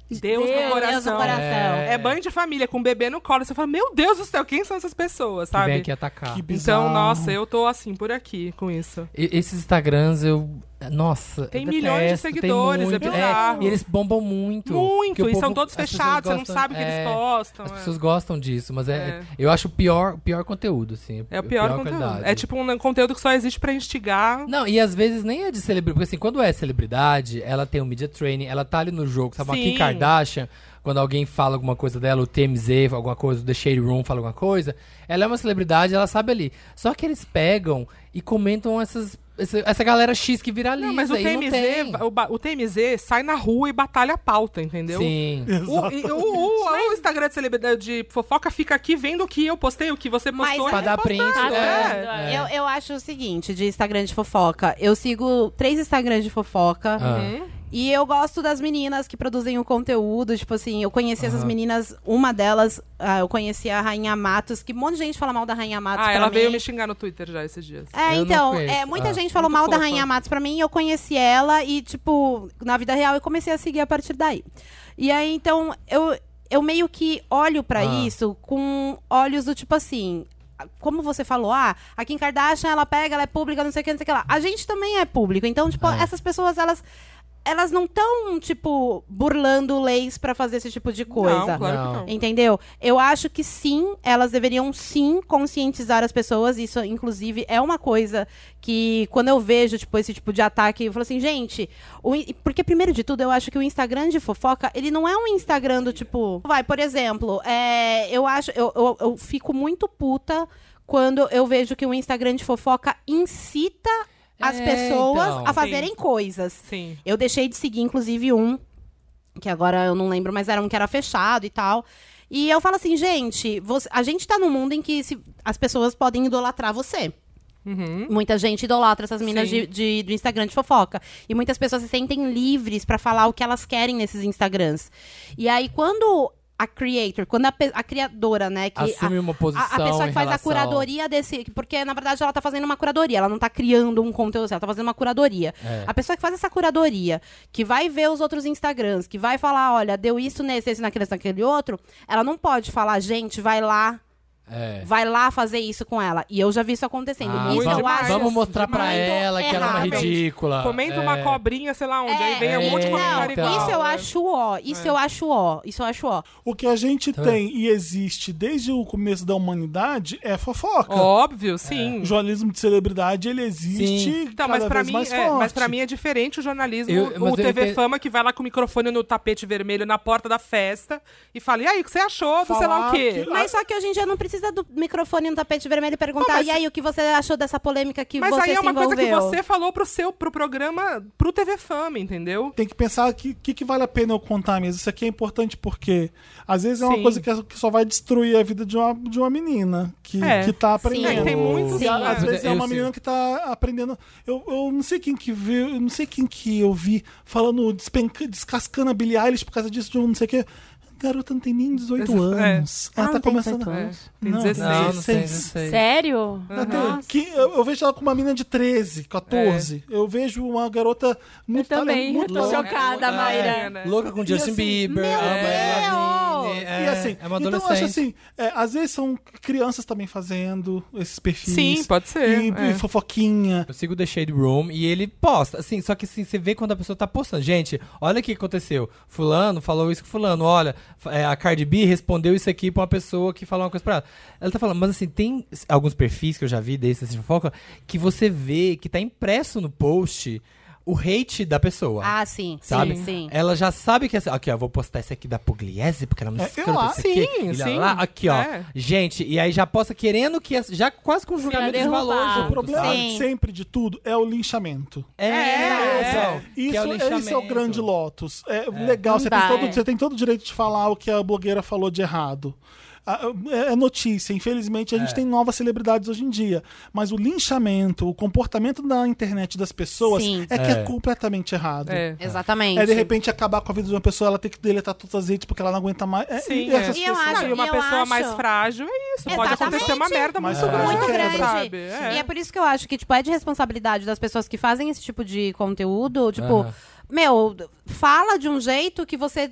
D: Deus, no
E: Deus no
D: coração.
E: coração.
D: É. banho de família, com bebê no colo. Você fala, meu Deus do céu, quem são essas pessoas,
F: Que vem
D: sabe?
F: aqui atacar.
A: Que bizarro.
D: Então, nossa, eu tô assim, por aqui com isso.
F: E- Esses Instagrams, eu. Nossa.
D: Tem
F: eu
D: milhões de
F: detesto, tem
D: seguidores, é
F: muito,
D: bizarro.
F: E eles bombam muito.
D: Muito,
F: porque o
D: e são
F: povo-
D: todos
F: as pessoas
D: fechados, você não
F: gostam-
D: sabe o que
F: é,
D: eles postam.
F: As
D: é.
F: pessoas gostam disso, mas é,
D: É.
F: eu acho o pior, o pior conteúdo, assim.
D: É
F: a
D: o pior,
F: pior
D: conteúdo.
F: qualidade.
D: É tipo um conteúdo que só existe pra instigar.
F: Não, e às vezes nem é de celebridade. Porque assim, quando é celebridade, ela tem o media training, ela tá ali no jogo. Sabe, uma
D: Sim.
F: Kim Kardashian, quando alguém fala alguma coisa dela, o TMZ, fala alguma coisa, o The Shade Room fala alguma coisa, ela é uma celebridade, ela sabe ali. Só que eles pegam e comentam essas, essa, essa galera X que viraliza.
D: Não, mas o
F: e não tem.
D: TMZ, va- o, ba- o TMZ sai na rua e batalha a pauta, entendeu?
F: Sim.
D: O, e- o, o- o Instagram de celebridade de fofoca fica aqui vendo o que eu postei, o que você
E: Mas
D: postou.
E: aí-
D: e
F: Pra dar print.
B: Tá
D: postando,
F: é.
B: dando, é.
E: Eu, eu acho o seguinte, de Instagram de fofoca. Eu sigo três Instagrams de fofoca.
F: Ah.
E: E eu gosto das meninas que produzem o conteúdo. Tipo assim, eu conheci essas meninas, uma delas, ah, eu conheci a Rainha Matos, que um monte de gente fala mal da Rainha Matos.
D: Ah,
E: pra
D: ela
E: mim.
D: veio me xingar no Twitter já esses dias.
E: É,
F: Eu não
E: então,
F: conheço.
E: é, muita
F: Ah.
E: gente falou
D: Muito
E: mal da
D: fofa.
E: Rainha Matos pra mim, eu conheci ela e, tipo, na vida real eu comecei a seguir a partir daí. E aí, então, eu, eu meio que olho pra
F: Ah.
E: isso com olhos do tipo assim. Como você falou, ah, a Kim Kardashian, ela pega, ela é pública, não sei o que, não sei o que lá. A gente também é público. Então, tipo,
F: É.
E: essas pessoas, elas. Elas não estão, tipo, burlando leis pra fazer esse tipo de coisa.
D: Não, claro
F: Não.
D: que não.
E: Entendeu? Eu acho que sim, elas deveriam sim conscientizar as pessoas. Isso, inclusive, é uma coisa que, quando eu vejo, tipo, esse tipo de ataque, eu falo assim, gente, o in- porque primeiro de tudo, eu acho que o Instagram de fofoca, ele não é um Instagram do tipo. Vai, por exemplo, é, eu acho. Eu, eu, eu fico muito puta quando eu vejo que o Instagram de fofoca incita as
F: É,
E: pessoas
F: então.
E: a fazerem coisas.
D: Sim.
E: Eu deixei de seguir, inclusive, um, que agora eu não lembro, mas era um que era fechado e tal. E eu falo assim, gente, você- a gente tá num mundo em que se- as pessoas podem idolatrar você.
D: Uhum.
E: Muita gente idolatra essas minas
D: Sim.
E: de, de- do Instagram de fofoca. E muitas pessoas se sentem livres pra falar o que elas querem nesses Instagrams. E aí, quando a creator, quando a, pe- a criadora, né, que a-
F: Assume uma
E: a-
F: posição.
E: a pessoa
F: em
E: que faz a
F: relação-
E: curadoria desse. Porque, na verdade, ela tá fazendo uma curadoria, ela não tá criando um conteúdo, ela tá fazendo uma curadoria.
F: É.
E: A pessoa que faz essa curadoria, que vai ver os outros Instagrams, que vai falar, olha, deu isso nesse, esse, naquele, esse, naquele outro, ela não pode falar, gente, vai lá,
F: É.
E: vai lá fazer isso com ela. E eu já vi isso acontecendo.
F: Ah,
E: isso
D: muito
E: eu
F: vamos,
E: acho.
F: vamos mostrar pra
E: muito
F: ela que ela é uma
E: errado.
F: ridícula.
D: Comenta
F: é.
D: uma cobrinha, sei lá onde. aí vem
F: é,
D: um monte de
F: não,
D: comentário
F: então.
D: igual.
E: Isso eu
D: né?
E: acho ó, isso eu acho ó, isso eu acho ó.
A: O que a gente
F: Tá.
A: tem e existe desde o começo da humanidade é fofoca.
D: Óbvio, sim.
A: O jornalismo de celebridade, ele existe
F: Sim.
D: Então,
A: É. cada
D: mas pra,
A: vez
D: mim,
A: mais
D: é,
A: forte.
D: mas pra mim é diferente o jornalismo,
F: Eu- mas eu
D: o TV
F: ente-
D: Fama que vai lá com o microfone no tapete vermelho na porta da festa e fala, e aí, o que você achou do sei lá
A: Falar
D: o quê?
A: que-
E: Mas só que hoje em dia não precisa do microfone no tapete vermelho e perguntar,
D: Não, mas-
E: e aí, o que você achou dessa polêmica que
D: Mas
E: você
D: aí é
E: se
D: uma coisa que
E: envolveu?"
D: você falou pro seu pro programa, pro TV Fama, entendeu?
A: Tem que pensar o que, que, que vale a pena eu contar mesmo. Isso aqui é importante porque às vezes é uma
D: Sim.
A: coisa que, que só vai destruir a vida de uma, de uma menina que,
D: É.
A: que tá
E: Sim.
A: aprendendo.
D: É, tem muito,
E: Sim.
D: sim.
A: Às
F: Mas
A: vezes
F: eu-
A: é uma
F: eu
A: menina
F: sei.
A: que tá aprendendo. Eu, eu não sei quem que viu, eu não sei quem que eu vi falando, despenca- descascando a Billie Eilish por causa disso, de um não sei o quê. A Garota não tem nem 18
D: É.
A: anos. Ela
E: Ah,
A: tá
E: não tem
A: começando.
E: 18 anos.
D: Tem
A: Não,
D: 16.
F: Não, não sei, não
A: 16.
F: sei.
B: Sério?
A: Ela tem- que- eu, eu vejo ela com uma menina de 13, 14. Eu vejo uma garota muito
B: Eu também,
A: talent- muito
B: eu tô
A: talent-
B: chocada,
D: É,
B: Mayra.
D: né?
F: Louca com
A: E
F: Justin
A: assim,
F: Bieber,
E: meu
F: Avril Lavigne,
E: Deus!
F: é,
A: e assim,
F: é uma
A: então eu
F: adolescente.
A: acho assim, é, às vezes são crianças também fazendo esses perfis.
D: Sim, pode ser.
A: E,
D: é.
A: e fofoquinha.
F: Eu sigo o The Shade Room e ele posta, assim, só que assim, você vê quando a pessoa tá postando. Gente, olha o que aconteceu. Fulano falou isso com fulano, olha, f- é, a Cardi B respondeu isso aqui pra uma pessoa que falou uma coisa pra ela. Ela tá falando, mas assim, tem s- assim, alguns perfis que eu já vi desses de fofoca que você vê que tá impresso no post
C: o hate da pessoa.
E: Ah, sim.
C: Sabe?
E: Sim, sim.
C: Ela já sabe que é. Aqui, ó, vou postar esse aqui da Pugliese, porque ela me
A: É, eu
C: escrota
A: acho.
C: esse aqui.
D: Sim,
C: e lá,
D: sim.
C: lá, aqui, ó.
D: É.
C: Gente, e aí já posta querendo que. as- Já quase com julgamento de valor.
B: derrubar.
C: junto,
A: O problema
C: sabe?
E: Sim.
A: sempre de tudo é o linchamento.
C: É, então,
A: Isso,
C: que é o
A: esse é o
C: linchamento.
A: grande lotus. É, legal,
B: Não
A: você,
B: dá,
A: tem todo,
B: é.
A: você tem todo o direito de falar o que a blogueira falou de errado. A- É é notícia, infelizmente a gente tem novas celebridades hoje em dia. Mas o linchamento, o comportamento da internet das pessoas
E: Sim.
A: é que é, completamente errado.
D: É.
E: Exatamente.
A: É de repente acabar com a vida de uma pessoa, ela tem que deletar todas as redes porque ela não aguenta mais. É,
D: Sim,
A: e essas
E: E eu
A: pessoas-
E: acho-
D: Não, e uma
E: eu
D: pessoa
E: acho-
D: mais frágil é isso. Pode
E: Exatamente.
D: acontecer uma merda
A: Mas
D: muito
A: é.
D: grande.
E: muito
A: É,
E: grande.
D: Sabe? É.
E: E é por isso que eu acho que, tipo, é de responsabilidade das pessoas que fazem esse tipo de conteúdo, tipo, meu, fala de um jeito que você.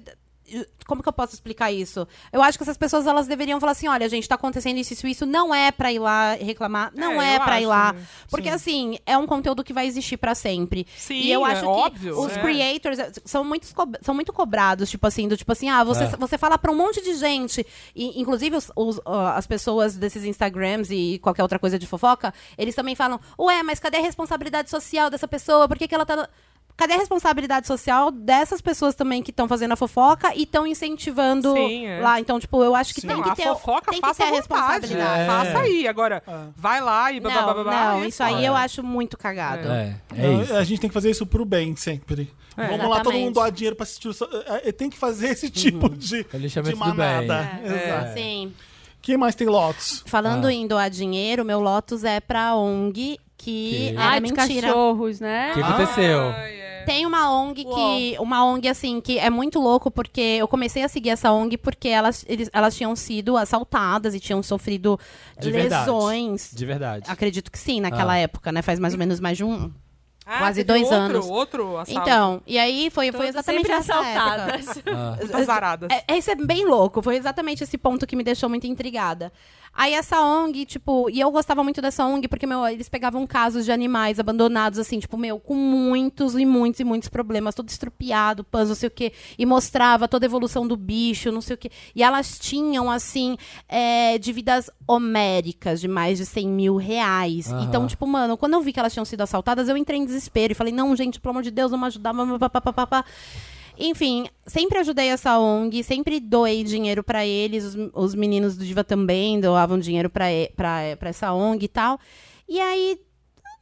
E: Como que eu posso explicar isso? Eu acho que essas pessoas elas deveriam falar assim: olha, gente, tá acontecendo isso, isso, isso, não é pra ir lá reclamar, não
D: É,
E: é,
D: eu
E: pra ir
D: acho,
E: lá.
D: né?
E: Porque, assim, é um conteúdo que vai existir pra sempre.
D: Sim,
E: e eu
D: é
E: acho que
D: óbvio,
E: os
D: é.
E: creators eh, são muito, são muito cobrados, tipo assim, do tipo assim, ah, você, você fala pra um monte de gente. E, inclusive, os- os, ó, as pessoas desses Instagrams e qualquer outra coisa de fofoca, eles também falam, ué, mas cadê a responsabilidade social dessa pessoa? Por que, que ela tá. no-" Cadê a responsabilidade social dessas pessoas também que estão fazendo a fofoca e estão incentivando
D: Sim, é.
E: lá? Então, tipo, eu acho que
A: Sim.
E: tem
D: Não,
E: que
D: a
E: ter,
D: fofoca
E: tem que
D: faça
E: ter a
D: à vontade. né? É.
E: responsabilidade.
D: Faça aí. Agora, vai lá e
E: Não,
D: babá.
E: não, isso aí eu acho muito cagado.
F: É, é
A: Não,
F: isso.
A: a gente tem que fazer isso pro bem sempre.
D: É,
A: Vamos lá, todo
E: Exatamente.
A: mundo doar dinheiro pra assistir. o so- é, é, Tem que fazer
D: Uhum.
A: esse tipo de,
F: É
A: de
F: linchamento do bem.
A: manada.
D: É.
E: É.
A: Exato.
E: Sim.
A: Quem mais tem Lotus?
E: Falando
F: Ah.
E: em doar dinheiro, meu Lotus é pra ONG que,
F: Que?
E: era
B: Ai, de
E: é mentira.
B: cachorros, né?
F: O que aconteceu?
E: Tem uma ONG que. Uma ONG, assim, que é muito louco, porque eu comecei a seguir essa ONG porque elas, eles- elas tinham sido assaltadas e tinham sofrido
F: De verdade.
E: lesões.
F: De verdade.
E: Acredito que sim, naquela
F: Ah.
E: época, né? Faz mais ou menos mais de um.
D: Ah,
E: Quase
D: teve
E: dois
D: outro,
E: anos.
D: Outro assalto.
E: Então, e aí foi, foi
B: Todas
E: exatamente
B: sempre
E: nessa época.
B: assaltadas.
F: Ah.
D: Muitas varadas.
E: É, isso é bem louco. Foi exatamente esse ponto que me deixou muito intrigada. Aí essa ONG, tipo, e eu gostava muito dessa ONG porque, meu, eles pegavam casos de animais abandonados, assim, tipo, meu, com muitos e muitos e muitos problemas, todo estrupiado, pans, não sei o quê, e mostrava toda a evolução do bicho, não sei o quê. E elas tinham, assim, é, dívidas homéricas de mais de 100 mil reais.
F: Aham.
E: Então, tipo, mano, quando eu vi que elas tinham sido assaltadas, eu entrei em desespero e falei, não, gente, pelo amor de Deus, vamos ajudar, pá, pá, pá, pá, pá. Enfim, sempre ajudei essa ONG, sempre doei dinheiro pra eles, os, os meninos do Diva também doavam dinheiro pra e- pra pra essa ONG e tal. E aí,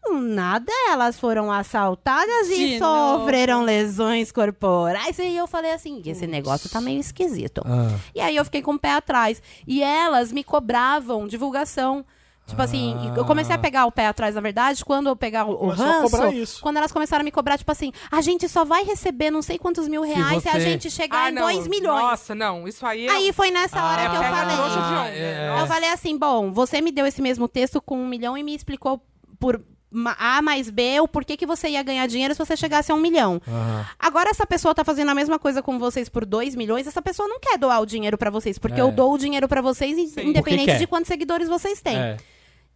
E: do nada, elas foram assaltadas e
B: De
E: sofreram lesões corporais. E eu falei assim, esse negócio tá meio esquisito.
F: Ah.
E: E aí eu fiquei com o pé atrás. E elas me cobravam divulgação. Tipo assim,
F: Ah.
E: eu comecei a pegar o pé atrás, na verdade, quando eu pegar o, o
A: Começou a
E: ranço,
A: cobrar isso.
E: quando elas começaram a me cobrar, tipo assim, a gente só vai receber não sei quantos mil reais se, a
F: você-
E: gente chegar em
D: Ah, não.
E: 2 milhões.
D: Nossa, não. Isso aí é...
E: Aí foi nessa hora
D: é
E: que eu
D: pega
E: falei.
D: trouxa de onda.
F: Ah, É.
E: Eu falei assim, bom, você me deu esse mesmo texto com um milhão e me explicou por ma- A mais B o porquê que você ia ganhar dinheiro se você chegasse a um milhão.
F: Aham.
E: Agora essa pessoa tá fazendo a mesma coisa com vocês por 2 milhões, essa pessoa não quer doar o dinheiro pra vocês, porque
F: É.
E: eu dou o dinheiro pra vocês in-
F: Porque quer.
E: independente de quantos seguidores vocês têm.
F: É.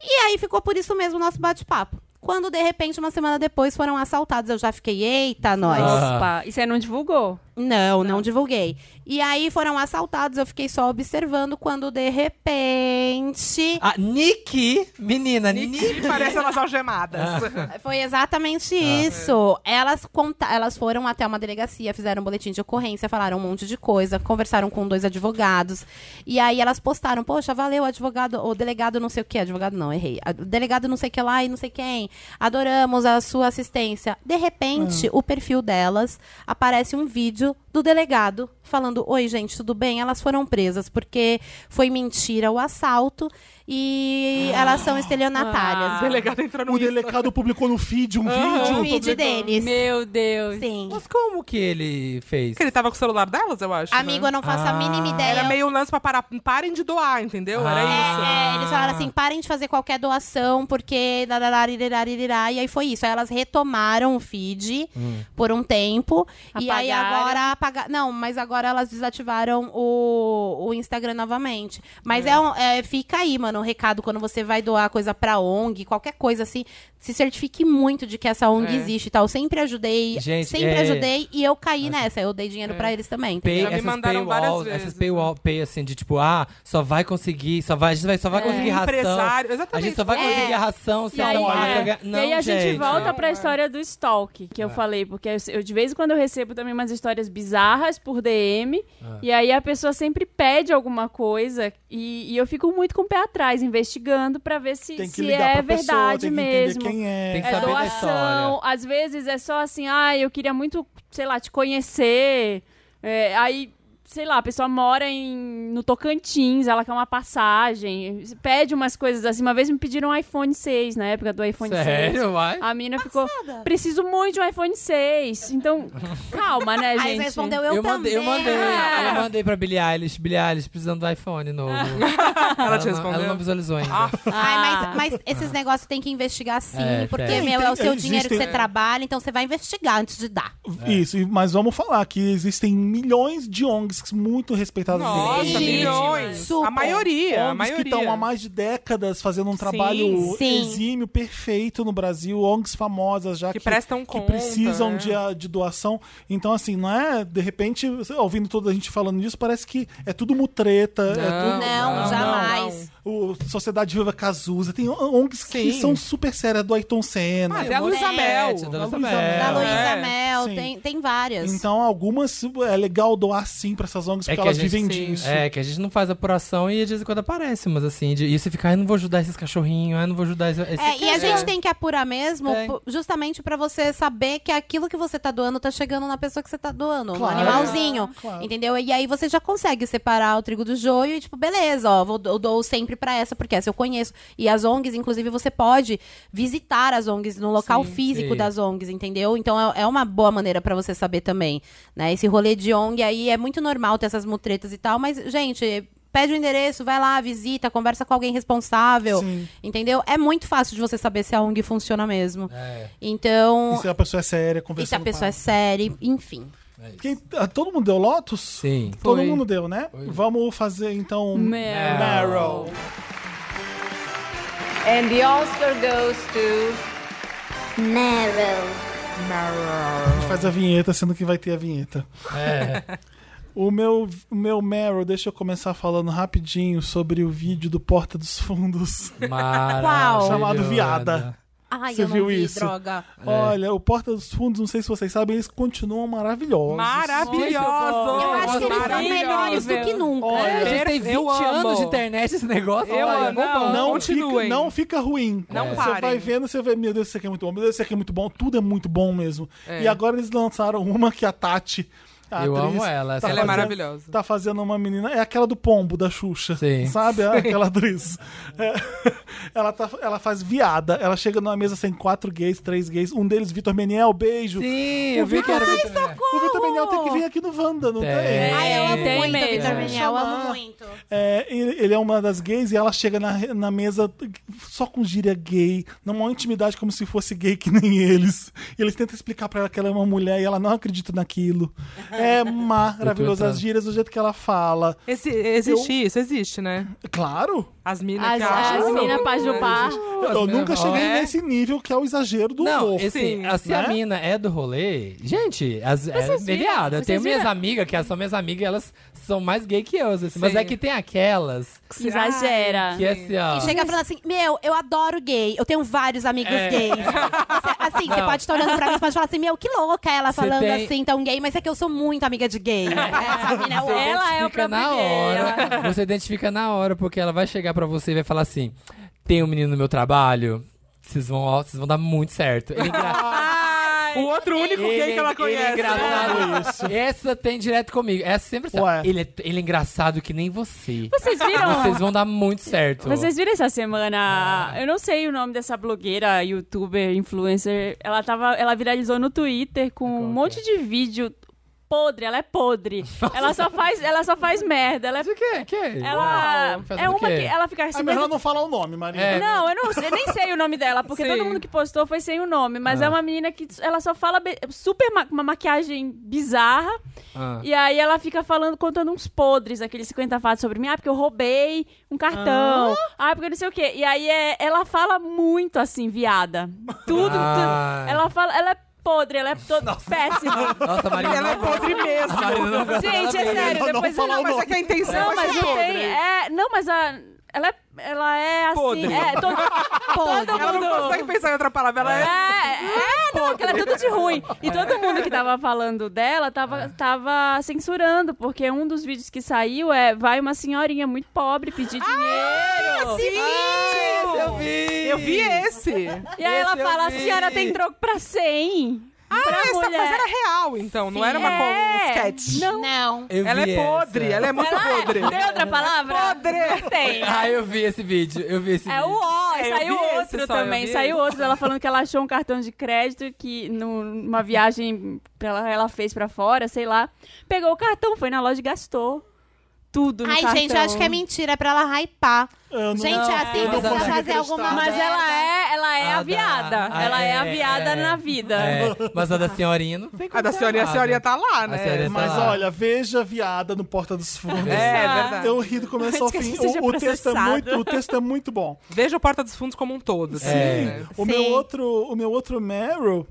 E: E aí ficou por isso mesmo o nosso bate-papo. Quando de repente uma semana depois foram assaltados, eu já fiquei, eita, nós.
B: Opa, e você não divulgou?
E: Não, não divulguei. E aí foram assaltados, eu fiquei só observando quando de repente
F: Ah, Nick! Menina, Nick!
D: E parece elas algemadas.
E: Foi exatamente isso. Elas, conta elas foram até uma delegacia, fizeram um boletim de ocorrência, falaram um monte de coisa, conversaram com dois advogados. E aí elas postaram, poxa, valeu, advogado, o delegado não sei o que, advogado não, errei. A- Delegado não sei o que lá e não sei quem. Adoramos a sua assistência. De repente, o perfil delas aparece um vídeo do delegado falando: Oi, gente, tudo bem? Elas foram presas porque foi mentira o assalto e elas são estelionatárias.
D: O delegado entrou no
A: O
D: Insta.
A: delegado publicou no feed um
E: O
A: vídeo.
E: vídeo deles.
B: Meu Deus.
E: Sim.
F: Mas como que ele fez?
D: Que Ele tava com o celular delas, eu acho.
E: Amigo,
D: né?
E: eu não faço a
F: Ah.
E: mínima ideia.
D: Era meio um lance pra parar. Parem de doar, entendeu? Era isso.
E: É, é, eles falaram assim, parem de fazer qualquer doação, porque... darará, irirá, irirá. E aí foi isso. Aí elas retomaram o feed
F: Hum.
E: por um tempo. E aí
B: Apagaram.
E: agora apagaram... Não, mas agora elas desativaram o, o Instagram novamente. Mas é. um- é, fica aí, mano. mano, um recado quando você vai doar coisa pra ONG, qualquer coisa assim, se certifique muito de que essa ONG
D: É.
E: existe e tal. Sempre ajudei,
F: Gente,
E: sempre
F: é-
E: ajudei e eu caí nessa. Eu dei dinheiro
B: É.
E: pra eles também.
F: Pay,
E: entendeu?
D: Já me
F: essas
D: mandaram várias
F: paywalls,
D: vezes,
F: essas paywall, pay assim, de tipo, ah, só vai conseguir, só vai, a gente vai, só vai conseguir ração.
D: É. Empresário.
F: A
D: Exatamente.
F: gente só vai
E: É.
F: conseguir a ração se
B: E
F: a
B: aí,
F: Samara
B: é.
F: ganhar-
B: e aí a gente, volta
D: Não,
B: pra
D: é.
B: história do stalk, que eu falei, porque eu, eu de vez em quando eu recebo também umas histórias bizarras por DM, e aí a pessoa sempre pede alguma coisa, e, e eu fico muito com o pé atrás, investigando pra ver se,
A: Tem que
B: se
A: ligar
B: é
A: pra pessoa,
B: verdade
A: tem que
B: mesmo.
A: entender quem é.
F: Tem que
B: É
F: saber da
B: doação,
F: história.
B: às vezes é só assim, ah, eu queria muito, sei lá, te conhecer. É, aí, sei lá, a pessoa mora em, no Tocantins, ela quer uma passagem, pede umas coisas assim. Uma vez me pediram um iPhone 6, na época do iPhone 6.
F: Sério, vai?
B: A mina ficou, preciso muito de um iPhone 6. Então, calma, né, gente?
E: Aí você respondeu, eu, também.
F: mandei, eu mandei,
B: É.
F: eu mandei pra Billie Eilish, Billie Eilish precisando do iPhone novo.
D: Ela te
F: não- ela não
D: respondeu.
F: visualizou ainda.
D: Ah,
E: Ai, mas, mas esses negócios tem que investigar sim,
F: É,
E: porque,
F: tem.
E: meu, é o seu
A: Existem-
E: dinheiro que você
A: é.
E: trabalha, então você vai investigar antes de dar.
A: Isso, e- mas vamos falar que existem milhões de ONGs muito respeitadas
D: Nossa,
A: no Brasil.
D: milhões.
E: Super.
D: A maioria, a
A: ONGs que
D: maioria.
A: estão há mais de décadas fazendo um
D: Sim.
A: trabalho
E: Sim.
A: exímio, perfeito no Brasil, ONGs famosas já
D: Que prestam
A: que
D: conta,
A: precisam
D: né?
A: de, a- de doação. Então, assim, não é, de repente, você- ouvindo toda a gente falando disso, parece que é tudo mutreta, é tudo.
E: Não,
D: não,
E: jamais.
A: O Sociedade Viva Cazuza, tem ONGs que
D: Sim.
A: são super sérias, do Ayrton Senna.
D: Ah, até a Luísa
F: É,
D: Mel.
F: tia da Luísa
A: Luísa
F: Mel.
E: Da
A: É.
E: Luísa
D: É.
E: Mel,
A: Sim.
E: tem, tem várias.
A: Então, algumas é legal doar sim pra essas ONGs,
F: É
A: porque
F: que a
A: elas
F: gente-
A: vivem
D: sim.
A: disso.
F: É, que a gente não faz apuração e de vez em quando aparece, mas assim, de, e você fica, ai, não vou ajudar esses cachorrinhos, ai, não vou ajudar esse. esse
E: É, e
F: cara."
E: a gente tem que apurar mesmo,
F: Tem.
E: pu- justamente pra você saber que aquilo que você tá doando tá chegando na pessoa que você tá doando, no
A: Claro.
E: animalzinho.
A: Claro.
E: Entendeu? E aí você já consegue separar o trigo do joio e, tipo, beleza, ó, vou, eu dou sempre pra essa, porque essa eu conheço. E as ONGs, inclusive, você pode visitar as ONGs no local físico
F: sim.
E: das ONGs, entendeu? Então é, é uma boa maneira pra você saber também, né? Esse rolê de ONG aí é muito normal ter essas mutretas e tal, mas, gente. Pede o endereço, vai lá, visita, conversa com alguém responsável.
A: Sim.
E: Entendeu? É muito fácil de você saber se a ONG funciona mesmo.
F: É.
E: Então,
A: E se a pessoa é séria,
E: e se a
A: conversando
E: pessoa é
A: com
E: séria, enfim.
A: ela. Quem- ah, Todo mundo deu Lotus?
F: Sim.
A: Todo
D: Foi.
A: mundo deu, né? Vamos fazer então. Meryl.
B: Meryl.
G: And the Oscar goes to
H: Meryl.
A: A gente faz a vinheta, sendo que vai ter a vinheta. O meu, o meu Meryl, deixa eu começar falando rapidinho sobre o vídeo do Porta dos Fundos.
F: Maravilhoso.
A: Chamado Viada.
E: Ai,
A: Você
E: eu não
A: viu
E: vi,
A: isso?
E: droga.
A: Olha, o Porta dos Fundos, não sei se vocês sabem, eles continuam maravilhosos.
D: Maravilhosa.
E: Eu acho que eles são
D: Maravilhosa.
E: melhores do que nunca.
F: É,
A: Olha,
F: a gente tem 20
D: Eu amo.
F: anos de internet esse negócio.
D: Eu
F: olha,
D: amo.
F: bombando.
A: não fica,
D: continuem.
A: não fica ruim. É.
D: Não
A: Você
D: parem.
A: vai vendo, você vê, meu Deus, isso aqui é muito bom, meu Deus, isso aqui é muito bom, tudo é muito bom mesmo. E agora eles lançaram uma que a Tati. A
F: Eu
A: atriz,
F: amo ela, essa
D: Ela é
A: fazendo-
D: maravilhosa.
A: Tá fazendo uma menina. É aquela do pombo da Xuxa.
F: Sim.
A: Sabe? É Aquela atriz. É. Ela, tá, ela faz viada. Ela chega numa mesa sem quatro gays, três gays. Um deles, Vitor Meniel, beijo.
F: Sim, eu vi que era muito legal.
A: O Vitor Meniel tem que vir aqui no Wanda, não tem?
F: Tem.
E: Ai, eu amo
B: Tem
E: muito,
B: mesmo.
E: Vitor Meniel, eu
A: Chamar.
E: amo muito.
A: É, ele, ele é uma das gays e ela chega na, na mesa só com gíria gay, numa intimidade como se fosse gay que nem eles. E eles tentam explicar pra ela que ela é uma mulher e ela não acredita naquilo. É
D: Então,
A: maravilhoso as
D: tá.
F: entrando.
A: gírias do jeito que ela fala.
D: Esse, existe isso, existe, né?
A: Claro,
D: As minas
B: As,
D: que acham.
B: as
D: que são
B: minas
D: loucas,
B: Pajubá.
D: né?
A: eu nunca cheguei
D: É?
A: nesse nível que é o exagero do
F: Não,
A: humor. né?
F: assim,
D: Sim,
F: se a mina é do rolê, gente, as, é
B: Vocês viram?
F: mediada. Eu
B: Vocês
F: tenho minhas
B: viram?
F: amigas, que elas são minhas amigas, e elas são mais gay que eu. assim, mas
D: Sim.
F: é que tem aquelas
B: Que exagera.
F: que é assim, ó.
E: E chega falando assim, meu, eu adoro gay, eu tenho vários amigos
F: É.
E: gays. Você- Assim, você pode estar olhando pra mim, você pode falar assim, meu, que louca ela
F: Você
E: falando
F: tem-
E: assim, tão gay, mas é que eu sou muito amiga de gay. Essa mina é o
B: Ela é o
F: identifica
B: próprio
F: na
B: gay, ela-
F: hora. Você identifica na hora, porque ela vai chegar pra você e vai falar assim: tem um menino no meu trabalho, vocês vão, ó, vocês vão dar muito certo. Ele é engra...
D: O outro único gay que
F: ele- ele
D: ela
F: é
D: conhece.
F: engraçado. Essa tem direto comigo. Essa sempre assim,
A: Ué.
F: ele é, ele é engraçado que nem você.
B: Vocês viram?
F: Vocês vão dar muito certo.
D: é
B: Vocês viram essa semana?
C: Ah.
B: Eu não sei o nome dessa blogueira,
C: é?
B: youtuber, influencer. Ela, tava, ela viralizou no Twitter com um monte de vídeo podre, ela é podre. ela só faz, ela só faz merda, ela é
C: De quê? Quê?
B: ela
C: Uau, faz
B: é
C: o
B: uma
C: quê? Ah,
B: que ela fica assim
A: É melhor
B: mas-
A: não falar o nome, Maria.
C: É.
B: Não, eu não sei, eu nem sei o nome dela, porque
D: Sim.
B: todo mundo que postou foi sem o nome, mas
C: Ah.
B: é uma menina que ela só fala be- super ma- com uma maquiagem bizarra.
C: Ah.
B: E aí ela fica falando, contando uns podres, aqueles 50 fatos sobre mim. Ah, porque eu roubei um cartão. Ah, porque não sei o quê. E aí é- ela fala muito assim, viada. Tudo,
C: Ah.
B: tudo. Ela fala, ela é podre, ela é toda péssima.
C: Nossa, Marina.
D: Ela é podre mesmo.
B: Gente,
D: tá
B: é sério,
A: Não, não
B: depois
A: falar
B: não,
A: o
D: Mas é que a intenção
B: não,
D: é
B: mas
D: ser
B: não tem.
D: podre.
B: É, não, mas a. Ela é, ela é assim.
D: Podre.
B: É, to- todo
D: Ela não
B: mundo.
D: consegue pensar em outra palavra. Ela é...
B: É, é, não, porque ela é tudo de ruim. E todo mundo que tava falando dela tava, tava censurando, porque um dos vídeos que saiu é vai uma senhorinha muito pobre pedir dinheiro.
D: Sim,
C: Eu vi!
D: Eu vi esse.
B: e aí ela
C: esse eu
B: fala, a
C: vi.
B: senhora tem troco pra 100. Ah, pra
D: Ah, essa,
B: mulher.
D: mas era real, então. Não era uma com um
B: É.
D: sketch.
B: Não.
E: Não.
C: Eu
D: Ela
C: vi
D: é podre.
C: essa.
D: Ela é muito
B: Ela é-
D: podre.
B: Tem outra palavra?
D: Podre.
B: Não tem.
C: Ah, eu vi esse vídeo. Eu vi esse
B: É o
C: vídeo.
B: O,
D: É, eu
B: saiu
D: vi esse
B: outro
D: só, eu
B: também,
D: vi
B: saiu
D: esse.
B: outro dela falando que ela achou um cartão de crédito que num- numa viagem que ela, ela fez pra fora, sei lá, pegou o cartão, foi na loja e gastou tudo no
E: Ai,
B: cartão.
E: gente, eu acho que é mentira, é pra ela hypar.
A: Eu não-
E: gente, é assim
A: eu não
E: precisa
A: consigo
E: fazer
A: acreditar.
E: alguma
B: Mas
E: merda.
B: ela é, ela é
C: Ah,
B: a viada.
C: dá. Ah,
B: ela é, a
C: é,
B: viada
C: é.
B: na vida.
C: É, mas a da senhorinha não tem como
D: A da
C: ser
D: senhorinha, a
C: errada.
D: senhorinha tá lá,
C: A
D: né?
C: senhorinha
A: é- Mas
C: tá lá.
A: olha, veja a viada no Porta dos Fundos.
D: É verdade.
A: Eu ri do começo Então, ao
B: Antes que a
A: fim.
B: gente seja
A: O, o texto é
B: processado.
A: muito, o texto é muito bom.
D: Veja o Porta dos Fundos como um todo. assim,
C: É.
D: né?
A: O
E: Sim.
A: meu outro, o meu outro Meryl,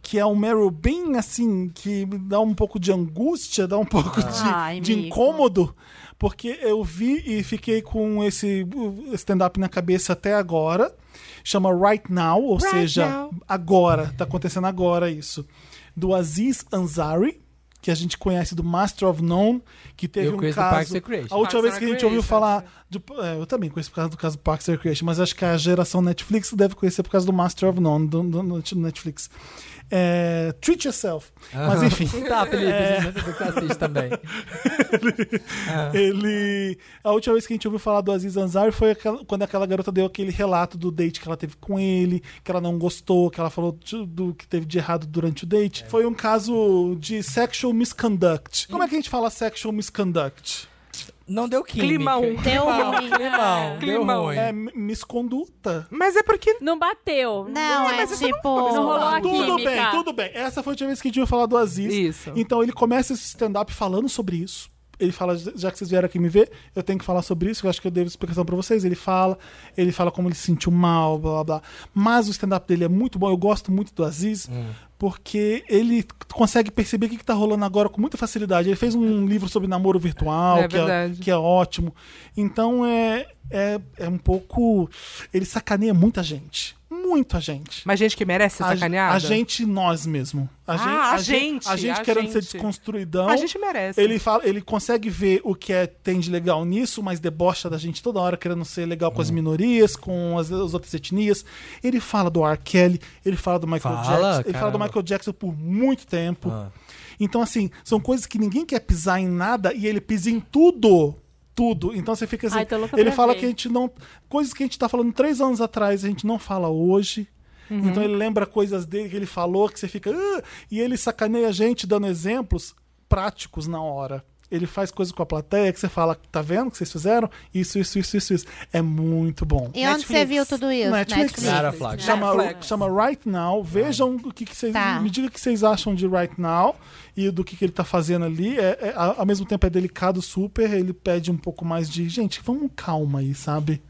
A: que é um Meryl bem assim, que dá um pouco de angústia, dá um pouco de,
B: Ai,
A: de
B: mico.
A: incômodo, porque eu vi e fiquei com esse uh, stand-up na cabeça até agora. Chama Right Now, ou seja, agora, tá acontecendo agora isso. Do Aziz Ansari. Que a gente conhece do Master of None, que teve
C: Eu
A: um
C: conheço do
A: caso.
C: Parks and Recreation.
A: A
D: Parks
A: última vez
D: and
A: que a gente ouviu
D: Recreation,
A: falar do- é, eu também conheço por causa do caso do Parks and Recreation, mas acho que a geração Netflix deve conhecer por causa do Master of None do, do- do Netflix. É, Treat Yourself. Mas enfim,
C: Tá, Felipe,
A: É.
C: a gente você assiste também.
A: ele. A última vez que a gente ouviu falar do Aziz Ansari foi aquela- quando aquela garota deu aquele relato do date que ela teve com ele, que ela não gostou, que ela falou de- do que teve de errado durante o date. Foi um caso de sexual misconduct. Como é que a gente fala sexual misconduct?
C: Não deu química.
D: Climão.
E: Deu ruim.
C: Climão. Deu
D: Climão.
C: ruim.
A: É mi- misconduta.
D: Mas é porque
B: Não bateu.
E: Não, é tipo.
B: não rolou a
A: Tudo
B: química.
A: bem, tudo bem. Essa foi a última vez que a gente ouviu falar do Aziz.
D: Isso.
A: Então ele começa esse stand-up falando sobre isso. Ele fala, já que vocês vieram aqui me ver, eu tenho que falar sobre isso, eu acho que eu devo explicação pra vocês. Ele fala, ele fala como ele se sentiu mal, blá blá blá. Mas o stand-up dele é muito bom, eu gosto muito do Aziz,
D: Hum.
A: porque ele consegue perceber o que, que tá rolando agora com muita facilidade. Ele fez um livro sobre namoro virtual,
D: É
A: que, é,
D: verdade.
A: que é ótimo. Então é, é, é um pouco. Ele sacaneia muita gente. Muita gente.
D: Mas gente que merece ser
A: A-
D: sacaneada?
A: A gente, nós mesmo. A gente,
D: Ah, a gente,
A: A gente
D: a
A: querendo ser
D: gente.
A: desconstruidão.
D: A gente merece.
A: Ele, fala, ele consegue ver o que é, tem de legal nisso, mas debocha da gente toda hora, querendo ser legal
C: Uhum.
A: com as minorias, com as, as outras etnias. Ele fala do R. Kelly, ele fala do Michael
C: Fala,
A: Jackson. Ele
C: caramba. Ah.
A: fala do Michael Jackson por muito tempo. Então, assim, são coisas que ninguém quer pisar em nada e ele pisa em tudo. Tudo. Então você fica assim.
B: Ai, tô louca
A: ele
B: pra
A: fala
B: ver.
A: que a gente não. Coisas que a gente tá falando três anos atrás, a gente não fala hoje.
B: Uhum.
A: Então ele lembra coisas dele que ele falou, que você fica. "Ah", e ele sacaneia a gente dando exemplos práticos na hora. Ele faz coisas com a plateia que você fala, tá vendo o que vocês fizeram? Isso, isso, isso, isso, isso. É muito bom.
E: E onde você viu tudo isso?
A: Netflix.
C: Clara Flagg.
A: Chama,
D: Netflix.
A: chama Right Now. Vejam o que, que vocês.
E: Tá.
A: Me diga o que vocês acham de Right Now e do que, que ele tá fazendo ali. É, é- a- ao mesmo tempo é delicado, super. Ele pede um pouco mais de. Gente, vamos com calma aí, sabe?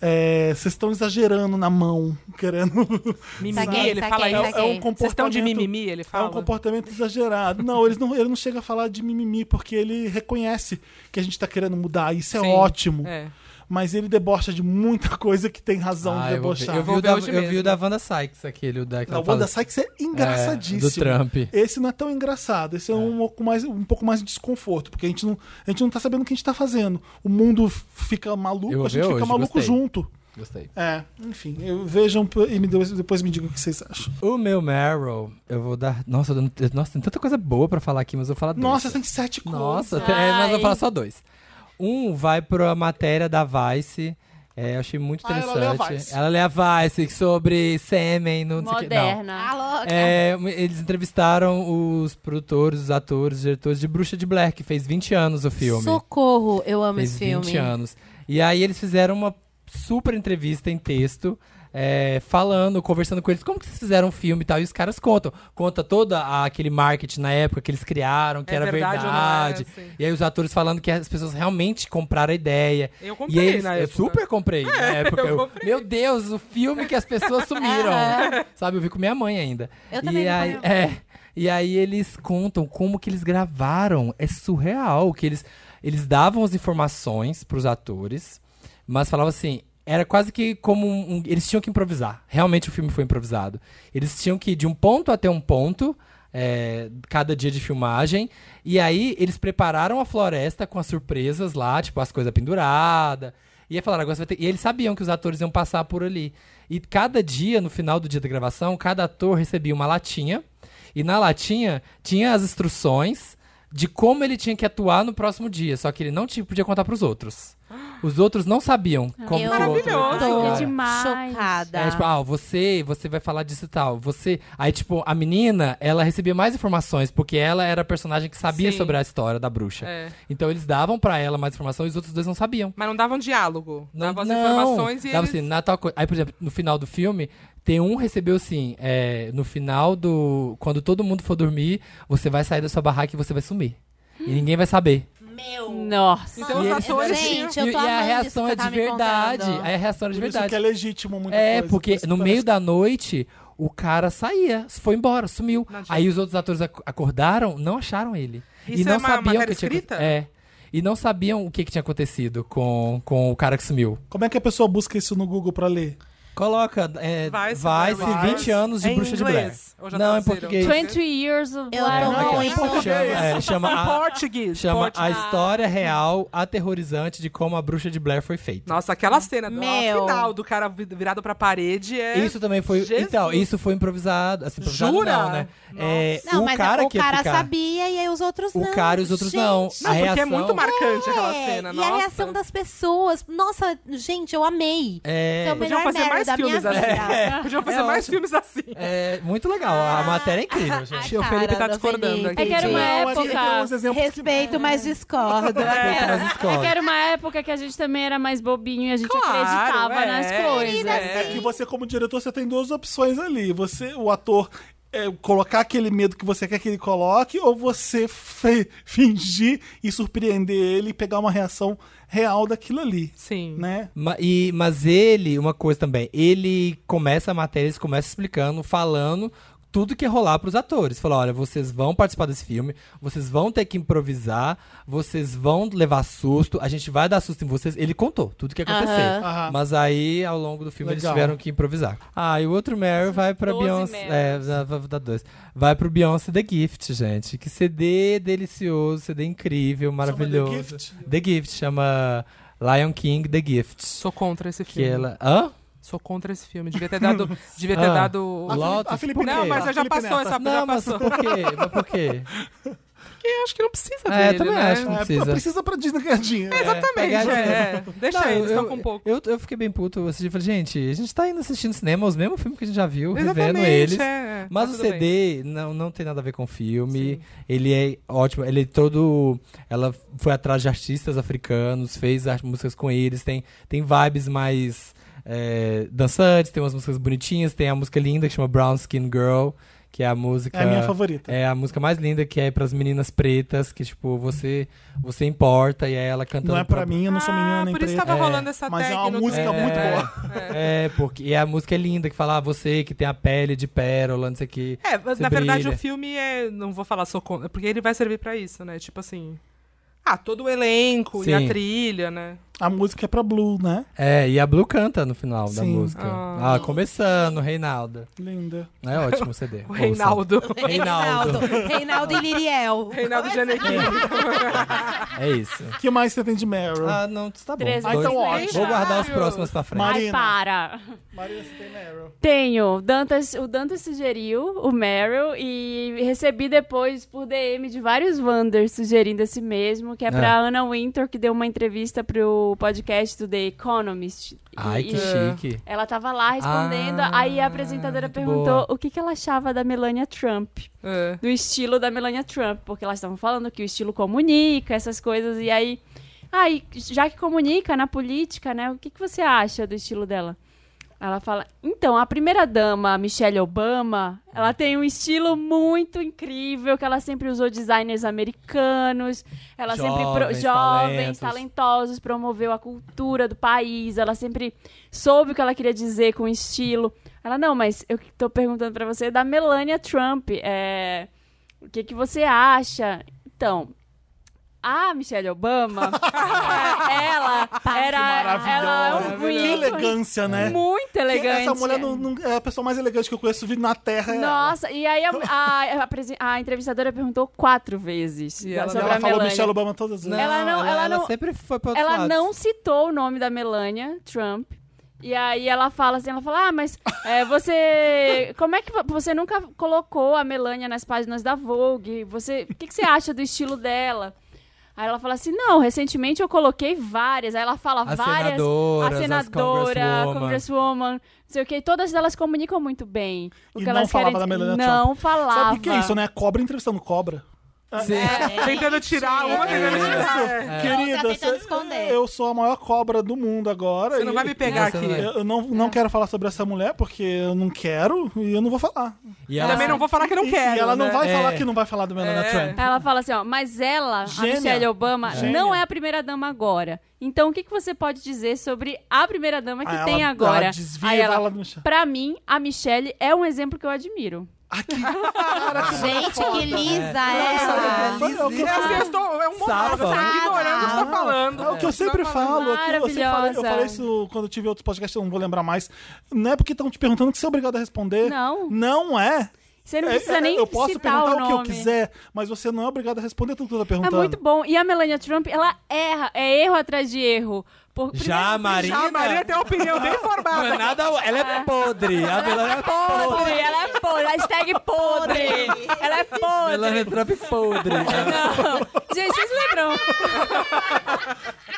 A: É, Vocês estão exagerando na mão, querendo. um
D: Mimimi,
E: Saquei,
D: ele
E: saquei,
D: fala
E: saquei.
D: isso.
A: É, é um comportamento.
D: Vocês estão de mimimi, ele
A: É
D: fala.
A: um comportamento exagerado. Não, eles não, ele não chega a falar de mimimi, porque ele reconhece que a gente tá querendo mudar. Isso é
D: Sim,
A: ótimo.
D: É.
A: Mas ele debocha de muita coisa que tem razão
C: Ah,
A: de
C: eu, vou ver.
A: debochar.
C: eu vi,
D: Vou
C: o
D: ver
C: da,
D: hoje
C: eu vi
D: mesmo.
C: o da Wanda Sykes, aquele o da que
A: Não,
C: ela
A: o Wanda
C: fala-
A: Sykes é engraçadíssimo.
C: É, do Trump.
A: Esse não é tão engraçado. Esse é, Um, pouco mais, um pouco mais de desconforto, porque a gente, não, a gente não tá sabendo o que a gente tá fazendo. O mundo f- fica
C: Eu
A: maluco,
C: vou
A: a gente
C: ver
A: fica
C: hoje,
A: maluco
C: gostei.
A: junto.
C: Gostei.
A: É, enfim, eu- vejam p- e me deu- depois me digam o que vocês acham.
C: O meu Meryl, eu vou dar. Nossa, eu não- nossa, tem tanta coisa boa pra falar aqui, mas eu vou falar dois.
A: Nossa, tem sete coisas.
C: Nossa, tem- é, mas eu vou falar só dois. Um vai pra matéria da Vice
F: É, eu achei muito
A: Ah, ela
F: interessante.
A: lê a Vice.
F: Ela lê a Vice sobre sêmen, não sei o que. Não.
B: Moderna.
E: Ah, louca.
F: É, eles entrevistaram os produtores, os atores, os diretores de Bruxa de Blair, que fez 20 anos o filme.
E: Socorro, eu amo
F: fez
E: esse filme.
F: 20 anos. E aí eles fizeram uma super entrevista em texto, é, falando, conversando com eles, como que vocês fizeram o filme e tal. E os caras contam. Conta todo aquele marketing na época que eles criaram, que
D: É
F: era
D: verdade
F: verdade.
D: ou não é, assim.
F: E aí os atores falando que as pessoas realmente compraram a ideia.
D: Eu
F: E
D: comprei
F: eles,
D: na
F: eu
D: época. É,
F: super comprei na época.
D: eu
F: Eu-
D: comprei.
F: meu Deus, o filme que as pessoas sumiram. Sabe, eu vi com minha mãe ainda.
E: Eu também vi
F: e
E: com
F: aí,
E: minha mãe.
F: é, e aí eles contam como que eles gravaram. É surreal que eles eles davam as informações pros atores, mas falavam assim, era quase que como um, um- eles tinham que improvisar. Realmente o filme foi improvisado. Eles tinham que ir de um ponto até um ponto. é, cada dia de filmagem. E aí, eles prepararam a floresta com as surpresas lá, tipo, as coisas penduradas. E aí falaram, agora você vai ter... E eles sabiam que os atores iam passar por ali. E cada dia, no final do dia da gravação, cada ator recebia uma latinha. E na latinha tinha as instruções de como ele tinha que atuar no próximo dia. Só que ele não tinha, podia contar pros outros. Os outros não sabiam
E: Ah,
F: como que o outro né? ia
D: Maravilhoso.
E: Tô
F: atuar.
B: Que demais.
E: chocada.
F: É, tipo, ah, você, você vai falar disso e tal. Você. Aí, tipo, a menina, ela recebia mais informações, porque ela era a personagem que sabia
D: Sim.
F: sobre a história da bruxa.
D: É.
F: Então eles davam pra ela mais informações e os outros dois não sabiam.
D: Mas não davam diálogo.
F: Não,
D: davam as
F: não.
D: informações e
F: Dava
D: eles...
F: assim, na tal coisa. Aí, por exemplo, no final do filme, tem um recebeu assim, é, no final do... Quando todo mundo for dormir, você vai sair da sua barraca e você vai sumir. E
D: Hum.
F: ninguém vai saber.
E: Meu.
B: Nossa.
D: Então os
F: E eles-
D: atores... tinham-
E: Gente, eu
F: e, e
E: tô
F: a
E: amando
F: reação
E: isso
F: é
E: que você
F: de
E: tá me
F: verdade.
E: contando.
F: Aí a reação era de
A: Por isso
F: verdade.
A: que é legítimo muita
F: É,
A: coisa, por
F: porque
A: isso que
F: no
A: parece
F: meio da noite, o cara saía, foi embora, sumiu.
D: Não tinha-
F: Aí os outros atores ac- acordaram, não acharam ele. e
D: Isso é
F: não
D: uma
F: sabiam o
D: matéria
F: que tinha
D: escrita?
F: aconte- É. E não sabiam o que, que tinha acontecido com, com o cara que sumiu.
A: Como é que a pessoa busca isso no Google pra ler?
F: Coloca, é,
D: Vai
F: vai,
D: se-
F: se
D: vai.
F: 20 anos de
D: É em
F: bruxa de Blair.
D: inglês, ou já
F: não, é em
D: traduziram?
F: português.
B: 20 years of
E: Eu
B: life.
E: tô
A: Não,
E: muito
A: em português.
F: então, Chama, é, chama a,
D: Português.
F: chama
D: português.
F: a história real aterrorizante de como a bruxa de Blair foi feita.
D: Nossa, aquela cena do
E: Meu.
D: final do cara vi- virado pra parede é.
F: Isso também foi.
D: Jesus.
F: Então, isso foi improvisado. Assim, improvisado
D: Jura?
F: não, né? É,
E: Não,
F: o
E: mas
F: cara
E: o
F: que
E: cara
F: ia ficar,
E: sabia e aí os outros
F: O
E: não.
F: cara e os outros
E: Gente,
F: não.
D: Não,
F: a
D: porque
F: reação,
D: é muito marcante aquela
E: é,
D: cena.
E: E
D: nossa.
E: a reação das pessoas. Nossa, gente, eu amei.
F: É,
E: É o
D: Podiam
E: melhor
D: fazer
E: mero
D: mais
E: da minha
D: filmes assim.
E: vida.
D: Podiam fazer
F: É
D: mais
F: ótimo.
D: filmes assim.
F: é muito legal. A matéria é
E: Ah,
F: incrível, gente.
D: O Felipe tá discordando aqui.
B: É que era uma época-
A: uns exemplos que-
E: Respeito, mas discordo.
F: Respeito nas
B: É que
F: escolas.
B: era uma época que a gente também era mais bobinho e a gente
D: Claro,
B: acreditava
D: é.
B: nas coisas.
E: Menina,
A: É que você, como diretor, você tem duas opções ali. Você, o ator, é, colocar aquele medo que você quer que ele coloque, ou você fe- fingir e surpreender ele e pegar uma reação real daquilo ali.
D: Sim.
A: Né?
F: Ma- e- mas ele, uma coisa também, ele começa a matéria, ele começa explicando, falando tudo que ia rolar pros atores. Falou, olha, vocês vão participar desse filme, vocês vão ter que improvisar, vocês vão levar susto, a gente vai dar susto em vocês. Ele contou tudo que ia acontecer.
A: Aham.
F: Mas aí, ao longo do filme, eles
A: Legal.
F: tiveram que improvisar. Ah, e o outro Mary vai pra
B: 12
F: Beyoncé.
B: Marys.
F: É, dá- vou dar dois. Vai pro Beyoncé The Gift, gente. Que CD delicioso, CD incrível, maravilhoso.
A: The Gift?
F: The Gift, chama Lion King The Gift.
D: Sou contra esse
F: Que
D: filme.
F: ela. Hã?
D: Sou contra esse filme. Devia ter dado. devia ter
F: Ah.
D: dado.
A: A Felipe-
F: Lotus,
A: a Felipe
F: por
A: Neto,
D: Não,
F: quê?
D: mas
A: a
D: já
A: Felipe
D: passou
A: Neto.
D: essa Tá, já
F: Não, mas
D: passou.
F: por quê? Mas por quê?
D: Porque eu acho que não precisa
F: É,
D: dele,
F: também
D: né?
F: acho.
A: É,
F: precisa.
A: pô, precisa pra Disney ganhar dinheiro.
D: Exatamente,
F: pegar
D: é. é. Deixa
F: Não,
D: eles,
F: eu-
D: estão com pouco.
F: Eu, eu fiquei bem puto. assim, Eu assisti e falei, gente, a gente tá indo assistindo cinema, os mesmos filmes que a gente já viu, revendo
D: Exatamente,
F: eles.
D: é, é.
F: Mas
D: Tá
F: o
D: tudo bem.
F: CD não, não tem nada a ver com o filme. Ele é ótimo. Ele é todo. Ela foi atrás de artistas africanos, fez as músicas com eles. Tem, tem vibes mais é, dançantes, tem umas músicas bonitinhas. Tem a música linda que chama Brown Skin Girl, que é a música.
A: É a minha favorita.
F: É a música mais linda que é pras meninas pretas, que tipo, você você importa e é ela cantando.
A: Não é pra mim, eu não sou menina
D: ah,
A: nem
D: por isso
A: preta.
D: tava
F: É,
D: rolando essa
A: mas é
D: tag
A: uma
D: no
A: música
D: Twitter.
A: muito
D: É.
A: boa.
F: É, porque e a música é linda que fala ah, você que tem a pele de pérola, não sei o que.
D: É, mas
F: Você
D: na verdade
F: brilha.
D: o filme é. Não vou falar só contra, porque ele vai servir pra isso, né? Tipo assim. Ah, todo o elenco e a
F: Sim.
D: trilha, né?
A: A música é pra Blue, né?
F: É, e a Blue canta no final da
A: Sim.
F: música.
D: Ah.
F: Ah, começando, Reinalda.
A: Linda.
F: É ótimo o CD.
D: O Reinaldo.
F: Reinaldo.
E: Reinaldo e Liriel.
D: Reinaldo Janequim.
F: É isso.
A: O que mais você tem de Meryl?
F: Ah, não, tá bom.
B: Três
A: Ah, então
B: vezes
A: ótimo.
F: Vou guardar os
D: Vários.
F: próximos pra frente.
B: Ai,
A: Marina.
B: para.
A: Maria, você tem Meryl.
B: Tenho. Dantas, o Dantas sugeriu o Meryl e recebi depois por
F: É.
B: DM de vários Wanders sugerindo esse mesmo, que é pra Anna Winter, que deu uma entrevista pro o podcast do The Economist.
F: Ai,
B: E-
F: que chique.
B: Ela tava lá respondendo,
F: Ah,
B: aí a apresentadora
F: muito
B: perguntou o que, que ela achava da Melania Trump,
F: Uhum.
D: É.
B: do estilo da Melania Trump, porque elas estavam falando que o estilo comunica, essas coisas, e aí. Ai, já que comunica na política, né? O que, que você acha do estilo dela? Ela fala, então, a primeira dama, Michelle Obama, ela tem um estilo muito incrível, que ela sempre usou designers americanos, ela sempre pro-
F: Jovens,
B: jovens,
F: talentos.
B: talentosos, promoveu a cultura do país, ela sempre soube o que ela queria dizer com estilo. Ela, não, mas eu tô perguntando pra você é da Melania Trump, é, o que, que você acha? Então, a Michelle Obama, ela era, ela é um
A: que elegância, né?
B: muito elegante.
A: Essa mulher não- não- é a pessoa mais elegante que eu conheço vi na Terra. é ela.
B: Nossa, e aí a, a- a presen- a entrevistadora perguntou quatro vezes
D: E ela-
A: E
B: sobre
A: ela
B: a
A: falou
B: Melania.
A: Michelle Obama todas as vezes.
B: Ela não- ela não-
F: sempre foi pra outros
B: Ela
F: lados.
B: não citou o nome da Melania Trump. E aí ela fala assim, ela fala, ah, mas é, você... Como é que vo- você nunca colocou a Melania nas páginas da Vogue? Você, o que, que você acha do estilo dela? Aí ela fala assim, não, recentemente eu coloquei várias. Aí ela fala
F: As
B: várias...
F: senadoras,
B: a
F: as
B: senadora, a
F: congresswoman.
B: congresswoman, não sei o que. Todas elas comunicam muito bem. O
A: E
B: que
A: não
B: elas
A: falava
B: querem...
A: da Melania
B: não falava.
A: Sabe o que é isso, né? Cobra entrevistando cobra.
D: Tá Tentando tirar uma, tá tentando tirar. É.
A: Querida,
E: tá tentando
A: cê-
E: esconder.
A: eu sou a maior cobra do mundo agora.
D: Você não
A: e-
D: vai me pegar
F: Você
D: aqui.
F: não vai.
A: Eu eu não, não quero falar sobre essa mulher porque eu não quero e eu não vou falar.
F: E
D: Eu
B: tá-
F: ela
D: Também não vou falar que não
A: e,
D: quero.
A: e ela não
D: né?
A: vai
F: É.
A: falar que não vai falar do Melania
D: É.
A: Trump.
B: Ela fala assim, ó, mas ela,
A: Gênia.
B: a Michelle Obama,
A: Gênia.
B: não é a primeira dama agora. Então, o que, que você pode dizer sobre a primeira dama que
A: Aí
B: tem
A: Ah, ela-
B: agora?
A: ela desvia
B: Aí
A: e
B: ela,
A: vai lá no chão.
B: pra mim, a Michelle é um exemplo que eu admiro.
E: Gente, que lisa é. ela.
A: Foi- é o que eu
D: É assim,
A: falei-
D: eu estou, é um monólogo,
F: Safa.
D: eu estou ignorando o que você
A: Ah,
D: tá falando.
A: É o que eu sempre falo, é o que eu sempre falei, eu
B: Maravilhosa.
A: falei isso quando eu tive outros podcasts, eu não vou lembrar mais. Não é porque estão te perguntando que você é obrigado a responder.
B: Não.
A: Não é.
B: Você não
A: É,
B: precisa
A: é,
B: nem
A: eu posso
B: citar
A: perguntar o,
B: o
A: que eu
B: nome.
A: quiser, mas você não é obrigado a responder tudo que eu tô
B: É
A: perguntando.
B: muito bom. E a Melania Trump, ela erra, é erro atrás de erro. Por,
F: Já a Marina...
D: Já a Maria tem uma opinião bem
F: Não é
D: formada.
F: nada... Ela é podre. A Melania é podre.
B: podre, ela é podre, hashtag podre. Ela é podre.
F: Melania Trump podre.
B: Não. Gente, vocês lembram?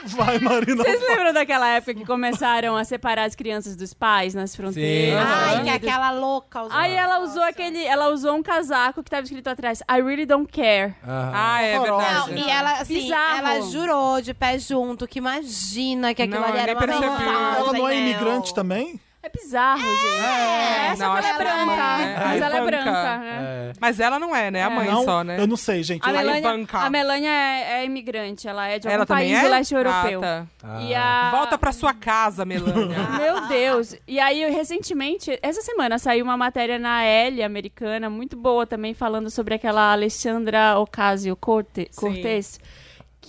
A: Vai, Marina.
B: Vocês lembram daquela época que começaram a separar as crianças dos pais nas fronteiras?
F: Sim.
E: Ai, que aquela louca. usou.
B: Aí ela usou aquele, ela usou um casaco que tava escrito atrás, I really don't care.
D: Ah, é
E: Não,
D: verdade.
E: e ela, assim,
B: Bizarro.
E: ela jurou de pé junto que imagina que aquilo
D: Não,
E: ali era
D: eu
E: uma
D: nem percebi.
E: mensagem,
A: Ela não é
B: né?
E: entendeu?
A: imigrante também?
B: É bizarro, gente. É, essa
D: Não,
B: ela é
D: acho que
B: branca,
D: ela é, né?
B: mas
D: Aí
B: ela é
D: banca.
B: branca, né?
D: Mas ela não é, né? A mãe
A: não,
D: só, né?
A: eu não sei, gente.
B: A
A: Eu-
B: Melania,
D: banca.
B: a Melania é, é imigrante, ela é de algum
D: Ela também
B: país
D: é?
B: do leste europeu.
D: Ah,
B: E a...
D: tá. Volta pra sua casa, Melania.
B: Meu Deus. E aí, eu, recentemente, essa semana saiu uma matéria na L americana, muito boa também, falando sobre aquela Alexandra Ocasio-Cortez.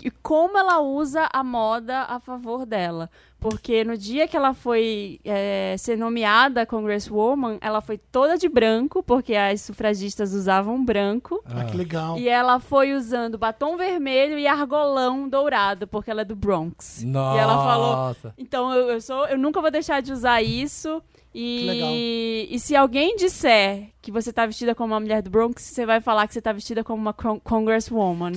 B: E como ela usa a moda a favor dela. Porque no dia que ela foi eh, ser nomeada Congresswoman, ela foi toda de branco, porque as sufragistas usavam branco.
A: Ah, que legal.
B: E ela foi usando batom vermelho e argolão dourado, porque ela é do Bronx.
F: Nossa.
B: E ela falou, então eu, eu sou, eu nunca vou deixar de usar isso.
A: Que legal.
B: E, e se alguém disser que você tá vestida como uma mulher do Bronx, você vai falar que você tá vestida como uma con- congresswoman.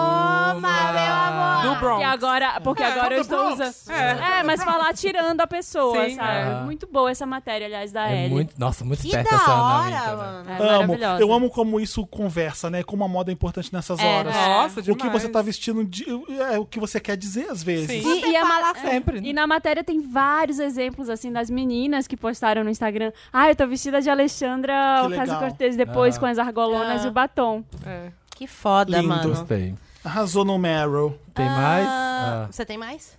E: Toma, meu amor.
D: Do Bronx.
B: E agora, porque
D: É,
B: agora eu
D: do
B: estou
D: Bronx.
B: usando.
D: É.
B: É, mas falar tirando a pessoa,
D: Sim.
B: sabe?
F: Ah.
B: Muito boa essa matéria, aliás, da
F: É
B: Ellie.
F: muito... Nossa, muito
E: Que
F: esperta essa
E: da
F: Ana
E: hora,
F: Wintour, né?
E: mano.
B: É
A: amo.
B: maravilhosa.
A: Eu amo como isso conversa, né? Como a moda é importante nessas horas.
B: é.
D: Nossa,
A: O
D: demais.
A: que você tá vestindo de- é o que você quer dizer às vezes.
D: Sim.
B: E, e a ma-
E: fala
B: é,
F: sempre, né?
B: E na matéria tem vários exemplos, assim, das meninas que postaram no Instagram. Ah, eu tô vestida de Alexandra
A: Que legal.
B: Ocasio-Cortez depois
F: Ah.
B: com as argolonas
E: Ah.
B: e o batom.
D: É.
E: Que foda,
A: Lindo.
E: mano.
F: Gostei.
A: Arrasou no Meryl.
F: Tem mais?
E: Ah,
F: Ah.
E: Você tem mais?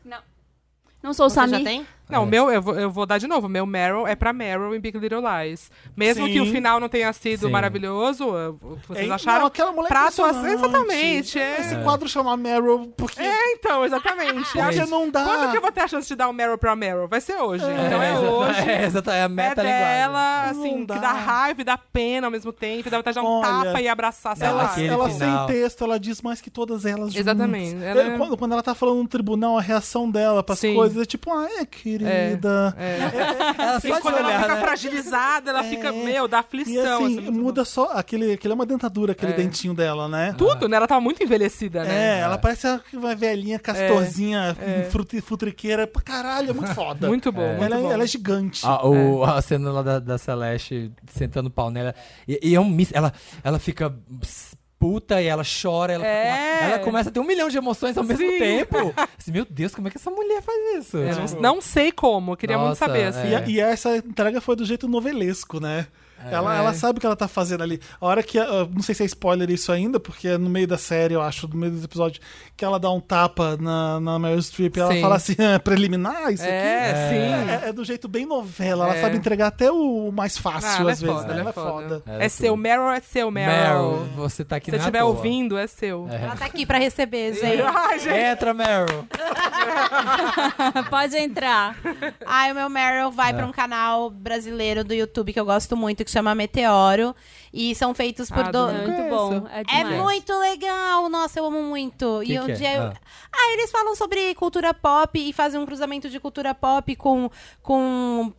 B: Não sou o
E: Você
B: Sami.
E: já tem?
D: Não,
F: É.
D: o meu, eu vou, eu vou dar de novo. O Meu Meryl é pra Meryl em Big Little Lies. Mesmo
A: Sim.
D: que o final não tenha sido
F: Sim.
D: maravilhoso, o que vocês
A: É,
D: acharam?
A: não, aquela mulher
D: pra atuação-
A: impressionante.
D: Exatamente, é.
A: Esse quadro chama Meryl porque,
D: É, então, exatamente.
A: porque
D: Acho-
A: não dá.
D: Quando que eu vou ter a chance de dar o Meryl pra Meryl? Vai ser hoje. Então é
F: exata-
D: hoje.
F: É, exata, é a meta
D: é dela,
A: Não
D: assim,
A: dá.
D: que dá raiva e dá pena ao mesmo tempo. Dá vontade de dar um
A: Olha,
D: tapa e abraçar, sei
A: Ela,
D: lá.
F: Aquele
A: ela
F: final.
A: sem texto, ela diz mais que todas elas juntas.
D: Exatamente, ela-
A: Ela-
D: é um
A: quando, quando ela tá falando no tribunal, a reação dela pras
D: Sim.
A: coisas é tipo, ah, é, querida. querida.
C: Ela
D: E quando ela fica
F: né?
D: fragilizada, ela fica, meu, dá
A: né? É. E
D: aflição.
A: assim,
D: assim, muito
A: muda só. Aquele, aquele é uma dentadura, aquele
D: É.
A: dentinho dela, né?
D: bom. tudo, né? Ela tava muito envelhecida, né?
A: É, ela parece uma
D: É.
A: velhinha castorzinha, fruti- futriqueira. Pra caralho, é muito foda.
D: Muito bom, muito
A: ela, é-
D: bom.
A: ela é gigante.
F: A, Ah, o-
D: É.
F: a cena lá da, da Celeste sentando o pau nela. E, e é um misto. Ela, ela fica ps- puta e ela chora. Ela, fica
D: É.
F: lá- ela começa a ter um milhão de emoções ao mesmo
D: Sim.
F: tempo. Assim, meu Deus, como é que essa mulher faz isso?
D: Eu
F: Tipo,
D: não, não sei como, eu queria muito
F: Nossa,
D: saber. Assim.
A: E, a- e essa entrega foi do jeito novelesco, né?
D: É.
A: Ela, ela sabe o que ela tá fazendo ali. A hora que. ah, Não sei se é spoiler isso ainda, porque é no meio da série, eu acho, no meio do episódio, que ela dá um tapa na, na Meryl Streep e ela
D: Sim.
A: fala assim: "Ah, preliminar, isso
D: É,
A: aqui.
D: sim.
A: É, é do jeito bem novela. Ela
D: É.
A: sabe entregar até o mais
D: Ah,
A: fácil,
D: ela é
A: às vezes.
D: foda, ela
A: né?
D: é
A: Ela é foda.
D: É seu, Meryl é seu, Meryl.
F: Meryl, você tá aqui
D: Se você
F: na
D: estiver
F: toa.
D: ouvindo, é seu.
E: Ela tá aqui pra receber,
A: É.
E: gente.
D: Ai, gente.
F: Entra, Meryl.
B: Pode entrar.
E: Ai, o meu Meryl vai pra um canal brasileiro do YouTube que eu gosto muito, que chama Meteoro. E são feitos por.
D: Ah,
E: do-
D: do
B: É muito bom. É,
E: É
B: demais.
E: muito legal! Nossa, eu amo muito.
F: Que
E: e um
F: que é?
E: dia eu-
F: Ah.
E: ah. eles falam sobre cultura pop e fazem um cruzamento de cultura pop com, com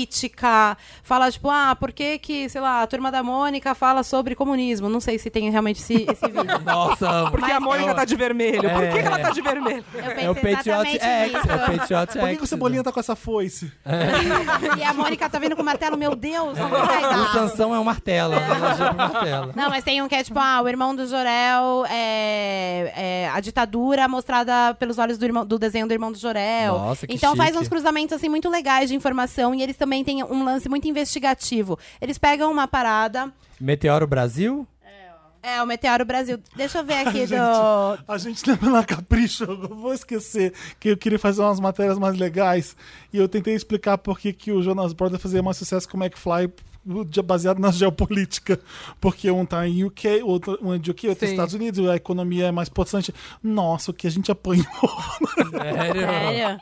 E: política. Fala, tipo, ah, por que que, sei lá, a turma da Mônica fala sobre comunismo? Não sei se tem realmente esse, esse vídeo.
F: Nossa, amo.
D: Porque a
A: é.
D: Mônica tá de vermelho. Por que,
F: É.
D: que ela tá de vermelho?
E: Eu pensei
F: é o Patriot
E: exatamente
F: X.
E: nisso.
F: É o Patriot X.
A: Por que, que o Cebolinha tá com essa foice?
E: E a Mônica tá vindo com o martelo, meu Deus! não
A: tá
E: vai dar.
F: O Sansão é um martelo. ela elogia pro martelo.
E: Não, mas tem um que é tipo, ah, o irmão do Jorel é, é a ditadura mostrada pelos olhos do, irmão, do desenho do irmão do Jorel.
F: Nossa, que
E: então faz
F: chique.
E: uns cruzamentos assim muito legais de informação e eles também têm um lance muito investigativo. Eles pegam uma parada.
F: Meteoro Brasil?
E: É, o Meteoro Brasil. Deixa eu ver aqui do.
A: A gente lembra na Capricho, eu vou esquecer que eu queria fazer umas matérias mais legais e eu tentei explicar por que, que o Jonas Brothers fazia mais sucesso com o McFly baseado na geopolítica. Porque um tá em UK, outro um é de UK, outro
D: Sim.
A: nos Estados Unidos, a economia é mais potente. Nossa, o que a gente apanhou.
F: Sério?
E: Sério?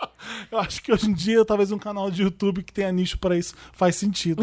A: Eu acho que hoje em dia, talvez um canal de YouTube que tenha nicho pra isso faz sentido.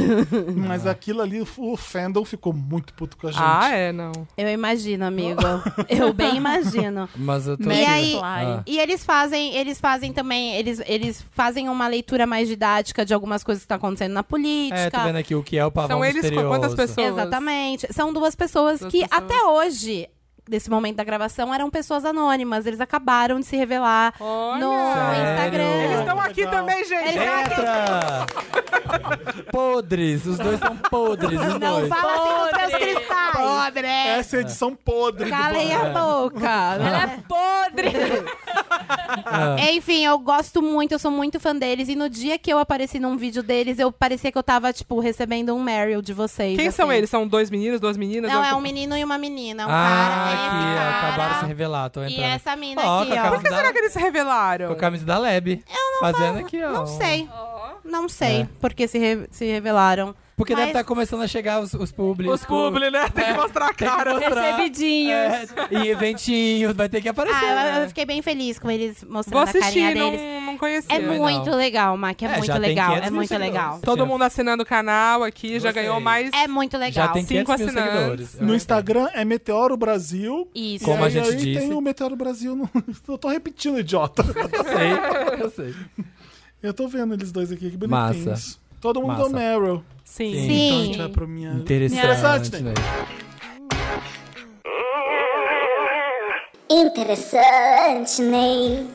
A: Mas aquilo ali, o fandom ficou muito puto com a gente.
D: Ah, é, não.
E: Eu imagino, amigo. Eu bem imagino.
F: Mas eu tô...
E: E aí,
F: Ah.
E: e eles fazem, eles fazem também, eles, eles fazem uma leitura mais didática de algumas coisas que estão acontecendo na política.
F: É, tô vendo aqui o que é o pavão
D: São eles com
F: misterioso.
D: quantas pessoas?
E: Exatamente. São duas pessoas
D: Duas
E: que
D: pessoas.
E: até hoje, nesse momento da gravação, eram pessoas anônimas. Eles acabaram de se revelar
D: Olha.
E: no
F: Sério?
E: Instagram.
D: Eles estão aqui
A: Legal.
D: também, gente.
E: Eles tão aqui.
F: Entra! podres, os dois são podres, os
E: Não
F: dois.
E: fala assim nos meus cristais.
A: Essa é a edição podre do
E: Calem a boca.
B: Ela é podre.
F: Ah.
D: é
E: Enfim, eu gosto muito, eu sou muito fã deles. E no dia que eu apareci num vídeo deles, eu parecia que eu tava, tipo, recebendo um Meryl de vocês.
D: Quem são
E: assim.
D: eles? São dois meninos, duas meninas?
E: Não,
D: Eu-
E: é um menino e uma menina. É um
F: ah,
E: cara,
F: aqui,
E: esse cara.
F: acabaram de se revelar, tô entrando.
E: E essa mina
F: Ó,
E: aqui,
F: com a
E: ó.
D: Por que será que eles se revelaram?
F: Com a camisa da Leb. Fazendo aqui, ó. um
E: Não sei. Não sei
F: É.
E: porque se, re- se revelaram.
F: Porque deve
E: Mas-
F: estar começando a chegar os, os públicos.
D: Os publi, né? Tem que mostrar a cara.
B: Recebidinhos.
F: É, e eventinhos, vai ter que aparecer.
E: Ah, eu- eu,
F: né?
E: fiquei bem feliz com eles
D: Vou
E: mostrando a carinha
D: assistir,
E: deles.
D: não, não conhecia.
E: É
F: legal.
E: muito legal, Mac. É,
F: É, já
E: muito
F: tem
E: legal.
F: 500
E: É
F: mil
E: muito legal.
F: seguidores.
D: Todo mundo assinando o canal aqui, já
F: Gostei.
D: ganhou mais.
E: É muito legal.
F: Já tem
D: Cinco
F: 500 mil
D: assinantes.
F: seguidores.
A: No Instagram é Meteoro Brasil.
E: Isso.
F: Como
A: e
F: a
A: aí,
F: gente
A: aí
F: disse.
A: tem o Meteoro Brasil. No... Eu tô repetindo, idiota.
F: Eu sei, eu sei.
A: Eu tô vendo eles dois aqui, que
F: Massa.
A: bonitinhos. Todo mundo é
F: Massa.
A: o Meryl.
D: Sim.
F: Sim.
A: Então a gente
E: Sim.
A: vai pro minha...
F: Interessante,
A: Interessante,
F: né?
A: né?
H: Interessante, Ney.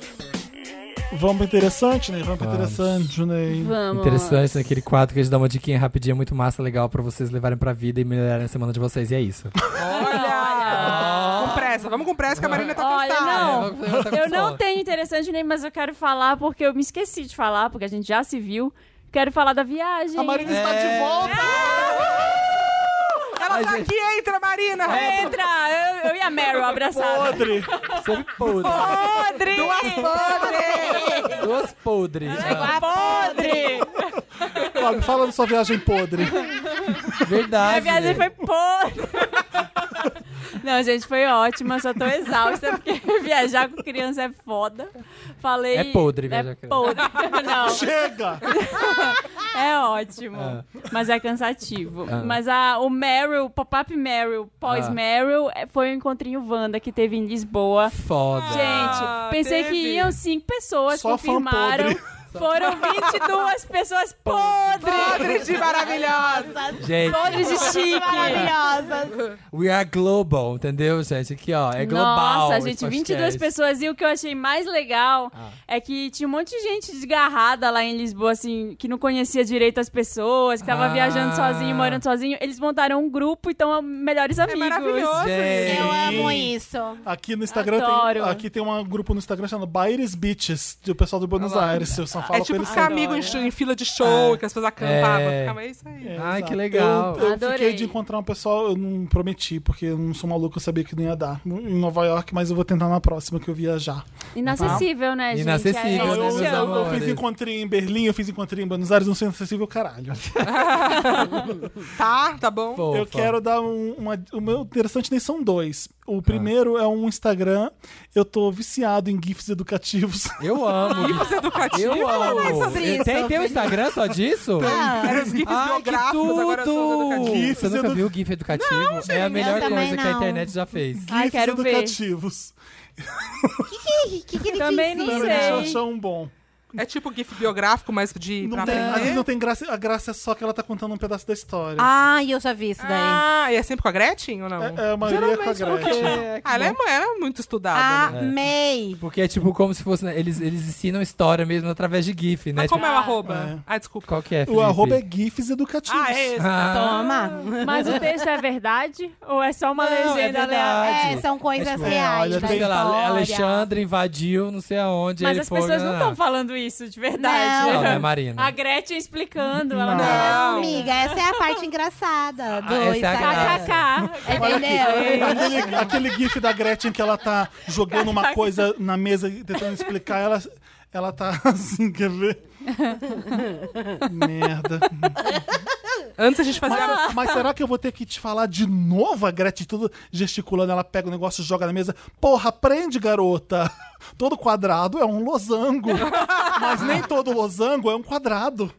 A: Vamos pro interessante, Ney? Vamos pro interessante, Ney.
B: Vamos.
F: Interessante naquele quadro que a gente dá uma diquinha rapidinha, muito massa, legal, pra vocês levarem pra vida e melhorarem a semana de vocês. E é isso.
D: Olha! Com pressa, vamos com pressa que a Marina tá
B: Olha,
D: cansada.
B: não.
F: Eu tô tá com
B: Eu não
F: sono.
B: tenho interessante nem, mas eu quero falar porque eu me esqueci de falar, porque a gente já se viu. Quero falar da viagem. É.
A: A Marina está de volta.
D: Ela
F: Ai,
D: tá
F: gente.
D: aqui, entra, Marina!
B: Ah, Entra! Eu, eu e a Meryl abraçada.
A: Podre.
F: Sempre é podre.
B: Podre!
F: Duas podres. Ah,
B: Podre!
A: Fábio, fala da sua viagem podre.
F: verdade.
B: A viagem foi podre! Não, gente, foi ótima. Só tô exausta porque viajar com criança é foda. Falei.
F: É podre viajar
B: é
F: com
B: podre. Não.
A: Chega!
B: É ótimo, mas é cansativo. Mas a, o Meryl, o pop-up Meryl,
F: Ah. Ah,
B: pós-Meryl, é, foi o encontrinho Wanda que teve em Lisboa.
F: Foda.
B: Gente, pensei
D: teve.
B: que iam cinco pessoas,
A: Só fã
B: confirmaram.
A: podre.
B: Foram 22 pessoas podres!
D: Podre de maravilhosa!
F: Gente,
B: Podres de chique!
E: Maravilhosas.
F: we are global, entendeu, gente? Aqui, ó, é global.
B: Nossa,
F: esse
B: gente,
F: podcast. Ah.
B: 22 pessoas. E o que eu achei mais legal é que tinha um monte de gente desgarrada lá em Lisboa, assim, que não conhecia direito as pessoas, que tava
F: Ah.
B: viajando sozinho, morando sozinho. Eles montaram um grupo e estão melhores amigos.
D: É maravilhoso.
F: Gente.
E: Eu amo isso.
A: Aqui no Instagram tem,
B: Adoro.
A: aqui tem um grupo no Instagram chamado Baires Beaches, do pessoal do Buenos Aires. Eu só falo
D: é tipo
A: pra eles
D: ficar amigo em, em fila de show, que as pessoas acampavam.
F: É.
D: Ficava isso aí.
A: É,
F: Ai, que
A: exato.
F: legal.
A: Eu, eu
B: Adorei.
A: fiquei de encontrar um pessoal, eu não prometi, porque eu não sou maluco, eu sabia que não ia dar em Nova York, mas eu vou tentar na próxima que eu viajar.
B: Inacessível, né, gente?
F: Inacessível,
A: Eu,
B: É,
F: né,
B: esse
A: eu-
F: meus
A: eu
B: chão.
F: amores?
A: fiz encontrinho em Berlim, eu fiz encontrinho em Buenos Aires, não sou inacessível, caralho.
D: Tá, tá bom.
F: Fofa.
A: Eu quero dar um- uma. O meu interessante nem são dois. O primeiro é um Instagram. Eu tô viciado em GIFs educativos.
F: Eu amo.
D: Gifs educativos.
F: Eu amo.
E: sobre isso,
F: Tem, tem o
E: sobre-
F: Instagram só disso?
B: Ah.
D: Era os gifs
F: Ai, que
D: biográficos, agora são os educativos.
F: tudo!
A: educativos.
F: Você nunca viu o GIF educativo? é a melhor
E: Eu também
F: coisa que a
E: não.
F: internet já fez.
B: Ai,
A: GIFs
B: quero ver.
A: educativos.
E: O que, que ele
B: Também
E: disse?
B: não
A: Pera,
B: sei.
A: deixa eu achar um bom.
D: É tipo gif biográfico, mas de
A: Não
D: pra
A: tem, às vezes
D: aprender.
A: não tem graça. A graça é só que ela tá contando um pedaço da história.
E: Ah, eu já vi isso daí.
D: Ah, e é sempre com a Gretchen ou não?
A: É, é a maioria é com a Gretchen.
D: Ah, ela é, era muito estudada,
E: Ah,
D: né?
E: Amei.
F: Porque é tipo como se fosse. né, Eles, eles ensinam história mesmo através de GIF, né?
D: Mas como
F: Tipo,
D: é o arroba?
A: É.
D: Ah, desculpa.
F: Qual que é?
A: O
F: Felipe?
A: arroba é GIFs educativos.
D: Ah, é esse.
F: Ah,
E: Toma.
B: Mas o texto é verdade? Ou é só uma
F: Não, é
B: legenda aleatória?
F: verdade.
E: É, são coisas
F: É, tipo,
E: reais.
A: olha,
E: da
A: tem-
F: sei lá,
E: história.
F: Alexandre invadiu não sei aonde.
B: Mas
F: ele
B: as
F: foi,
B: pessoas não Ah,
F: né?
B: estão falando isso, de verdade.
F: Não, né, Marina?
B: A Gretchen explicando. Ela tá
A: Não.
B: não.
E: Não,
D: Não.
E: amiga, essa é a parte engraçada do
F: Ah, essa é a graça.
E: Instagram. É,
B: KKK.
E: Entendeu?
A: Aquele, aquele GIF da Gretchen que ela tá jogando uma coisa na mesa e tentando explicar, ela, ela tá assim, quer ver? Merda.
D: Antes a gente fazia...
A: Mas, mas será que eu vou ter que te falar de novo a Gretchen tudo gesticulando? Ela pega o negócio, joga na mesa. Porra, aprende, garota! Todo quadrado é um losango. mas nem todo losango é um quadrado.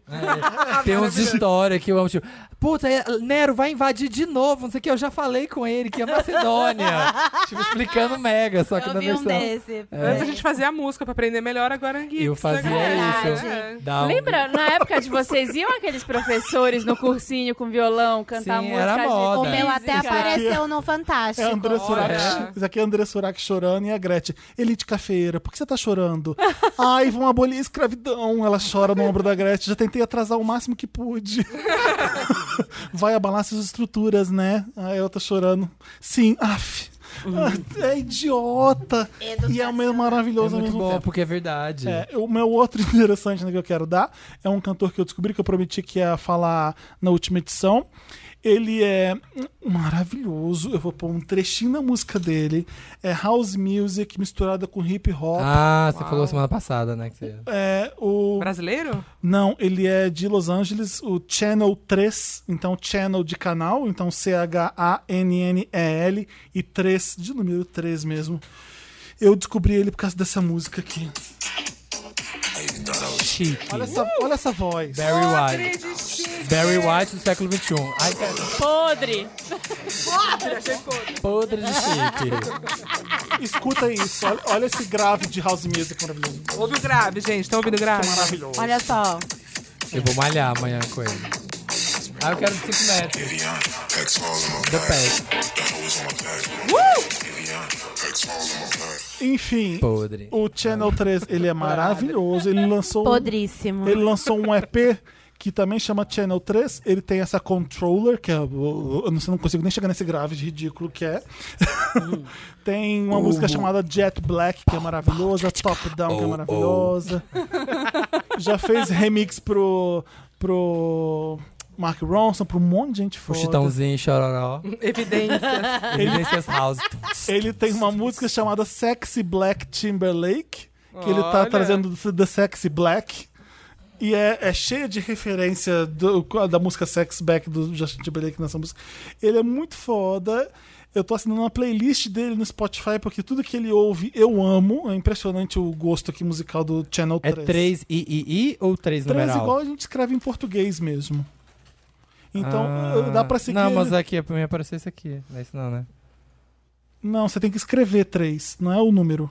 F: Tem uns de história que eu amo, tipo, puta, é- Nero vai invadir de novo, não sei o que, eu já falei com ele, que é Macedônia. tipo, explicando mega, só que na
E: Eu vi um
F: versão.
E: desse.
D: Antes a gente fazia a música pra aprender melhor, agora é gifs.
F: Eu fazia
D: né?
F: isso.
D: É.
F: Dá um-
B: Lembra, na época de vocês, iam aqueles professores no cursinho com violão cantar
F: Sim,
B: música?
F: era
B: de-
F: moda.
E: O meu até
B: Música.
E: apareceu no
A: É
E: Fantástico.
A: a André Surak.
D: olha.
A: Isso aqui é a André Surak chorando e a Gretchen. Elite cafeira, por que você tá chorando? Ai, vão abolir a escravidão. Ela chora no ombro da Gretchen. Já tentei atrasar o máximo que pude. Vai abalar suas estruturas, né? Aí ela tá chorando. Sim, af. Ah, É idiota. E é meio
F: É
A: maravilhoso ao
F: muito
A: mesmo
F: bom,
A: tempo.
F: porque é verdade.
A: É, o meu outro interessante né, que eu quero dar é um cantor que eu descobri que eu prometi que ia falar na última edição. Ele é maravilhoso. Eu vou pôr um trechinho na música dele. É house music misturada com hip hop.
F: Ah, você falou semana passada, né? que você-
A: É, o...
D: Brasileiro?
A: Não, ele é de Los Angeles, o Channel 3, então Channel de canal, então C-H-A-N-N-E-L e 3, de número 3 mesmo. Eu descobri ele por causa dessa música aqui.
F: é Chique.
A: Olha essa, olha essa voz.
F: Barry White. Barry White do século XXI. Ai, que
B: Podre.
F: podre de chique.
A: Escuta isso, olha, olha esse grave de house music maravilhoso.
D: Ouve o grave, gente. Estão ouvindo o grave?
A: Maravilhoso.
E: Olha só.
F: Eu vou malhar amanhã com ele. Ah, eu quero 5 metros. The Pack.
A: Enfim,
F: Podre.
A: o Channel 3, ele é maravilhoso, ele lançou um-
E: Podríssimo.
A: Ele lançou um EP que também chama Channel 3. Ele tem essa controller, que é. o- o- Eu não, sei, não consigo nem chegar nesse grave de ridículo que é. tem
F: Uhum.
A: uma música chamada Jet Black, que é maravilhosa. Top Down,
F: Oh,
A: que é maravilhosa. Já fez remix pro. pro. Mark Ronson, pro um monte de gente
F: O
A: foda.
F: chitãozinho, chororó.
D: Evidência.
F: Evidências assim, House.
A: Ele tem uma música chamada Sexy Black Timberlake, que ele tá
D: Olha.
A: trazendo The Sexy Black. E é, é cheia de referência do- da música Sex Back do Justin Timberlake nessa música. Ele é muito foda. Eu tô assinando uma playlist dele no Spotify, porque tudo que ele ouve eu amo. É impressionante o gosto aqui musical do Channel
F: É
A: 3.
F: 3 I, I, I ou 3
A: Três
F: numeral?
A: igual a gente escreve em português mesmo. Então,
F: Ah,
A: dá pra seguir.
F: Não,
A: ele-
F: mas aqui, pra mim apareceu isso aqui. Não é isso não, né?
A: Não, você tem que escrever três, não é o número.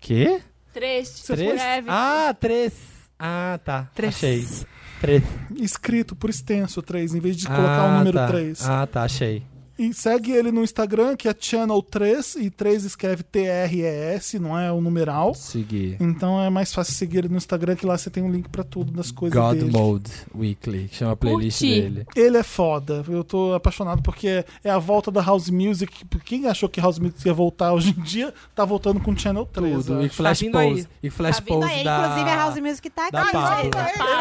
F: Quê?
B: Três.
F: Três?
B: Breve.
F: Ah, três. Ah, tá.
D: Três.
F: Achei. Três.
A: Escrito por extenso 3, em vez de
F: ah,
A: colocar o número
F: tá.
A: 3.
F: Ah, tá, achei.
A: E segue ele no Instagram, que é Channel3, e 3 escreve T-R-E-S, não é o numeral.
F: Segui.
A: Então é mais fácil seguir ele no Instagram, que lá você tem um link pra tudo das coisas
F: God
A: dele.
F: Mode Weekly, que chama a playlist
B: Curti.
F: dele.
A: Ele é foda. Eu tô apaixonado porque é- é a volta da House Music. Quem achou que House Music ia voltar hoje em dia, tá voltando com Channel né? 3.
F: Tudo. E
A: acho.
F: Flash
D: vindo aí.
F: Pose. E Flash
E: Tá vindo
F: Pose
E: aí,
F: da...
E: inclusive a House Music tá
F: da
E: aqui.
F: Pablo.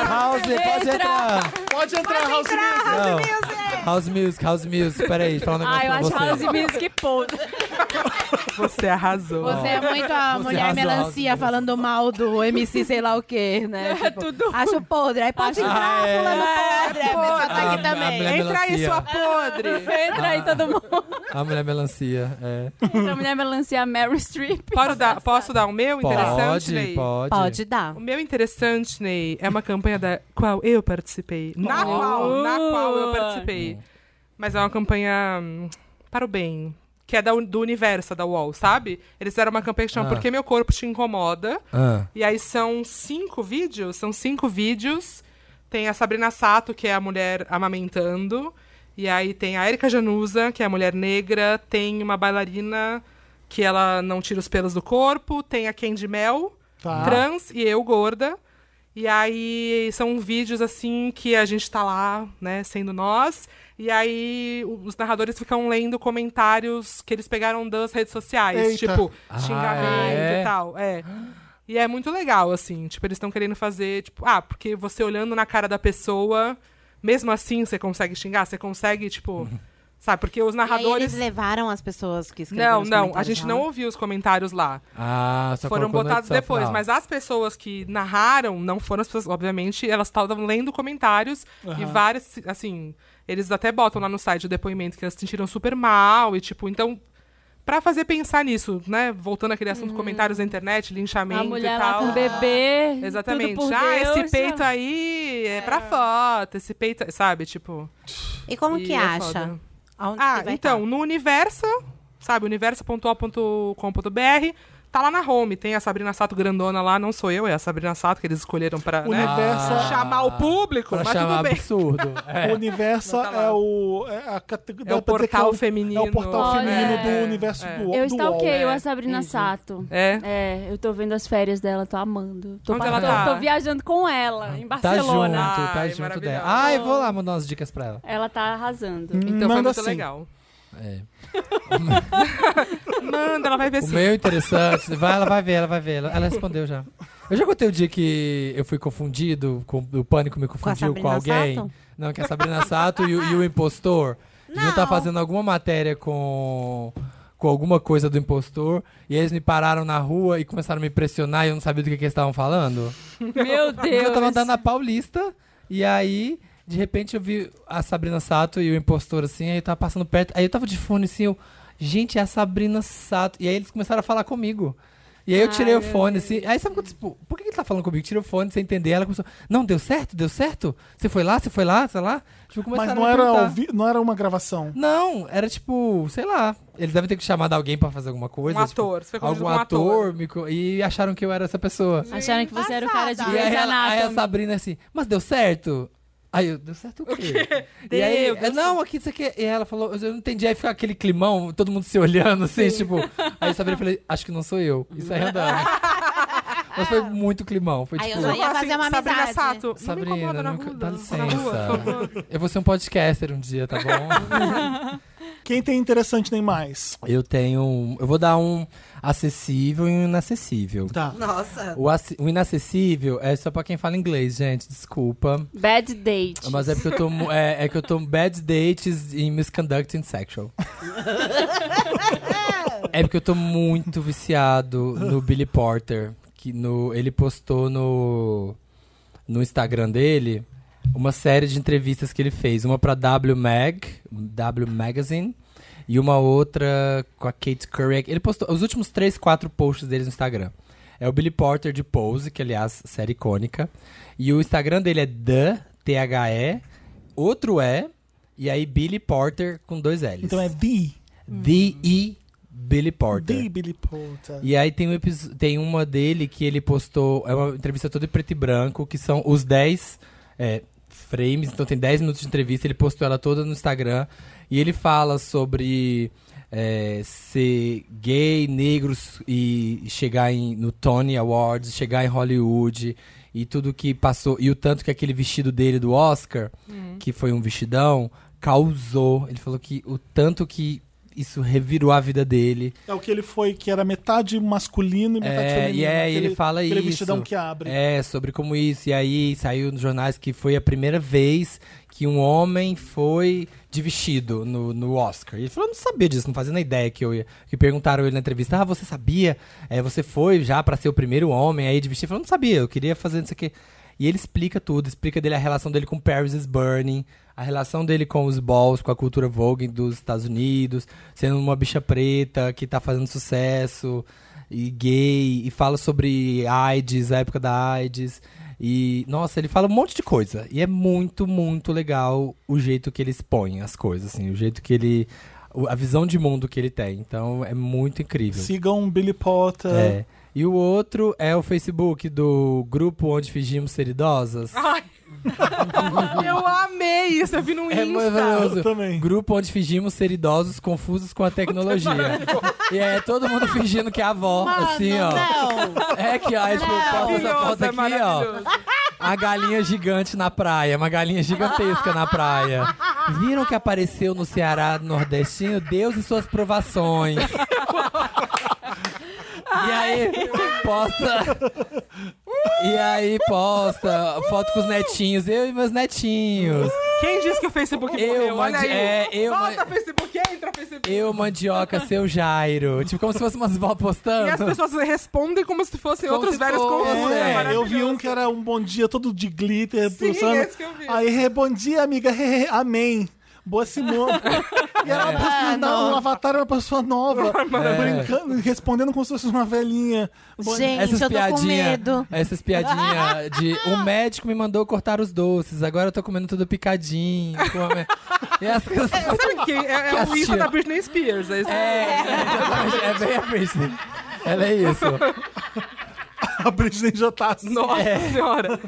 F: House, pode
B: Entra.
F: entrar.
A: Pode entrar, House Music.
F: Não. House Music, House Music. Peraí, deixa eu falar um negócio
B: Ah, eu
F: pra
B: acho
F: você.
B: House Music podre.
D: Você arrasou.
E: Você é muito a
F: Você
E: mulher
F: arrasou,
E: melancia
F: arrasou.
E: falando mal do MC sei lá o quê, né? Tipo,
B: tudo.
E: Acho podre. Aí pode entrar,
F: Ah, é.
E: fulano podre. A pessoa tá aqui
F: Ah, a
E: também.
F: mulher
D: Entra aí,
F: melancia.
D: sua podre.
B: Entra aí todo mundo.
F: A mulher melancia, é.
B: Entra a mulher melancia a Meryl Streep.
D: Posso dar, posso dar o meu interessante,
F: Pode,
D: Ney?
F: pode.
E: Pode dar.
D: O meu interessante, Ney, é uma campanha da qual eu participei. Na
B: Oh.
D: qual, na qual eu participei. Mas é uma campanha hum, para o bem. Que é da, do universo, da UOL, sabe? Eles fizeram uma campanha que chama
F: Ah.
D: Por que Meu Corpo Te Incomoda?
F: Ah,
D: E aí são cinco vídeos, são cinco vídeos. Tem a Sabrina Sato, que é a mulher amamentando. E aí tem a Erika Januza, que é a mulher negra. Tem uma bailarina que ela não tira os pelos do corpo. Tem a Candy Mel,
F: Ah.
A: Tá.
D: trans, e eu, gorda. E aí são vídeos assim que a gente tá lá, né, sendo nós. E aí o- os narradores ficam lendo comentários que eles pegaram das redes sociais.
A: Eita.
D: Tipo,
F: Ah,
D: xingamento
F: é?
D: e tal. É. E é muito legal, assim. Tipo, eles estão querendo fazer, tipo, ah, porque você olhando na cara da pessoa, mesmo assim você consegue xingar, você consegue, tipo. sabe, porque os
E: E aí eles
D: narradores.
E: levaram as pessoas que escreveram
D: Não,
E: os
D: não, a
E: comentários né?
D: gente
E: lá?
D: não ouviu os comentários lá.
F: ah só
D: foram
F: colocou no
D: botados
F: edição tá.
D: depois,
F: final.
D: mas as pessoas que narraram não foram as pessoas, obviamente, elas estavam lendo comentários e várias, assim, eles até botam lá no site o depoimento que elas se sentiram super mal e tipo, então Pra fazer pensar nisso, né? Voltando àquele assunto, comentários da internet, linchamento
B: Hum. A mulher
D: e
B: lá
D: tal.
B: com o bebê.
D: Exatamente.
B: Tudo por
D: ah,
B: Deus,
D: esse peito aí é, pra foto, esse peito, sabe, tipo.
E: E como
D: e
E: que
D: é
E: acha?
D: foda.
E: Aonde
D: Ah,
E: que vai
D: então,
E: tá?
D: no Universa, sabe, universa.ol.com.br, tá lá na home, tem a Sabrina Sato grandona lá, não sou eu, é a Sabrina Sato que eles escolheram pra né,
A: Universa-
D: chamar o público,
F: Ah, Pra
D: mas
F: chamar
D: tudo bem.
F: absurdo. É.
A: O Universa
D: Não tá lá.
A: é o. É, a categ-
D: É o
A: dá pra dizer que
D: portal
A: é o-
D: feminino.
A: É o portal
B: Olha.
A: feminino
D: É,
A: do universo
D: é.
A: do do
B: Eu
A: UOL.
B: stalkeio a Sabrina Sato.
D: É.
B: É, eu tô vendo as férias dela, tô amando. Tô,
D: Onde ela
B: tô-
D: tá?
B: tô viajando com ela, em
F: Tá junto,
B: Barcelona.
F: tá
D: Ai,
F: junto
D: maravilhosa.
F: dela. Ah, eu vou lá mandar umas dicas pra ela.
B: Ela tá arrasando.
D: Então foi
A: Manda
D: muito
A: assim.
D: legal.
F: É.
D: Manda, ela vai ver
F: O
D: sim.
F: meu é interessante. Vai, ela vai ver, ela vai ver. Ela, ela respondeu já. Eu já contei o dia que eu fui confundido, com, o pânico me confundiu com,
E: Sabrina
F: alguém.
E: Sato?
F: Não, que a Sabrina Sato e, o- e o impostor. Não. Eu
E: Não.
F: tá fazendo alguma matéria com. Com alguma coisa do impostor, e eles me pararam na rua e começaram a me pressionar e eu não sabia do que, que eles estavam falando.
B: Meu Deus.
F: Eu tava andando na Paulista e aí, de repente, eu vi a Sabrina Sato e o impostor assim, aí eu tava passando perto, aí eu tava de fone assim, eu, gente, é a Sabrina Sato. E aí eles começaram a falar comigo. E aí eu tirei o fone, assim. Aí sabe quando, tipo, por que ele tá falando comigo? Tirei o fone sem entender. Ela começou, não, deu certo, deu certo? Você foi lá, você foi lá, sei lá? Tipo,
A: Mas
D: tá,
F: começaram
A: não
F: a me
A: era, ao
F: perguntar.
A: vi- não era uma gravação.
F: Não, era tipo, sei lá. Eles devem ter que chamado alguém pra fazer alguma coisa.
D: Um
F: tipo,
D: ator, você foi confundido
F: algum
D: com um ator.
F: ator. me co- E acharam que eu era essa pessoa.
B: Acharam que você era o cara de
F: E aí,
B: Grey's
F: ela, aí a
B: Anatomy.
F: Sabrina assim, mas deu certo? Aí eu, deu certo o quê? E aí,
D: Deu,
F: eu, não, aqui isso aqui. E ela falou, eu não entendi. Aí fica aquele climão, todo mundo se olhando, assim, tipo. Aí a Sabrina falou, acho que não sou eu. E saiu andando. Mas foi muito climão. Foi
E: Aí eu
F: tipo.
E: já ia
D: Assim,
E: fazer uma
D: Sabrina
E: amizade.
D: Sato, não me
F: Sabrina,
D: incomoda na
F: não me-
D: rua,
F: dá
D: na rua, por favor.
F: Eu vou ser um podcaster um dia, tá bom?
A: Quem tem interessante nem mais?
F: eu tenho. um- Eu vou dar um acessível e um inacessível.
A: Tá.
E: Nossa.
F: O, ac- o inacessível é só pra quem fala inglês, gente. Desculpa.
B: Bad Date.
F: Mas é porque eu tô. mu- É, é que eu tô bad dates e misconducting sexual. é porque eu tô muito viciado no Billy Porter. Que no, ele postou no, no Instagram dele uma série de entrevistas que ele fez. Uma pra W Mag, W Magazine. E uma outra com a Kate Curry. Ele postou os últimos três, quatro posts deles no Instagram. É o Billy Porter de Pose, que aliás, série icônica. E o Instagram dele é The, T-H-E,
A: é
F: outro E, e aí Billy Porter com dois L's.
A: Então é B.
F: The E Billy Porter.
A: The Billy Porter.
F: E aí tem, um epis- tem uma dele que ele postou, é uma entrevista toda em preto e branco, que são os 10 é, frames, então tem 10 minutos de entrevista, ele postou ela toda no Instagram, e ele fala sobre é, ser gay, negros, e chegar em- no Tony Awards, chegar em Hollywood, e tudo que passou, e o tanto que aquele vestido dele do Oscar, que foi um vestidão, causou, ele falou que o tanto que isso revirou a vida dele,
A: É o que ele foi, que era metade masculino e metade
F: é,
A: feminino.
F: e é,
A: aquele-
F: ele fala
A: aquele
F: isso.
A: vestidão que abre.
F: É, sobre como isso. E aí saiu nos jornais que foi a primeira vez que um homem foi de vestido no, no Oscar. E ele falou, eu não sabia disso, não fazia nem ideia que eu ia. Que perguntaram ele na entrevista, ah, você sabia? É, você foi já pra ser o primeiro homem aí de vestido? Ele falou, não sabia, eu queria fazer isso aqui. E ele explica tudo, explica dele a relação dele com Paris is Burning, a relação dele com os balls, com a cultura Vogue dos Estados Unidos, sendo uma bicha preta que tá fazendo sucesso e gay, e fala sobre AIDS, a época da AIDS. E, nossa, ele fala um monte de coisa. E é muito, muito legal o jeito que ele expõe as coisas, assim, o jeito que ele. o- A visão de mundo que ele tem. Então é muito incrível.
A: Sigam Billy Potter.
F: É. E o outro é o Facebook do grupo onde fingimos ser idosas.
D: Ai. eu amei isso, eu vi no
F: É
D: Insta.
F: maravilhoso.
A: Eu também.
F: Grupo onde fingimos ser idosos confusos com a tecnologia. e é todo mundo fingindo que é a avó, assim, ó. É que, ó, eles postam essa foto
D: Maravilhoso, é
F: aqui, ó.
D: maravilhoso.
F: A galinha gigante na praia, uma galinha gigantesca na praia. Viram que apareceu no Ceará nordestino Deus e suas provações. E aí, posta. E aí, posta foto com os netinhos, eu e meus netinhos.
D: Quem disse que o Facebook
F: Eu,
D: morreu? Olha
F: mande-
D: aí.
F: é, eu,
D: Volta,
F: ma-
D: Facebook, entra, Facebook.
F: Eu, mandioca, seu Jairo. Tipo, como se fosse umas vó postando.
D: E as pessoas respondem como se fossem
F: Como
D: outros
F: se
D: velhos
F: fosse,
D: confusos.
F: é.
D: É
A: eu
D: maravilhoso.
A: vi um que era um bom dia todo de glitter.
D: Sim,
A: pulsando.
D: esse que eu vi.
A: Aí, "He, bom dia, amiga. he, he, amém. Boa Simone. E era
F: É.
A: uma
D: Ah,
A: pessoa, não, um avatar era uma pessoa nova. Brincando, respondendo como se fosse uma velhinha. Bom-
E: Gente, eu tô com medo.
F: Essas piadinhas de o médico me mandou cortar os doces, agora eu tô comendo tudo picadinho. com a me- E as coisas.
D: Sabe que é, é o Insta
F: assistiu.
D: da Britney Spears. É, isso
F: É,
D: aí.
F: exatamente, é bem a Britney. Ela é isso.
A: A Britney já tá
F: é.
A: assim.
D: Nossa senhora.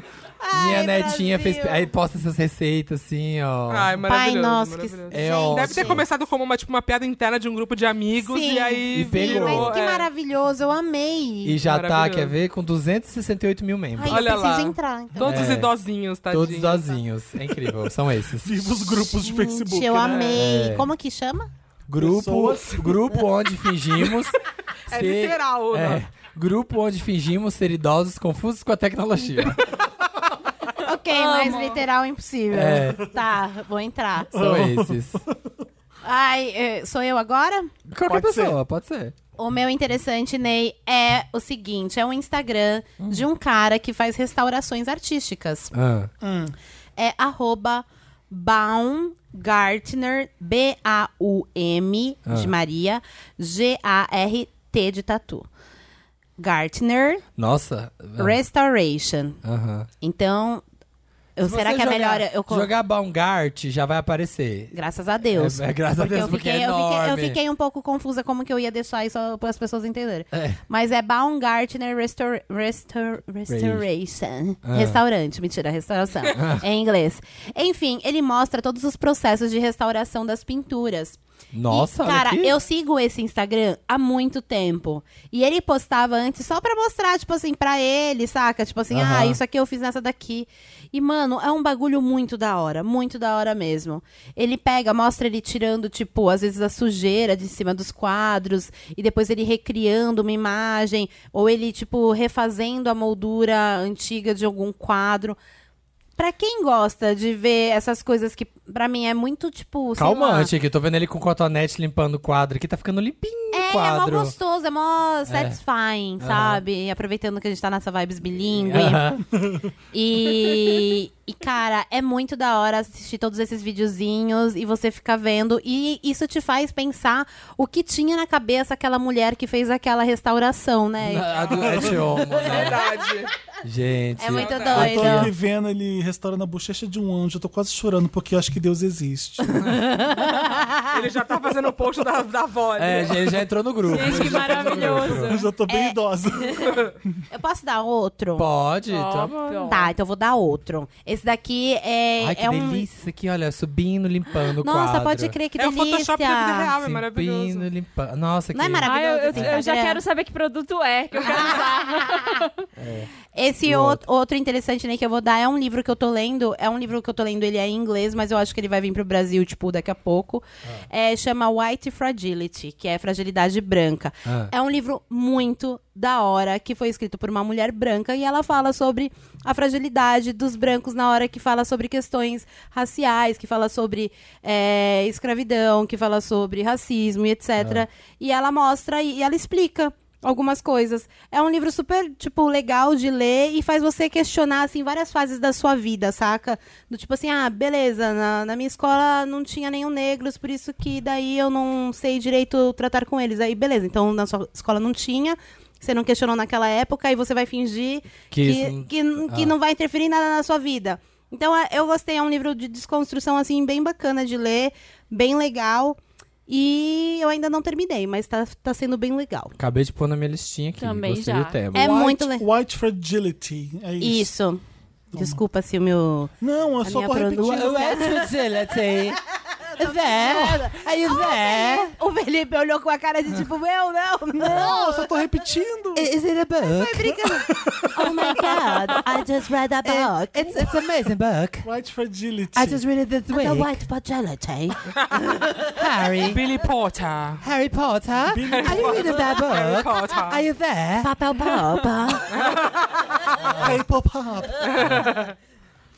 F: Minha netinha
E: Brasil.
F: fez. Aí posta essas receitas assim, ó.
D: Ai, maravilhoso.
E: nosso, que-
D: maravilhoso.
F: é,
E: gente.
F: ó.
D: Deve ter começado como uma, tipo, uma piada interna de um grupo de amigos
E: Sim.
D: e aí
F: E pegou.
E: Mas que
D: é.
E: maravilhoso, eu amei.
F: E já tá,
D: Maravilhoso.
F: quer ver, com 268 mil
E: Ai,
F: membros.
E: eu
D: Olha
E: preciso
D: lá.
E: entrar. Então.
D: Todos os
F: É.
D: idosinhos, tadinho.
F: Todos sozinhos. É incrível, são esses.
A: Viva os grupos de Facebook.
E: Gente, eu
A: né?
E: amei.
F: É.
E: Como que chama?
F: Grupo,
A: Pessoas.
F: grupo onde fingimos
D: É
F: ser.
D: literal, né?
F: É, grupo onde fingimos ser idosos confusos com a tecnologia.
E: Ok, mais literal impossível.
F: É.
E: Tá, vou entrar.
F: São esses.
E: Ai, eh, sou eu agora?
F: Qualquer
A: Pode ser.
F: pessoa, pode ser.
E: O meu interessante, Ney, é o seguinte: é um Instagram
F: Hum.
E: de um cara que faz restaurações artísticas.
F: Ah,
E: É arroba Baumgartner, B-A-U-M
F: Ah.
E: de Maria, G-A-R-T de Tatu. Gartner
F: Nossa. ah,
E: Restoration.
F: aham.
E: Então, eu-
F: Se
E: será
F: você
E: que é
F: jogar-
E: melhor eu... co-
F: Jogar Baumgart já vai aparecer.
E: Graças a Deus.
F: É, é, graças a Deus,
E: eu
F: porque
E: fiquei,
F: é
E: eu, fiquei, eu
F: enorme.
E: fiquei um pouco confusa como que eu ia deixar isso para as pessoas entenderem. Mas é Baumgartner Restor, Restor, Restoration. Restaurante, mentira, restauração. em inglês. Enfim, ele mostra todos os processos de restauração das pinturas.
F: Nossa,
E: E,
F: olha
E: cara,
F: aqui.
E: eu sigo esse Instagram há muito tempo. E ele postava antes só pra mostrar, tipo assim, pra ele, saca? Tipo assim,
F: Aham.
E: ah, isso aqui eu fiz nessa daqui. E, mano, é um bagulho muito da hora, muito da hora mesmo. Ele pega, mostra ele tirando, tipo, às vezes a sujeira de cima dos quadros, e depois ele recriando uma imagem, ou ele, tipo, refazendo a moldura antiga de algum quadro. Pra quem gosta de ver essas coisas que, pra mim, é muito, tipo. sei lá,
F: Calmante aqui, tô vendo ele com cotonete limpando o quadro aqui, tá ficando limpinho o
E: é, é
F: quadro.
E: mó gostoso, é mó satisfying, sabe? Aproveitando que a gente tá nessa vibes bilíngue.
F: Aham.
E: E, e, cara, é muito da hora assistir todos esses videozinhos e você ficar vendo. E isso te faz pensar o que tinha na cabeça aquela mulher que fez aquela restauração, né?
F: A do Ed Olmo, né?
D: Verdade.
F: Gente.
E: É muito
A: Eu tô aqui
E: doido.
A: vendo ele restaurando a bochecha de um anjo. Eu tô quase chorando porque eu acho que Deus existe.
D: Ele já tá fazendo o post da, da avó.
F: É,
D: né?
F: ele já entrou
C: no grupo.
B: Gente, que
A: Eu
B: maravilhoso.
A: já tô bem
E: É.
A: idosa.
E: Eu posso dar outro?
C: Pode, tá bom.
B: Óbvio.
E: Tá, então eu vou dar outro. Esse daqui é,
C: Ai, que
E: é um.
C: delícia isso aqui, olha, subindo, limpando o quadro.
E: Nossa, pode crer que
D: é o
E: delícia.
D: Photoshop da vida real, é
C: Subindo,
D: maravilhoso.
C: limpando. Nossa,
E: Não
C: que...
E: é maravilhoso?
B: Ah, eu, eu-
E: esse
D: tá
B: eu já
E: Instagram?
B: quero saber que produto é, que eu quero usar.
E: Esse
C: E o
E: ou- outro. interessante, né, que eu vou dar é um livro que eu tô lendo. É um livro que eu tô lendo, ele é em inglês, mas eu acho que ele vai vir pro Brasil, tipo, daqui a pouco. É, chama White Fragility, que é fragilidade branca.
C: Ah.
E: É um livro muito da hora, que foi escrito por uma mulher branca, e ela fala sobre a fragilidade dos brancos na hora que fala sobre questões raciais, que fala sobre é, escravidão, que fala sobre racismo e etc. E ela mostra e e ela explica algumas coisas. É um livro super, tipo, legal de ler e faz você questionar, assim, várias fases da sua vida, saca? Do tipo assim, ah, beleza, na, na minha escola não tinha nenhum negros, por isso que daí eu não sei direito tratar com eles. Aí, beleza, então na sua escola não tinha, você não questionou naquela época e você vai fingir
C: Que
E: que,
C: isso-
E: que, que não Ah. vai interferir em nada na sua vida. Então, é- eu gostei. É um livro de desconstrução, assim, bem bacana de ler, bem legal. E eu ainda não terminei, mas tá, tá sendo bem legal.
C: Acabei de pôr na minha listinha aqui.
B: Também
C: Gostei
B: já.
C: do tema.
E: É
A: White-
E: muito le-
A: White Fragility. É isso.
E: Isso. Desculpa se o meu.
A: Não, eu
E: A
A: só
E: minha é
A: tô
E: produ-
A: repetindo.
E: Aí o é. Ah, Felipe olhou com a cara de tipo, meu, não, não.
A: Não, eu só tô repetindo.
C: Is it a book?
E: Oh my god, I just read É, a book.
C: It's, it's amazing book.
A: White Fragility.
C: read it this
E: The White Fragility.
C: Harry.
D: Billy Potter.
C: Harry Potter.
A: Billy
C: Are you reading that
D: Harry
C: book? Are
D: Potter.
C: you there?
E: Papel boba.
A: Hey, pop up.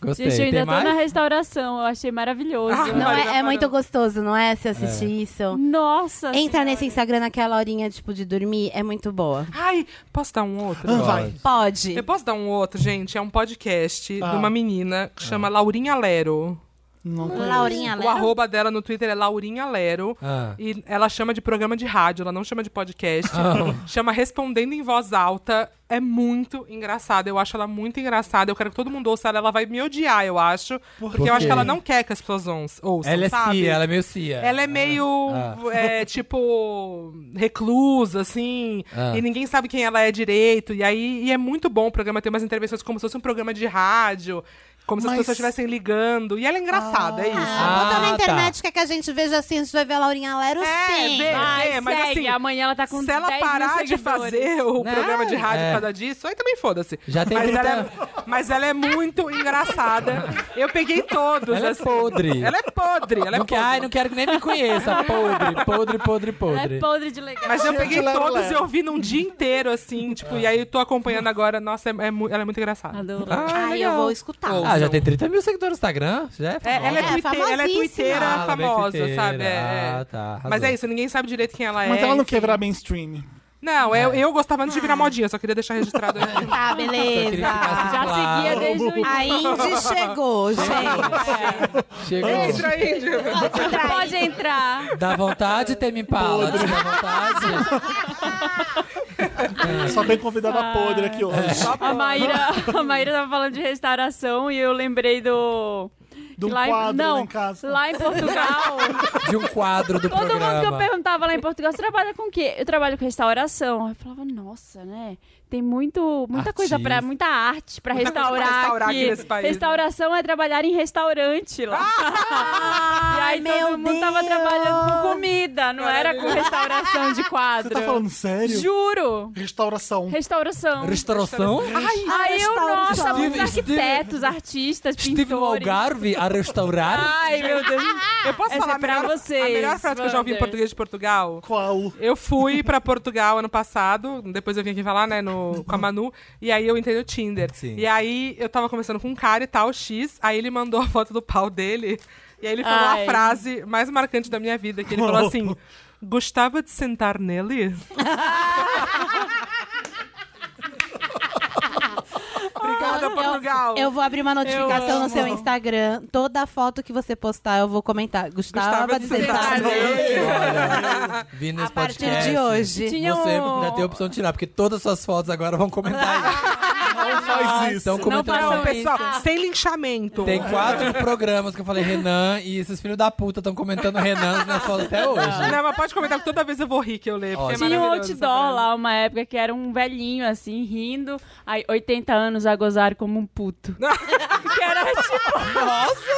C: Gostei.
B: Gente, eu ainda
C: Tem
B: tô
C: mais?
B: na restauração, eu achei maravilhoso.
D: Ah,
E: Não, é, é muito gostoso, não é? Se assistir isso.
B: Nossa
E: Entrar nesse Instagram naquela horinha, tipo, de dormir é muito boa.
D: Ai, posso dar um outro?
A: Vai.
E: Pode.
D: Eu posso dar um outro, gente? É um podcast
A: Ah.
D: de uma menina que chama Laurinha Lero.
A: Não conheço.
E: Laurinha
D: O
E: Lero.
D: arroba dela no Twitter é Laurinha Lero.
C: Ah.
D: E ela chama de programa de rádio, ela não chama de podcast.
A: Ah.
D: Chama Respondendo em Voz Alta. É muito engraçada. Eu acho ela muito engraçada. Eu quero que todo mundo ouça ela. Ela vai me odiar, eu acho. Porque
C: quê?
D: eu acho que ela não quer que as pessoas ouçam, ouçam,
C: Ela é
D: sabe?
C: Cia, ela é Ah. meio Cia.
D: Ela é meio, é, tipo, reclusa, assim.
C: Ah.
D: E ninguém sabe quem ela é direito. E aí e é muito bom o programa. Tem umas intervenções como se fosse um programa de rádio. Como se as
A: Mas-
D: pessoas estivessem ligando. E ela é engraçada, é isso.
E: Ah, bota
C: Ah,
E: na
C: tá.
E: internet que é que a gente veja assim, a gente vai ver a Laurinha Lero
D: É,
E: sim.
D: vê,
B: Ai,
D: vê, mas
B: segue.
D: assim,
B: Amanhã ela tá com
D: se ela
B: 10 mil
D: parar de
B: seguidores.
D: fazer o
C: Não,
D: programa de rádio
C: é.
D: por causa disso, aí também foda-se.
C: Já tem
D: mas,
C: 30.
D: ela é, mas ela é muito engraçada. Eu peguei todos.
C: Ela é
D: assim.
C: podre.
D: Ela é podre. Ela
C: não
D: é podre.
C: quer, ai, não quero que nem me conheça. Podre, podre, podre,
B: Ela
C: podre.
B: é podre de legal.
D: Mas eu peguei
A: lero,
D: todos
A: lero.
D: e eu vi num dia inteiro, assim, tipo, e aí eu tô acompanhando agora. Nossa, é, é mu- ela é muito engraçada.
B: Adoro.
E: Ai, eu vou escutar.
C: Ah,
D: Ouça.
C: já tem 30 mil seguidores no Instagram? Já é
D: É,
C: famosa.
D: ela é,
E: É,
D: tuite- ela é
E: famosíssima.
D: tuiteira
C: Ah, ela é bem
D: famosa,
C: twitteira.
D: sabe? É, é.
C: Ah, tá. Arrasou.
D: Mas é isso, ninguém sabe direito quem ela é.
A: Mas ela não
D: enfim.
A: quer virar mainstream.
D: Não, eu, eu gostava antes de
B: Ah.
D: virar modinha, só queria deixar registrado aqui.
E: Tá,
C: Eu queria que ficasse
E: beleza.
B: Já
C: claro.
B: seguia desde o início. É.
E: A Indy chegou, gente.
C: Chegou.
D: Entra aí, Diego.
B: Pode entrar.
C: Dá vontade, Temi Paula? Dá vontade?
B: É.
A: Só tem
B: Ah.
A: convidada podre aqui hoje.
B: A Maíra, a Maíra tava falando de restauração e eu lembrei do.
A: De um
B: lá em-
A: quadro
B: não,
A: lá em casa.
B: Lá em Portugal.
C: De um quadro do
B: Todo
C: programa.
B: mundo que eu perguntava lá em Portugal, você trabalha com o quê? Eu trabalho com restauração. Eu falava, nossa, né? Tem muito, muita coisa pra.
C: Artista.
B: muita arte pra
D: Muita coisa pra
B: restaurar,
D: restaurar
B: aqui.
D: aqui nesse país.
B: Restauração é trabalhar em restaurante lá. e aí
E: meu
B: todo mundo tava
E: Deus.
B: trabalhando com comida, não era com restauração de
A: Você
B: quadro.
A: tá falando sério?
B: Juro!
A: Restauração.
B: Restauração.
C: Restauração?
B: Aí eu, nossa,
E: Restauração.
B: muitos
C: Steve-
B: arquitetos, artistas,
C: Estive no
B: pintores.
C: Algarve a restaurar.
B: Ai, meu Deus.
D: Eu posso
B: Essa
D: falar
B: é pra
D: a melhor-
B: vocês,
D: A melhor frase que eu já ouvi em
B: Wander.
D: português de Portugal?
A: Qual?
D: Eu fui pra Portugal ano passado, depois eu vim aqui falar, né, no, com a Manu, e aí eu entrei no Tinder.
C: Sim.
D: E aí eu tava conversando com um cara e tal, X, aí ele mandou a foto do pau dele, e aí ele falou a
B: Ai.
D: frase mais marcante da minha vida, que ele falou assim, gostava de sentar nele? Obrigada, Portugal!
E: Eu vou abrir uma notificação no seu Instagram. Toda foto que você postar, eu vou comentar. Gostava
D: Gostava
E: de
D: de
E: sentar
D: sentar
E: nele.
C: Olha, vi nesse
E: A partir
C: podcast.
E: de hoje.
B: Tinha
C: Você
B: um-
C: ainda tem a opção de tirar, porque todas as suas fotos agora vão comentar
B: Ah,
A: Não
B: tá.
A: faz isso.
F: Então,
B: Não
F: comentando.
B: façam
D: Não, pessoal,
B: isso.
D: sem linchamento.
F: Tem quatro programas que eu falei Renan e esses filhos da puta estão comentando Renan nas fotos até hoje.
D: Não, mas pode comentar que toda vez eu vou rir que eu leio. porque é
B: Tinha um
D: maravilhoso essa
B: outdoor
D: frase.
B: lá, uma época, que era um velhinho, assim, rindo. Aí, 80 anos a gozar como um puto. que era tipo... Nossa!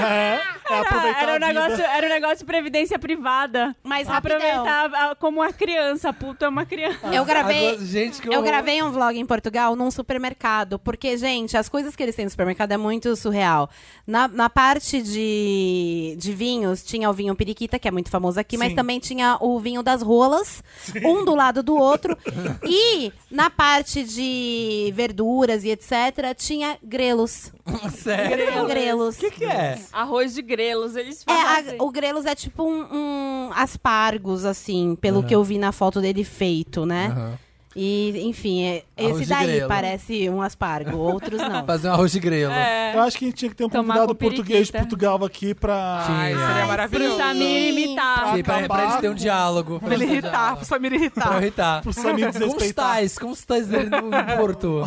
A: É, é
B: Era,
A: aproveitar
B: era
A: a
B: um
A: vida.
B: negócio, era um negócio de previdência privada.
E: Mas rapidão.
B: Aproveitar a- como uma criança, puto é uma criança.
E: Eu gravei.
F: Agora, gente, que
E: Eu
F: horror.
E: gravei um vlog em Portugal num supermercado, porque, gente, as coisas que eles têm no supermercado é muito surreal. Na, na parte de, de vinhos, tinha o vinho periquita, que é muito famoso aqui, mas também tinha o vinho das rolas, um do lado do outro. e na parte de verduras e etc., tinha grelos.
F: Sério?
E: Tinha grelos.
F: O que, que é?
B: Arroz de grelos, eles
E: É,
B: falam
E: a-
B: assim.
E: o Grelos é tipo um, um aspargos, assim, pelo que eu vi na foto dele feito, né? E, enfim, é-
F: Arroz
E: esse
F: de
E: daí
F: grelo.
E: parece um aspargo, outros não.
F: Fazer um arroz de grelo.
A: Eu acho que a gente tinha que ter um
B: Tomar
A: convidado
B: com periquita. é.
A: português de Portugal aqui pra.
D: Ai, seria maravilhoso.
B: Pra me imitar.
F: Sim, pra, pra eles terem um diálogo.
D: Pra ele
F: eles terem um
D: irritar,
F: diálogo.
D: pro Samir
F: Pra eu
D: irritar.
F: irritar.
A: Pro Samir
F: Como
A: desrespeitar.
F: estás? Como estás aí no Porto?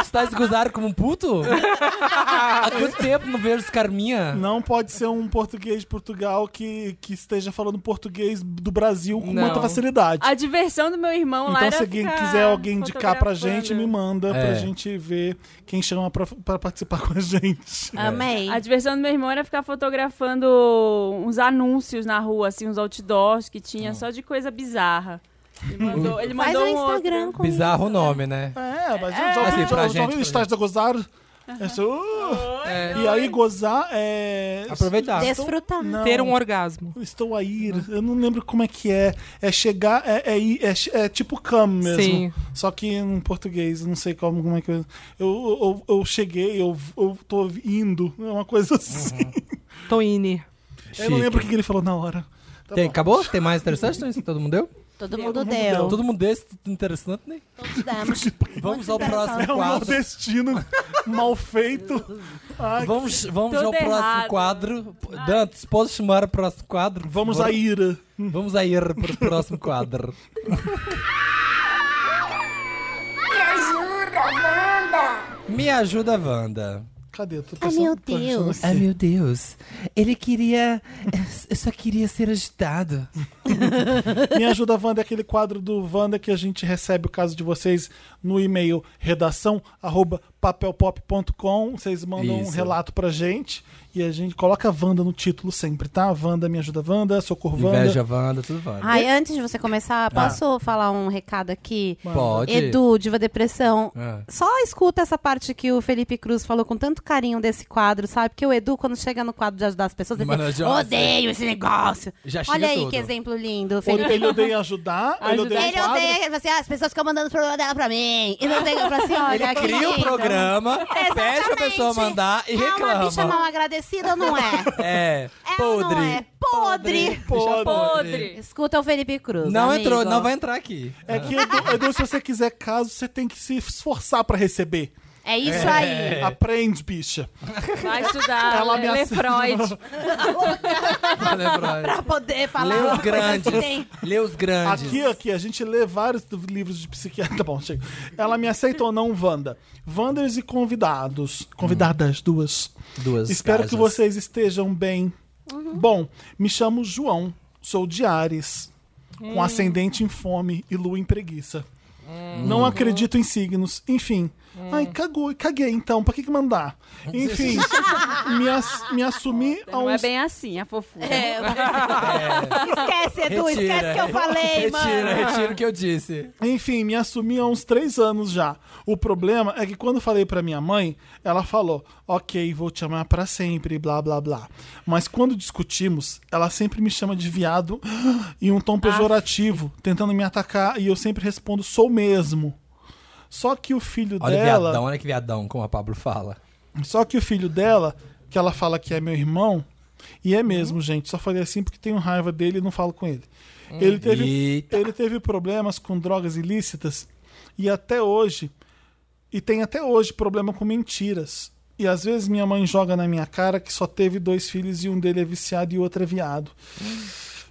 F: estás gozar como um puto? Há quanto tempo não vejo Carminha?
A: Não pode ser um português de Portugal que, que esteja falando português do Brasil com
D: Não.
A: muita facilidade.
B: A diversão do meu irmão
A: Então,
B: lá era
A: se alguém
B: ficar
A: quiser alguém indicar pra gente, me
B: fotografando.
A: manda
F: É.
A: pra gente ver quem chama pra, pra participar com a gente.
E: Amei.
B: A diversão do meu irmão era ficar fotografando uns anúncios na rua, assim, uns outdoors que
D: Ah.
B: tinha só de coisa bizarra. Ele
D: Hum.
B: mandou, ele
E: Faz
B: mandou
E: um
B: um outro.
E: Instagram com
F: Bizarro o nome, né?
A: É, mas já
F: Assim,
A: ouvi,
F: pra
A: já, já
F: gente,
A: ouvi
F: pra
A: estágio da gozar. Eu sou, uh,
F: É.
A: e aí gozar é...
F: Aproveitar.
E: Desfrutar.
A: Não,
D: Ter um orgasmo.
A: Estou a ir. Eu não lembro como é que é. É chegar, é, é, ir- é, che- é tipo come mesmo.
D: Sim.
A: Só que em português, não sei como, como é que eu. Eu, eu, eu cheguei, eu, eu tô indo. É uma coisa assim.
D: Toine.
A: Eu não
F: Chique.
A: lembro o que que ele falou na hora. Tá
F: Tem,
A: bom.
F: acabou? Tem mais interessante? Não é isso? Todo mundo deu?
E: Todo mundo deu.
F: Todo mundo desse interessante, né?
E: Todos demos.
F: Vamos ao
E: interessante.
F: próximo
A: É um
F: quadro.
A: nordestino mal feito. Ai,
F: Vamos, vamos
B: Tudo
F: ao próximo
B: errado.
F: quadro. Dantes, pode chamar o próximo quadro? por
A: vamos
F: favor?
A: à ira.
F: Vamos a ir pro próximo quadro.
H: Me ajuda, Wanda!
F: Me ajuda, Wanda.
A: Cadê? Eu tô
E: Ai,
A: pensando-
E: meu
A: tô achando
E: Deus.
A: aqui.
F: meu Deus. Ele queria. Eu só queria ser agitado.
A: Me ajuda, Wanda, é aquele quadro do Wanda que a gente recebe o caso de vocês no e-mail redação arroba papelpop.com. Vocês mandam um
F: Isso.
A: relato pra gente e a gente coloca a Wanda no título sempre, tá? Wanda, me ajuda, Wanda, socorro, Wanda.
F: Inveja, Wanda, tudo Wanda.
E: Ai, antes de você começar, posso falar um recado aqui?
F: Ah. Pode.
E: Edu, Diva Depressão,
F: Ah.
E: só escuta essa parte que o Felipe Cruz falou com tanto carinho desse quadro, sabe? Porque o Edu, quando chega no quadro de ajudar as pessoas, ele
F: Mano,
E: fala,
F: já-
E: odeio esse negócio.
F: Já chega
E: Olha aí
F: tudo.
E: que exemplo lindo,
A: Ou
E: Felipe.
A: Ele odeia ajudar, ele odeia
E: Ele
A: quadro.
E: odeia, ele fala assim, ah, as pessoas ficam mandando o problema dela pra mim. E não tem eu falo assim, olha, que
F: Cria o
E: lindo.
F: programa, pede a
E: Exatamente.
F: pessoa mandar e
E: É uma bicha mal
F: reclama.
E: agradecida ou não é?
F: É,
E: É ou
F: podre.
E: não é? Podre.
F: Bicha
B: Podre.
E: Escuta o Felipe Cruz,
F: Não
E: amigo.
F: entrou, não vai entrar aqui.
A: É que, Edu, Edu, se você quiser caso, você tem que se esforçar pra receber.
E: É isso aí.
A: Aprende, bicha.
B: Vai estudar,
A: Ela
B: lê, lê
A: ameaça-
B: Freud.
E: Pra poder falar
F: Lê os
E: uma coisa que
F: grandes.
E: tem.
F: Lê os grandes.
A: Aqui, aqui, a gente lê vários do- livros de psiquiatra. Tá bom, chega. Ela me aceita ou não, Wanda? Wanders e convidados. Convidadas, duas.
F: Duas
A: Espero
F: casas.
A: que vocês estejam bem.
B: Uhum.
A: Bom, me chamo João, sou de Ares,
B: Hum.
A: com ascendente em fome e lua em preguiça.
B: Hum.
A: Não acredito em signos. Enfim. Ai, cagou, caguei então. Pra que, que mandar? Enfim, me, ass- me assumi a um
B: Não é
A: uns
B: bem assim, a fofura.
E: É, esquece, Edu,
F: Retira.
E: É esquece que eu falei,
F: Retira,
E: mano.
F: retira o que eu disse.
A: Enfim, me assumi há uns três anos já. O problema é que quando falei pra minha mãe, ela falou: Ok, vou te amar pra sempre, blá blá blá. Mas quando discutimos, ela sempre me chama de viado em um tom pejorativo, tentando me atacar, e eu sempre respondo: Sou mesmo. Só que o filho
F: Olha
A: dela.
F: viadão, olha que viadão, como a Pablo fala.
A: Só que o filho dela, que ela fala que é meu irmão, e é mesmo, gente, só falei assim porque tenho raiva dele e não falo com ele. Ele teve,
F: Eita.
A: ele teve problemas com drogas ilícitas e até hoje, e tem até hoje problema com mentiras. E às vezes minha mãe joga na minha cara que só teve dois filhos e um dele é viciado e o outro é viado.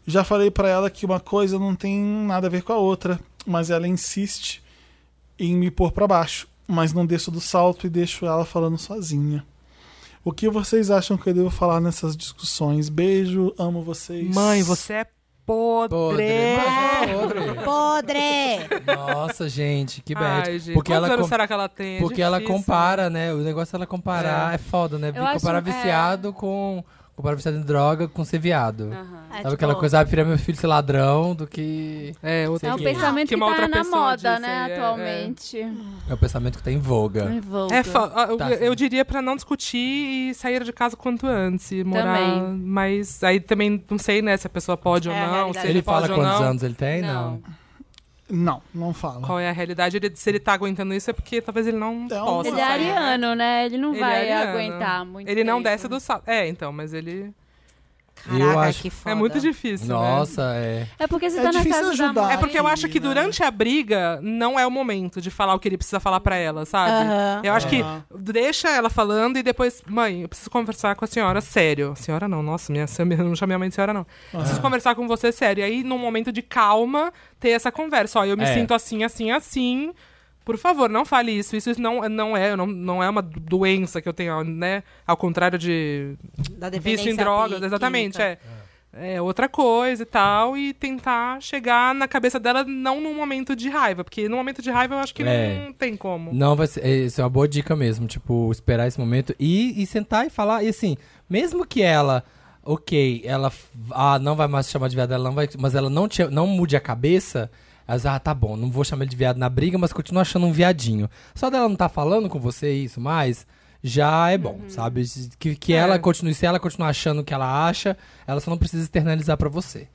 A: Já falei pra ela que uma coisa não tem nada a ver com a outra, mas ela insiste em me pôr pra baixo, mas não desço do salto e deixo ela falando sozinha. O que vocês acham que eu devo falar nessas discussões? Beijo, amo vocês.
D: Mãe, você é podre.
F: Mas é podre.
E: Podre!
F: Nossa, gente, que bad.
D: Ai, gente,
F: porque
D: quantos
F: ela,
D: anos
F: com-
D: será que ela tem? É
F: porque ela
D: difícil.
F: compara, né? O negócio é ela comparar. É, foda, né?
B: acho-
F: Comparar
E: é.
F: viciado com... Comparar viciado em droga com ser viado.
E: É,
F: Sabe
E: tipo,
F: aquela coisa, ah, prefiro meu filho ser ladrão do que...
D: É, outra
B: É um
F: Que-
B: pensamento
D: que
B: que,
D: uma outra
B: tá na
D: pessoa
B: moda,
D: disse,
B: né,
D: é,
B: atualmente.
F: É o pensamento que tá em voga.
B: Ai, volta.
D: É, fa- ah, eu,
F: Tá,
D: eu
F: sim.
D: diria pra não discutir e sair de casa quanto antes. E morar.
B: Também.
D: Mas aí também não sei, né, se a pessoa pode
E: É a
D: ou não. Se
E: realidade.
D: ele,
F: Ele
D: pode
F: fala
D: ou
F: quantos
E: um?
D: não.
F: anos ele tem? Não.
A: Não, não fala.
D: Qual é a realidade? Ele- se ele tá aguentando isso é porque talvez ele não
A: É um-
D: possa.
B: Ele é
D: sair, né?
B: ariano, né? Ele não
D: Ele é
B: vai
D: ariano.
B: aguentar muito.
D: Ele não
B: tempo.
D: desce do salto. É, então, mas ele.
E: Caraca,
F: Eu acho-
E: que foda.
D: É muito difícil. né?
F: Nossa, é...
B: É porque você
A: É
B: tá na
A: difícil
B: casa da
A: ajudar.
B: mãe.
D: É porque eu acho que
A: né?
D: durante a briga não é o momento de falar o que ele precisa falar pra ela, sabe?
E: Aham.
D: Eu acho que
A: Aham.
D: deixa ela falando e depois, mãe, eu preciso conversar com a senhora, sério. Senhora não, nossa, minha, eu não chamei a mãe de senhora, não. Preciso conversar com você, sério. E aí, num momento de calma, ter essa conversa. Ó, eu me
F: É.
D: sinto assim, assim, assim. Por favor, não fale isso. Isso, isso não, não é, não, não é uma doença que eu tenho, né? Ao contrário de
E: Da
D: vício
E: dependência
D: em drogas,
E: química.
D: exatamente, é. É outra coisa e tal, e tentar chegar na cabeça dela não num momento de raiva, porque num momento de raiva eu acho que
F: É.
D: não tem como.
F: Não, vai ser, é, isso é uma boa dica mesmo, tipo, esperar esse momento e, e sentar e falar. E assim, mesmo que ela, ok, ela f- ah, não vai mais te chamar de viado, ela não vai, mas ela não, te, não mude a cabeça, ela diz, ah, tá bom, não vou chamar ele de viado na briga, mas continua achando um viadinho. Só dela não tá falando com você isso mais, já é bom, sabe? Que, que
D: Uhum. É.
F: ela continue, se ela continuar achando o que ela acha, ela só não precisa externalizar pra você.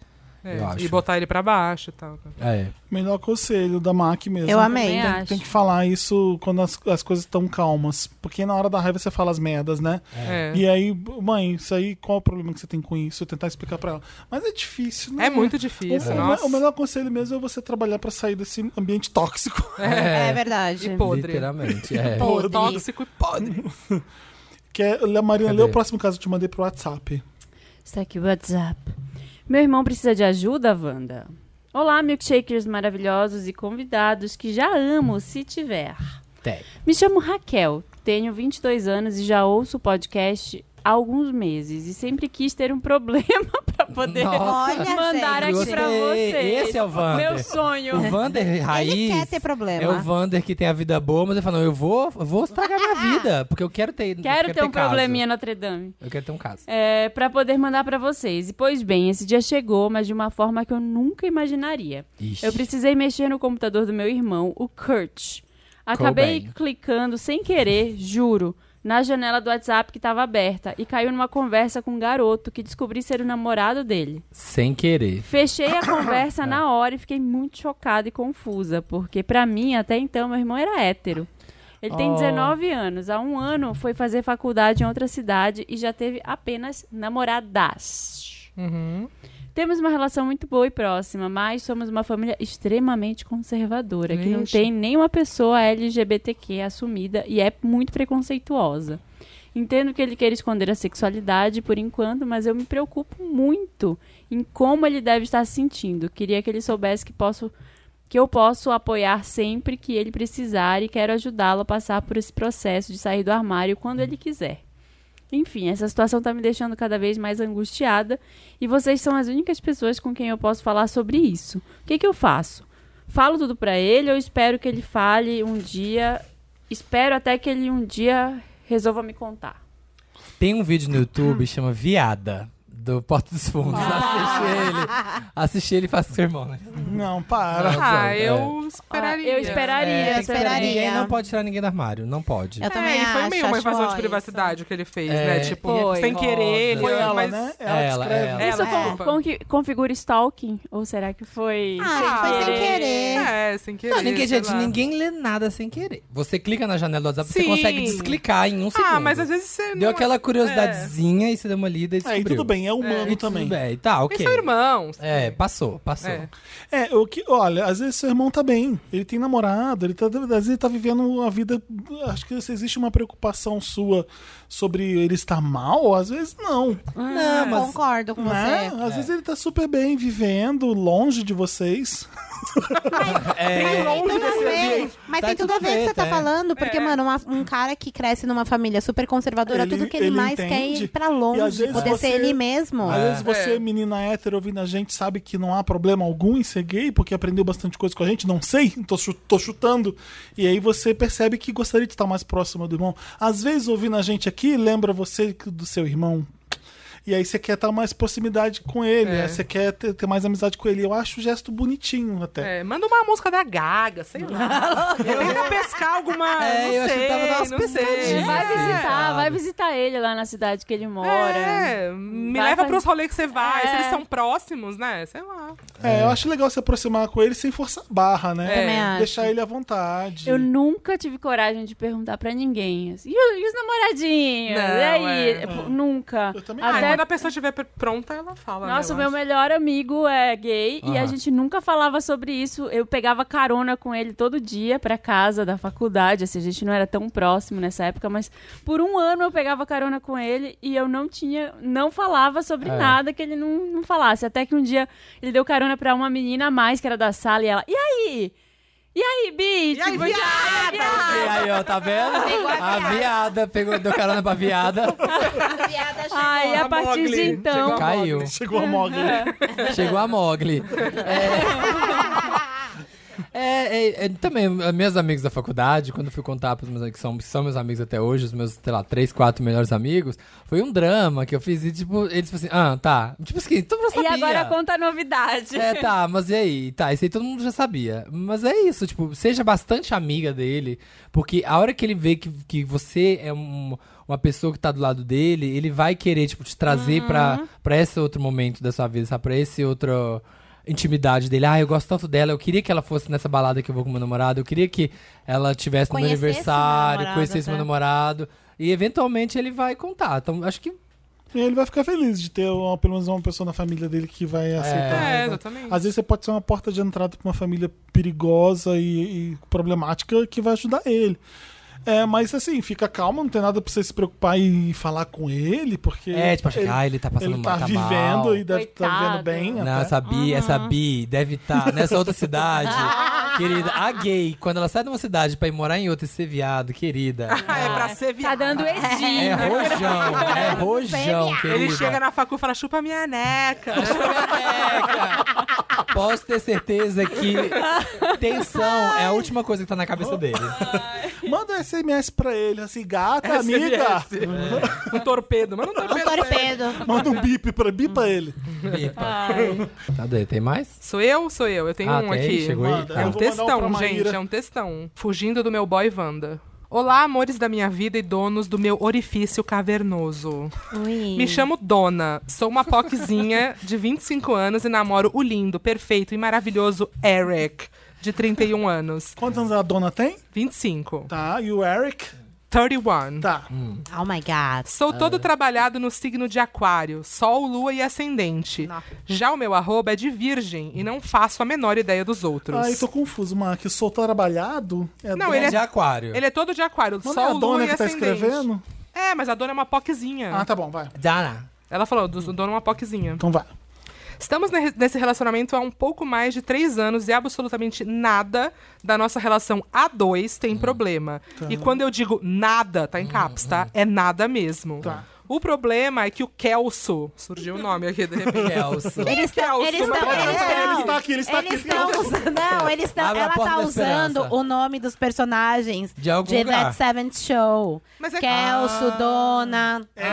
D: É,
F: eu acho.
D: E botar ele pra baixo e tal.
F: É.
A: Melhor conselho da MAC mesmo.
E: Eu
B: Também
E: amei.
B: acho.
A: Tem que falar isso quando as, as coisas estão calmas. Porque na hora da raiva você fala as merdas, né?
D: É,
A: E aí, mãe, isso aí, qual é o problema que você tem com isso? Eu tentar explicar pra ela. Mas é difícil, né?
D: é muito
A: O-
D: difícil,
A: o,
D: nossa.
A: o melhor conselho mesmo é você trabalhar pra sair desse ambiente tóxico.
E: É, verdade.
D: E podre.
F: Literalmente, é.
E: Pô, podre.
D: Tóxico e podre.
A: Que é, Le- Marina,
F: Cadê?
A: lê o próximo caso que eu te mandei pro WhatsApp.
B: Está aqui o WhatsApp. Meu irmão precisa de ajuda, Wanda? Olá, milkshakers maravilhosos e convidados que já amo, se tiver.
F: Tem.
B: Me chamo Raquel, tenho 22 anos e já ouço o podcast há alguns meses e sempre quis ter um problema para poder
F: Nossa.
B: mandar aqui
F: Gostei.
B: pra vocês.
F: Esse é o Wander.
B: Meu sonho.
F: O Vander Raiz.
E: Ele quer ter
F: É o
E: problema.
F: Vander que tem a vida boa, mas ele fala, não, eu vou, eu vou estragar minha vida, porque eu quero ter eu
B: Quero ter um
F: caso.
B: probleminha Notre Dame.
F: Eu quero ter um caso.
B: É, para poder mandar para vocês. E pois bem, esse dia chegou, mas de uma forma que eu nunca imaginaria.
F: Ixi.
B: Eu precisei mexer no computador do meu irmão, o Kurt. Acabei
F: Cobain.
B: clicando sem querer, juro, na janela do WhatsApp que estava aberta e caiu numa conversa com um garoto que descobri ser o namorado dele.
F: Sem querer.
B: Fechei a conversa na
F: Ah.
B: hora e fiquei muito chocada e confusa, porque pra mim, até então, meu irmão era hétero. Ele tem
F: Oh.
B: 19 anos. Há um ano foi fazer faculdade em outra cidade e já teve apenas namoradas. Temos uma relação muito boa e próxima, mas somos uma família extremamente conservadora, que não
D: Vixe.
B: tem nenhuma pessoa LGBTQ assumida e é muito preconceituosa. Entendo que ele quer esconder a sexualidade por enquanto, mas eu me preocupo muito em como ele deve estar se sentindo. Queria que ele soubesse que posso que eu posso apoiar sempre que ele precisar e quero ajudá-lo a passar por esse processo de sair do armário quando ele quiser. Enfim, essa situação está me deixando cada vez mais angustiada e vocês são as únicas pessoas com quem eu posso falar sobre isso. O que, que eu faço? Falo tudo pra ele ou espero que ele fale um dia? Espero até que ele um dia resolva me contar.
F: Tem um vídeo no YouTube, chama Viada, do Porta dos Fundos. Assiste ele. Assiste ele e faça com seu irmão, né?
A: Não, para.
D: Ah,
F: É.
D: eu
B: Ah,
D: esperaria.
B: eu esperaria.
E: É, eu
B: também.
E: esperaria.
F: Ninguém não pode tirar ninguém do armário, não pode.
E: Eu também
D: É, e foi
E: acho,
D: meio uma
E: acho
D: invasão de
E: isso.
D: privacidade o que ele fez,
F: É,
D: né? Tipo,
B: foi.
D: sem querer, ele
A: Foi ela,
D: mas...
A: né? Ela,
F: Ela,
A: ela escreve.
F: ela.
E: Isso
D: Ela,
E: com-
D: desculpa.
B: Como que configura stalking? Ou será que foi.
E: Ah,
D: Ah,
E: foi sem
B: querer.
E: querer.
D: É, sem querer.
F: Não, ninguém,
D: sei
F: gente,
D: lá.
F: ninguém lê nada sem querer. Você clica na janela do WhatsApp, você
D: Sim.
F: consegue desclicar em um segundo.
D: Ah, mas às vezes você
F: Deu
D: não...
F: aquela curiosidadezinha e você deu uma lida e
A: Aí
F: descobriu.
A: tudo bem, é é humano
F: E
A: também.
F: Tudo bem, tá, ok.
D: Eles são irmãos.
F: É, passou, passou.
D: É.
A: É, o que, olha, às vezes seu irmão tá bem, ele tem namorado, ele tá, às vezes ele tá vivendo uma vida. Acho que se existe uma preocupação sua sobre ele estar mal, às vezes não.
E: Não, Ah, Concordo com
A: né?
E: você.
A: Às vezes ele tá super bem vivendo, longe de vocês.
E: Mas tem tudo a ver. Mas
F: Tá
E: tem tudo a
F: tudo
E: ver o que
F: bem,
E: você tá
F: tá.
E: falando.
D: É.
E: Porque, mano, uma- um cara que cresce numa família super conservadora,
A: Ele-
E: tudo que ele,
A: ele
E: mais quer é
A: entende.
E: ir pra
A: E às
E: longe,
A: vezes
E: poder
A: você-
E: ser ele mesmo.
A: Às vezes você,
D: É.
A: menina hétero, ouvindo a gente, sabe que não há problema algum em ser gay, porque aprendeu bastante coisa com a gente, não sei, tô, chu- tô chutando. E aí você percebe que gostaria de estar mais próximo do irmão. Às vezes, ouvindo a gente aqui, lembra você que- do seu irmão. E aí você quer estar mais proximidade com ele,
D: É.
A: aí você quer ter, ter mais amizade com ele. Eu acho o gesto bonitinho até.
D: É, manda uma música da Gaga, sei lá. Tenta pescar alguma.
F: É,
D: não
F: eu achei
D: sei,
F: que tava dando umas
D: não sei.
F: pescadinhas.
B: É. Vai
F: Sim,
B: visitar,
F: sabe.
B: vai visitar ele lá na cidade que ele mora.
D: É, me
B: Vai
D: leva
B: fazer-
D: pros rolês que você vai.
B: É.
D: Se eles são próximos, né? Sei lá.
A: É, eu acho legal se aproximar com ele sem forçar barra, né?
E: Também acho.
A: Deixar ele à vontade.
B: Eu nunca tive coragem de perguntar pra ninguém. assim, E, o- e os namoradinhos?
D: Não,
B: e aí?
D: é.
B: Pô, Nunca.
A: Eu também
D: Ah,
B: Até-
D: quando a pessoa estiver pr- pronta, ela fala.
B: Nossa, o
D: né, eu
B: meu melhor amigo é gay e a
F: Aham.
B: gente nunca falava sobre isso. Eu pegava carona com ele todo dia pra casa da faculdade. Assim, a gente não era tão próximo nessa época, mas por um ano eu pegava carona com ele e eu não tinha, não falava sobre
F: É.
B: nada que ele não, não falasse. Até que um dia ele deu carona pra uma menina a mais que era da sala e ela, e aí? E aí, Bi?
D: aí,
B: Tipo, "Ah, viado!"
F: E aí, ó, tá vendo? a viada pegou, deu carona pra viada,
B: Aí, a
D: Chegou a
B: partir de
D: Mogli.
B: então,
F: caiu.
A: Chegou a Mogli.
F: Chegou a Mogli. É... É, é, é, também, eh, meus amigos da faculdade, quando eu fui contar pros meus amigos, que são, que são meus amigos até hoje, os meus, sei lá, três, quatro melhores amigos, foi um drama que eu fiz e, tipo, eles falaram assim, ah, tá. Tipo assim, todo mundo
B: E
F: sabia.
B: agora conta a novidade.
F: É, tá, mas e aí? Tá, isso aí todo mundo já sabia. Mas é isso, tipo, seja bastante amiga dele, porque a hora que ele vê que, que você é um- uma pessoa que tá do lado dele, ele vai querer, tipo, te trazer
E: Uhum.
F: pra, pra esse outro momento da sua vida, sabe? Pra esse outro intimidade dele. Ah, eu gosto tanto dela, eu queria que ela fosse nessa balada que eu vou com meu namorado, eu queria que ela tivesse no meu
E: Conhecesse meu
F: aniversário,
E: namorado,
F: conhecesse meu
E: tá?
F: namorado. E eventualmente ele vai contar. Então, acho que
A: E É, ele vai ficar feliz de ter uma- pelo menos uma pessoa na família dele que vai aceitar.
D: acho. É,
A: Vai-
D: exatamente.
A: Às vezes você pode ser uma porta de entrada para uma família perigosa e, e problemática que vai ajudar ele. É, mas assim, fica calmo, não tem nada pra você se preocupar e falar com ele, porque.
F: É, tipo, achar que, ah, ele tá passando
A: ele tá
F: mal, tá
A: vivendo
F: mal.
A: e deve estar
B: Coitado.
A: vivendo bem.
F: Não,
A: até.
F: essa
D: Uhum.
F: Bi, essa Bi deve estar nessa outra cidade. querida, a gay, quando ela sai de uma cidade pra ir morar em outra e ser viado, querida.
D: Ah, é pra ser
B: Tá
D: viado.
B: dando edinho.
F: É rojão, é rojão, querida.
D: Ele chega na facu e fala, chupa minha neca.
F: Pepeca. Posso ter certeza que tensão é a última coisa que tá na cabeça dele.
A: Manda um SMS pra ele, assim, gata, amiga.
D: um torpedo, mas não
E: Um
D: torpedo.
E: torpedo.
A: Manda um bip pra bipa ele.
F: Bipa. Tá doido, tem mais?
D: Sou eu? Sou eu. Eu tenho
F: ah,
D: um
F: tem,
D: aqui.
F: chegou aí.
A: Manda.
D: É
A: Eu
D: um
A: vou mandar um pra
D: textão,
A: Maíra.
D: gente, é um textão. Fugindo do meu boy Wanda. Olá, amores da minha vida e donos do meu orifício cavernoso.
E: Ui.
D: Me chamo Dona, sou uma poquezinha de 25 anos e namoro o lindo, perfeito e maravilhoso Eric, de 31 anos.
A: Quantos anos a dona tem?
D: 25.
A: Tá, e o Eric?
D: 31.
A: Tá.
E: Oh my God.
D: Sou todo trabalhado no signo de aquário, sol, lua e ascendente. Já o meu arroba é de virgem e não faço a menor ideia dos outros.
A: Ai, tô confuso, Mark. Sou trabalhado? É
D: Não,
A: dona-
D: ele é-
F: de aquário.
D: Ele é todo de aquário,
A: Não é a
D: sol, lua
A: dona
D: e
A: que tá
D: ascendente.
A: escrevendo?
D: É, mas a dona é uma poquezinha.
A: Ah, tá bom, vai.
F: Dana.
D: Ela falou, do, do dono é uma poquezinha.
A: Então vai.
D: Estamos ne- nesse relacionamento há um pouco mais de três anos e absolutamente nada da nossa relação a dois tem problema.
A: Tá.
D: E quando eu digo nada, tá em caps, tá? É nada mesmo.
A: Tá.
D: O problema é que o Kelso, surgiu o nome aqui de repente.
F: Kelso.
E: Eles estão.
D: Kelso,
E: Eles estão.
D: mas
E: É, Eles
D: ele
E: estão.
A: né? Ele está aqui, ele está
E: Eles
A: aqui.
E: estão usando. Não, eles estão.
F: Abre a
E: Ela
F: porta
E: tá
F: da esperança.
E: usando o nome dos personagens
F: De algum lugar.
E: That Seventh Show.
D: Mas é-
E: Kelso, Dona.
B: É,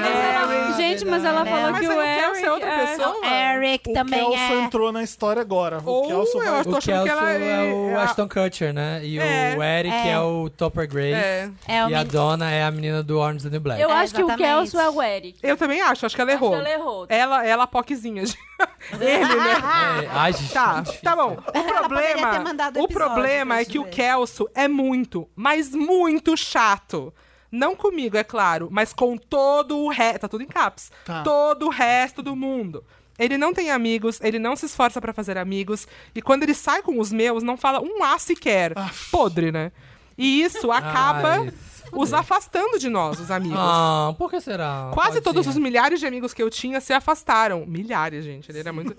B: Gente, mas ela
E: Né?
B: falou
D: Mas
B: que
D: aí
B: o
D: o Kelso
B: Eric
D: é outra pessoa.
E: O Eric
A: O
E: também
A: Kelso
E: é.
A: entrou na história agora.
D: Ou
A: o Kelso
D: eu
A: vai...
D: acho- tô
F: O
D: achando
F: Kelso
D: que ela
F: é
D: é-
F: o
D: é a-
F: Ashton Kutcher, né? E
D: É.
F: o Eric é,
E: É.
F: o Topper Grace.
D: É.
E: É o
F: e a
E: menino.
F: dona é a menina do Orange is the New Black.
B: Eu
E: É,
B: acho que o
E: exatamente.
B: Kelso é o Eric.
D: Eu também acho, acho que ela
B: Acho
D: errou.
B: que ela errou.
D: Ela, ela a poquezinha. Ele, né?
F: É, ai, gente,
D: Tá,
F: difícil.
D: tá bom. O
E: poderia
D: problema,
E: ter mandado
D: o
E: episódio
D: problema
E: pra
D: é
E: gente
D: que o
E: ver.
D: Kelso é muito, mas muito chato. Não comigo, é claro, mas com todo o resto. Tá tudo em caps.
A: Tá.
D: Todo o resto do mundo. Ele não tem amigos, ele não se esforça pra fazer amigos. E quando ele sai com os meus, não fala um A sequer. Podre, né? E isso acaba
F: Ai,
D: os afastando de nós, os amigos.
F: Ah, por que será?
D: Quase
F: Pode
D: todos
F: ser.
D: os milhares de amigos que eu tinha se afastaram. Milhares, gente. Ele era muito.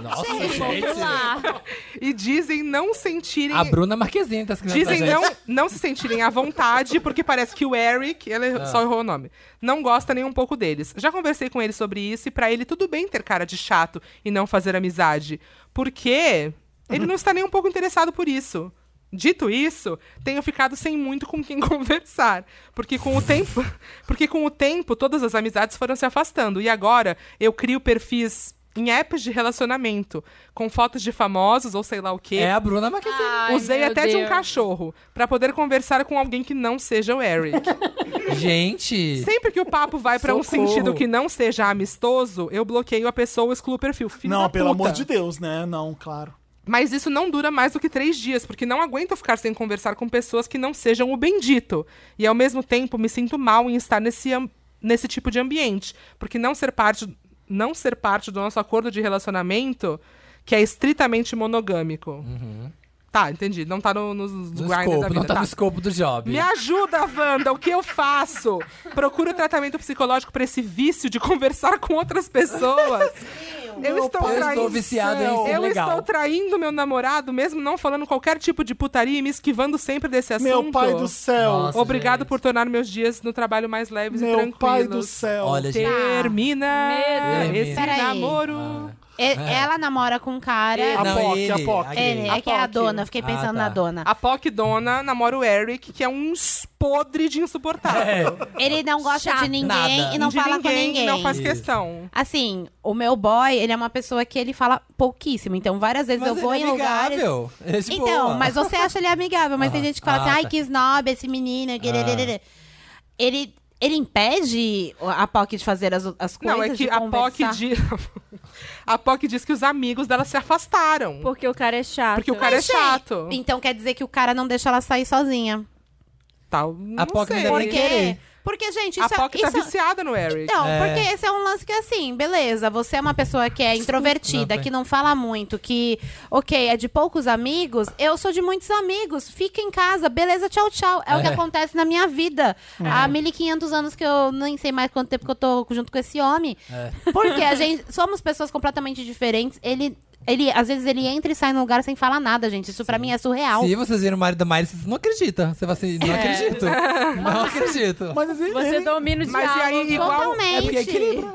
F: Nossa, gente.
B: Vamos lá.
D: e dizem não sentirem.
F: A Bruna Marquezine tá escrevendo pra
D: Dizem
F: gente.
D: não, não se sentirem à vontade, porque parece que o Eric, ele só errou o nome, não gosta nem um pouco deles. Já conversei com ele sobre isso e pra ele tudo bem ter cara de chato e não fazer amizade, porque ele não está nem um pouco interessado por isso. Dito isso, tenho ficado sem muito com quem conversar, porque com o tempo, porque com o tempo todas as amizades foram se afastando e agora eu crio perfis em apps de relacionamento, com fotos de famosos ou sei lá o quê.
F: É a Bruna Marquezine.
E: Ah.
B: Ai,
D: Usei
B: meu
D: até de um
B: Deus.
D: cachorro pra poder conversar com alguém que não seja o Eric.
F: Gente.
D: Sempre que o papo vai pra um
F: Socorro.
D: sentido que não seja amistoso, eu bloqueio a pessoa ou excluo o perfil. Filho
A: Não,
D: da
A: pelo
D: puta.
A: amor de Deus, né? Não, claro.
D: Mas isso não dura mais do que três dias, porque não aguento ficar sem conversar com pessoas que não sejam o bendito. E ao mesmo tempo me sinto mal em estar nesse, am- nesse tipo de ambiente. Porque não ser parte. Não ser parte do nosso acordo de relacionamento, que é estritamente monogâmico. Tá, entendi. Não tá no, nos
F: Uhum.
D: grinder
F: No
D: da
F: escopo,
D: vida.
F: não tá
D: tá.
F: no escopo do job.
D: Me ajuda, Wanda, o que eu faço? Procuro tratamento psicológico pra esse vício de conversar com outras pessoas. eu estou
F: pai. Eu
D: traindo.
F: estou viciado em ser
D: Eu
F: legal.
D: estou traindo meu namorado, mesmo não falando qualquer tipo de putaria e me esquivando sempre desse assunto.
A: Meu pai do céu.
F: Nossa,
D: Obrigado
F: gente.
D: por tornar meus dias no trabalho mais leves e
A: Meu
D: tranquilos.
A: pai do céu.
F: Olha, gente.
D: Termina
F: Medo.
D: esse
E: Tá. Peraí.
D: namoro.
E: E- Ela namora com um cara.
A: A
F: É. Não,
A: POC,
F: ele,
A: a POC.
E: Ele,
F: gay.
E: é que é a
D: é Apoque.
E: dona, eu fiquei
F: Ah,
E: pensando
F: tá.
E: na dona.
D: A POC Dona namora o Eric, que é um podre de insuportável.
A: É.
E: Ele não gosta
F: Chata.
E: de ninguém
F: Nada.
E: e não
D: De
E: fala
D: ninguém,
E: com ninguém.
D: Não faz
F: Isso.
D: questão.
E: Assim, o meu boy, ele é uma pessoa que ele fala pouquíssimo. Então, várias vezes
F: Mas
E: eu
F: ele
E: vou
F: é
E: em lugares.
F: amigável. Ele é de
E: Então,
F: boa.
E: mas você acha ele amigável, mas tem
F: Aham.
E: gente que fala
F: Ah,
E: assim, ai,
F: tá. Ah.
E: que snob esse menino. guerererê". Ele, ele impede a POC de fazer as, as coisas.
D: Não, é que
E: de
D: a POC,
E: conversar?
D: diz, a POC diz que os amigos dela se afastaram.
B: Porque o cara é chato.
D: Porque o cara é
E: Mas, gente,
D: chato.
E: Então quer dizer que o cara não deixa ela sair sozinha.
D: Tal, não
F: A POC
D: sei.
F: ainda nem
E: Porque,
F: querer.
E: porque gente,
D: A
E: isso, é-
D: POC tá
E: isso é-
D: viciada no Eric.
E: Então,
F: É.
E: porque esse é um lance que assim, beleza, você é uma pessoa que é introvertida,
F: Não,
E: que não fala muito, que, ok, é de poucos amigos, eu sou de muitos amigos, fica em casa, beleza, tchau, tchau. É, o que
F: É.
E: acontece na minha vida. Há 1.500 anos que eu nem sei mais quanto tempo que eu tô junto com esse homem. Porque a gente, somos pessoas completamente diferentes, ele... Ele, às vezes, ele entra e sai no lugar sem falar nada, gente. Isso pra mim é surreal.
F: Se vocês viram o marido da Mari, vocês não acreditam. Você fala assim,
E: É.
F: não acredito. Não acredito.
A: Mas ele,
B: Você
A: ele-
B: domina o
D: Mas e aí,
B: diálogo.
D: igual,
E: Totalmente.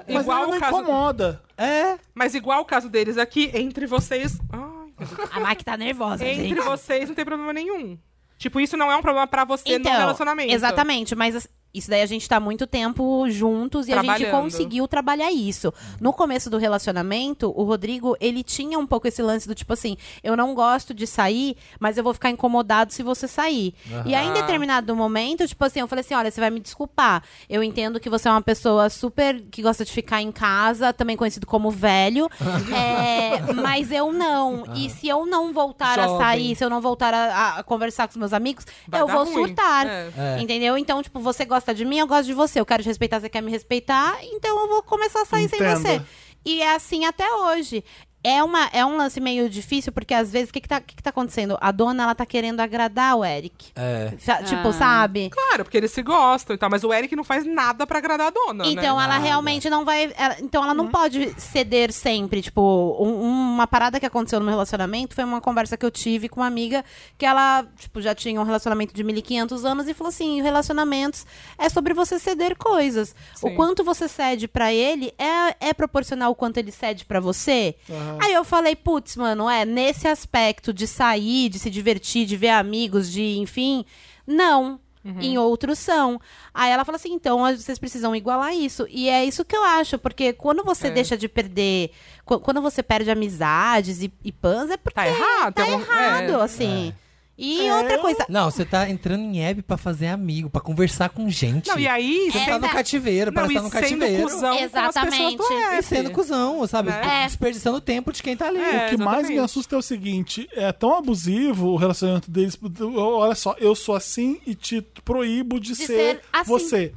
A: mas
D: igual
A: ela
D: o
A: não
D: caso-
A: incomoda.
F: É.
D: mas igual o caso deles aqui, entre vocês. Ai, meu Deus.
E: A Mac tá nervosa,
F: é
E: gente.
D: entre vocês não tem problema nenhum. Tipo, isso não é um problema pra você no relacionamento.
E: Então, Exatamente, mas as- isso daí a gente tá há muito tempo juntos e a gente
D: Trabalhando.
E: conseguiu trabalhar isso. No começo do relacionamento, o Rodrigo, ele tinha um pouco esse lance do tipo assim, eu não gosto de sair, mas eu vou ficar incomodado se você sair. E aí, em determinado momento, tipo assim, eu falei assim, olha, você vai me desculpar. Eu entendo que você é uma pessoa super que gosta de ficar em casa, também conhecido como velho, é, mas eu não.
D: Ah.
E: E se eu não voltar a
F: Jovem.
E: sair, se eu não voltar a, a conversar com os meus amigos,
D: Vai
E: eu
D: dar
E: vou
D: ruim.
E: surtar.
D: É.
F: É.
E: Entendeu? Então, tipo, você gosta de mim, eu gosto de você. Eu quero te respeitar, você quer me respeitar, então eu vou começar a sair
A: Entendo.
E: sem você. E é assim até hoje. É, uma, é um lance meio difícil, porque às vezes, o que, que, tá, o que, que tá acontecendo? A dona, ela tá querendo agradar o Eric.
F: É.
E: Sa- Tipo, sabe?
D: Claro, porque eles se gostam e tal. Mas o Eric não faz nada pra agradar a dona,
E: Então
D: né?
F: Ah.
E: ela realmente não vai. ela- então ela não pode ceder sempre. Tipo, um- uma parada que aconteceu no meu relacionamento foi uma conversa que eu tive com uma amiga que ela, tipo, já tinha um relacionamento de 1.500 anos e falou assim: relacionamentos é sobre você ceder coisas.
D: Sim.
E: O quanto você cede pra ele é, é proporcional ao quanto ele cede pra você. Aí eu falei: putz, mano, é nesse aspecto de sair, de se divertir, de ver amigos, de enfim. Não.
D: Uhum.
E: Em outros são. Aí ela fala assim: então vocês precisam igualar isso. E é isso que eu acho, porque quando
D: É.
E: você deixa de perder. qu- Quando você perde amizades e, e pans, é porque
D: Tá errado.
E: tá
D: é um- é.
E: errado, assim. E outra coisa.
F: Não, você tá entrando em app pra fazer amigo, pra conversar com gente.
D: Não, e aí...
F: Você
E: É,
F: tá no
E: tá.
F: cativeiro,
D: não,
F: parece
D: e
F: estar no
D: sendo
F: cativeiro.
D: cuzão
E: Exatamente.
D: com as pessoas do
F: E sendo cuzão, sabe?
D: É.
F: Desperdiçando o tempo de quem tá ali.
D: É.
A: o que mais me
D: exatamente.
A: assusta é o seguinte: é tão abusivo o relacionamento deles. Olha só, eu sou assim e te proíbo de,
E: De
A: ser,
E: ser assim.
A: você.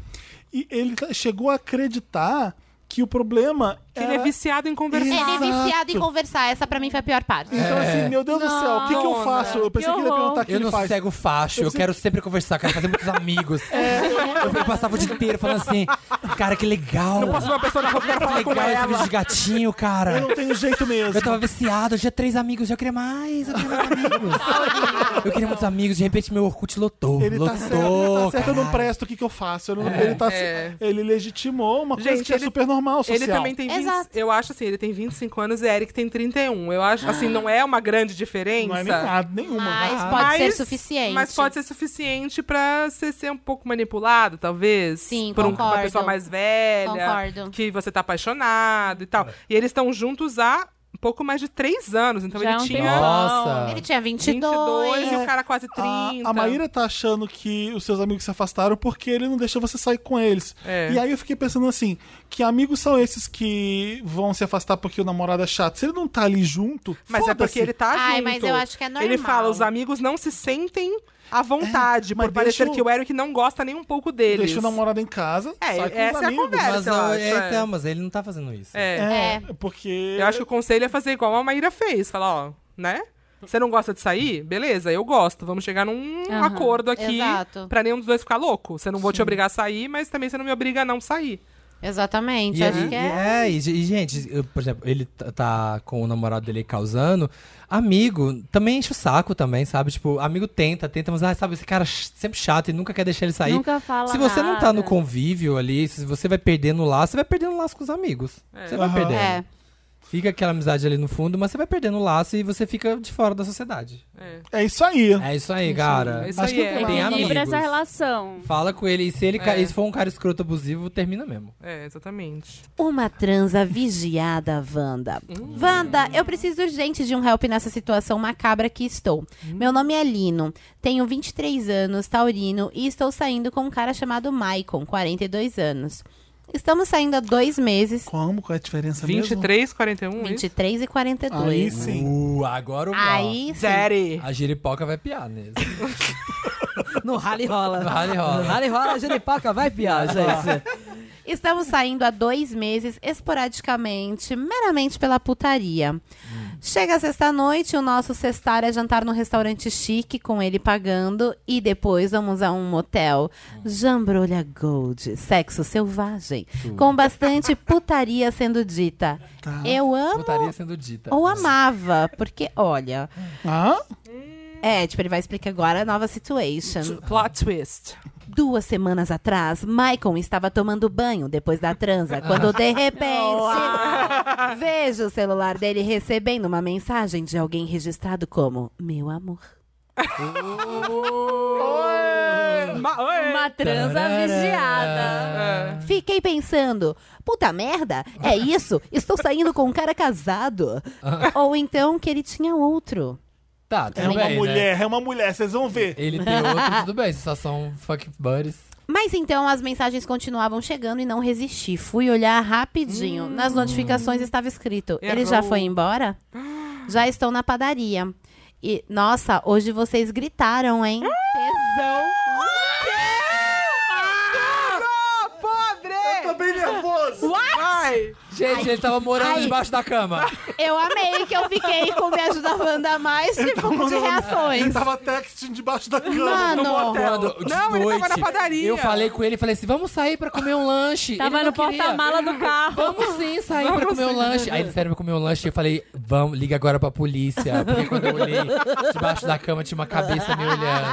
A: E ele tá- chegou a acreditar que o problema
D: Que ele é
A: era-
D: viciado em
E: Ele
D: conversar.
E: é viciado em conversar. Essa pra mim foi a pior parte.
D: É.
A: Então, assim, meu Deus do céu, o que, que eu
D: Nossa,
A: faço? Eu pensei
B: que
A: que, ele ia
B: horror.
A: perguntar o que
F: É. Eu
A: ele
F: não
A: faz.
F: sossego facho, eu,
A: Eu sei-
F: quero sempre conversar, quero fazer muitos amigos. Eu, eu passava o dia inteiro falando assim, cara, que legal.
D: É. Não posso ver uma pessoa na rua que eu quero
F: que
D: falar com
A: é
F: legal esse
D: ela.
F: vídeo de gatinho,
A: Eu
F: cara.
A: não tenho jeito mesmo.
F: Eu tava viciado, eu tinha três amigos, eu queria mais, eu queria mais amigos. Eu queria muitos amigos, de repente meu Orkut lotou.
A: Ele
F: lotou,
A: tá certo, ele tá certo, eu não
F: caralho.
A: presto, o que, que eu faço? Eu não- ele, tá-
D: É.
A: ele legitimou uma coisa
D: Gente,
A: que é
D: ele-
A: super normal, social.
D: Ele também tem 20,
E: Exato.
D: eu acho assim, ele tem 25 anos e Eric tem 31. Eu acho assim, não é uma grande diferença.
A: Não é nem nada, nenhuma.
F: Ah,
E: Mas pode
D: Mas-
E: ser suficiente.
D: Mas pode ser suficiente pra você ser um pouco manipulado, talvez.
E: Sim,
D: Por um- uma
E: concordo.
D: pessoa mais velha.
E: Concordo.
D: Que você tá apaixonado e tal.
A: É.
D: E eles estão juntos há um pouco mais de três anos. Então
B: Já é
D: ele
B: um
D: tinha
F: Nossa.
E: Ele tinha 22.
D: 22 e o cara quase 30.
A: A, a Maíra tá achando que os seus amigos se afastaram porque ele não deixou você sair com eles.
D: É.
A: E aí eu fiquei pensando assim: que amigos são esses que vão se afastar porque o namorado é chato? Se ele não tá ali junto,
D: Mas é porque
A: foda-se.
D: ele tá
E: Ai,
D: junto.
E: mas eu acho que é
D: Ele
E: normal.
D: fala, os amigos não se sentem à vontade,
A: É, mas
D: por parecer
A: deixa o-
D: que o Eric não gosta nem um pouco deles.
A: deixa o namorado em casa,
D: É,
A: sai com
D: essa
A: os
D: é a
A: amigos.
D: conversa.
F: Mas,
D: eu
F: ó,
D: acho,
F: é,
D: é.
F: então, mas ele não tá fazendo isso.
D: É.
A: É,
E: É.
A: porque.
D: Eu acho que o conselho é fazer igual a Maíra fez. Falar, ó, né? Você não gosta de sair? Beleza, eu gosto. Vamos chegar num
B: Aham.
D: acordo aqui
E: Exato.
D: pra nenhum dos dois ficar louco. Você não vou te obrigar a sair, mas também você não me obriga a não sair.
E: Exatamente.
F: E,
E: acho
F: e-
E: que é.
F: é, e, e, gente, eu, por exemplo, ele tá- tá com o namorado dele causando. Amigo, também enche o saco também, sabe? Tipo, amigo tenta, tenta, mas ah, sabe, esse cara ch- sempre chato e nunca quer deixar ele sair.
B: Nunca fala
F: se você não tá no
B: convite.
F: convívio ali, se você vai perdendo o laço, você vai perdendo o laço com os amigos. Você vai
A: Aham.
F: perdendo.
E: É.
F: Fica aquela amizade ali no fundo, mas você vai perdendo o laço e você fica de fora da sociedade.
A: É isso aí.
F: É isso aí, cara.
D: Isso
A: Acho
D: aí
A: que
D: é.
A: eu
F: Tem amigos.
B: Equilibra essa relação.
F: Fala com ele e se ele ca-
D: É.
F: se for um cara escroto abusivo, termina mesmo.
D: É, exatamente.
E: Uma transa vigiada, Wanda.
D: Hum.
E: Wanda, eu preciso urgente de um help nessa situação macabra que estou.
D: Hum.
E: Meu nome é Lino, tenho 23 anos, taurino, e estou saindo com um cara chamado Maicon, 42 anos. Estamos saindo há dois meses,
A: Como? Qual é a diferença mesmo?
D: 23, 41, 20...
E: 23 e
A: Aí
E: 42.
A: sim.
F: Uh, agora o
E: Aí, sim.
D: Zere.
F: A giripoca vai piar nele.
I: No rally rola.
F: No rally rola.
I: No rally rola, a Jeripaca vai piar, gente.
E: Estamos saindo há dois meses, esporadicamente, meramente pela putaria. Chega sexta-noite, o nosso sextar é jantar num restaurante chique, com ele pagando, e depois vamos a um motel. Jambrolha Gold, sexo selvagem, com bastante putaria sendo dita. Eu amo
F: Putaria sendo dita.
E: ou amava, porque, olha...
A: Ah?
E: É, tipo, ele vai explicar agora a nova situation.
D: Plot twist.
E: Duas semanas atrás, Maicon estava tomando banho depois da transa, quando de repente vejo o celular dele recebendo uma mensagem de alguém registrado como meu amor.
F: Uh.
D: Ma- Oi.
B: Uma transa vigiada.
D: É.
E: Fiquei pensando, puta merda, é isso? Estou saindo com um cara casado. Ou então que ele tinha outro.
F: Tá, tudo
A: É uma
F: bem, né?
A: mulher, é uma mulher, vocês vão ver.
F: Ele tem outro, tudo bem. Vocês só são fuck buddies.
E: Mas então as mensagens continuavam chegando e não resisti. Fui olhar rapidinho. Nas notificações estava escrito: Ele já
D: Errou.
E: foi embora? Já estou na padaria. E, nossa, hoje vocês gritaram, hein? Tesão.
D: Ah!
A: Ah!
D: Podre!
A: Tô bem nervoso.
D: Vai!
F: Gente, ele tava morando
E: Ai.
F: debaixo da cama.
E: Eu amei que eu fiquei com Me Ajuda Wanda a mais, tipo, de
A: Ele
E: reações.
A: tava texting debaixo da cama.
E: Mano,
F: Quando, de
D: Não, ele
F: noite,
D: tava na padaria.
F: Eu falei com ele, falei assim, vamos sair pra comer um lanche.
B: Tava
F: Ele
B: no
F: não queria.
B: porta-mala do carro.
F: Vamos sim sair pra comer um lanche. Aí ele saiu pra comer um lanche e eu falei, vamos, liga agora pra polícia. Porque quando eu olhei, debaixo da cama tinha uma cabeça me olhando.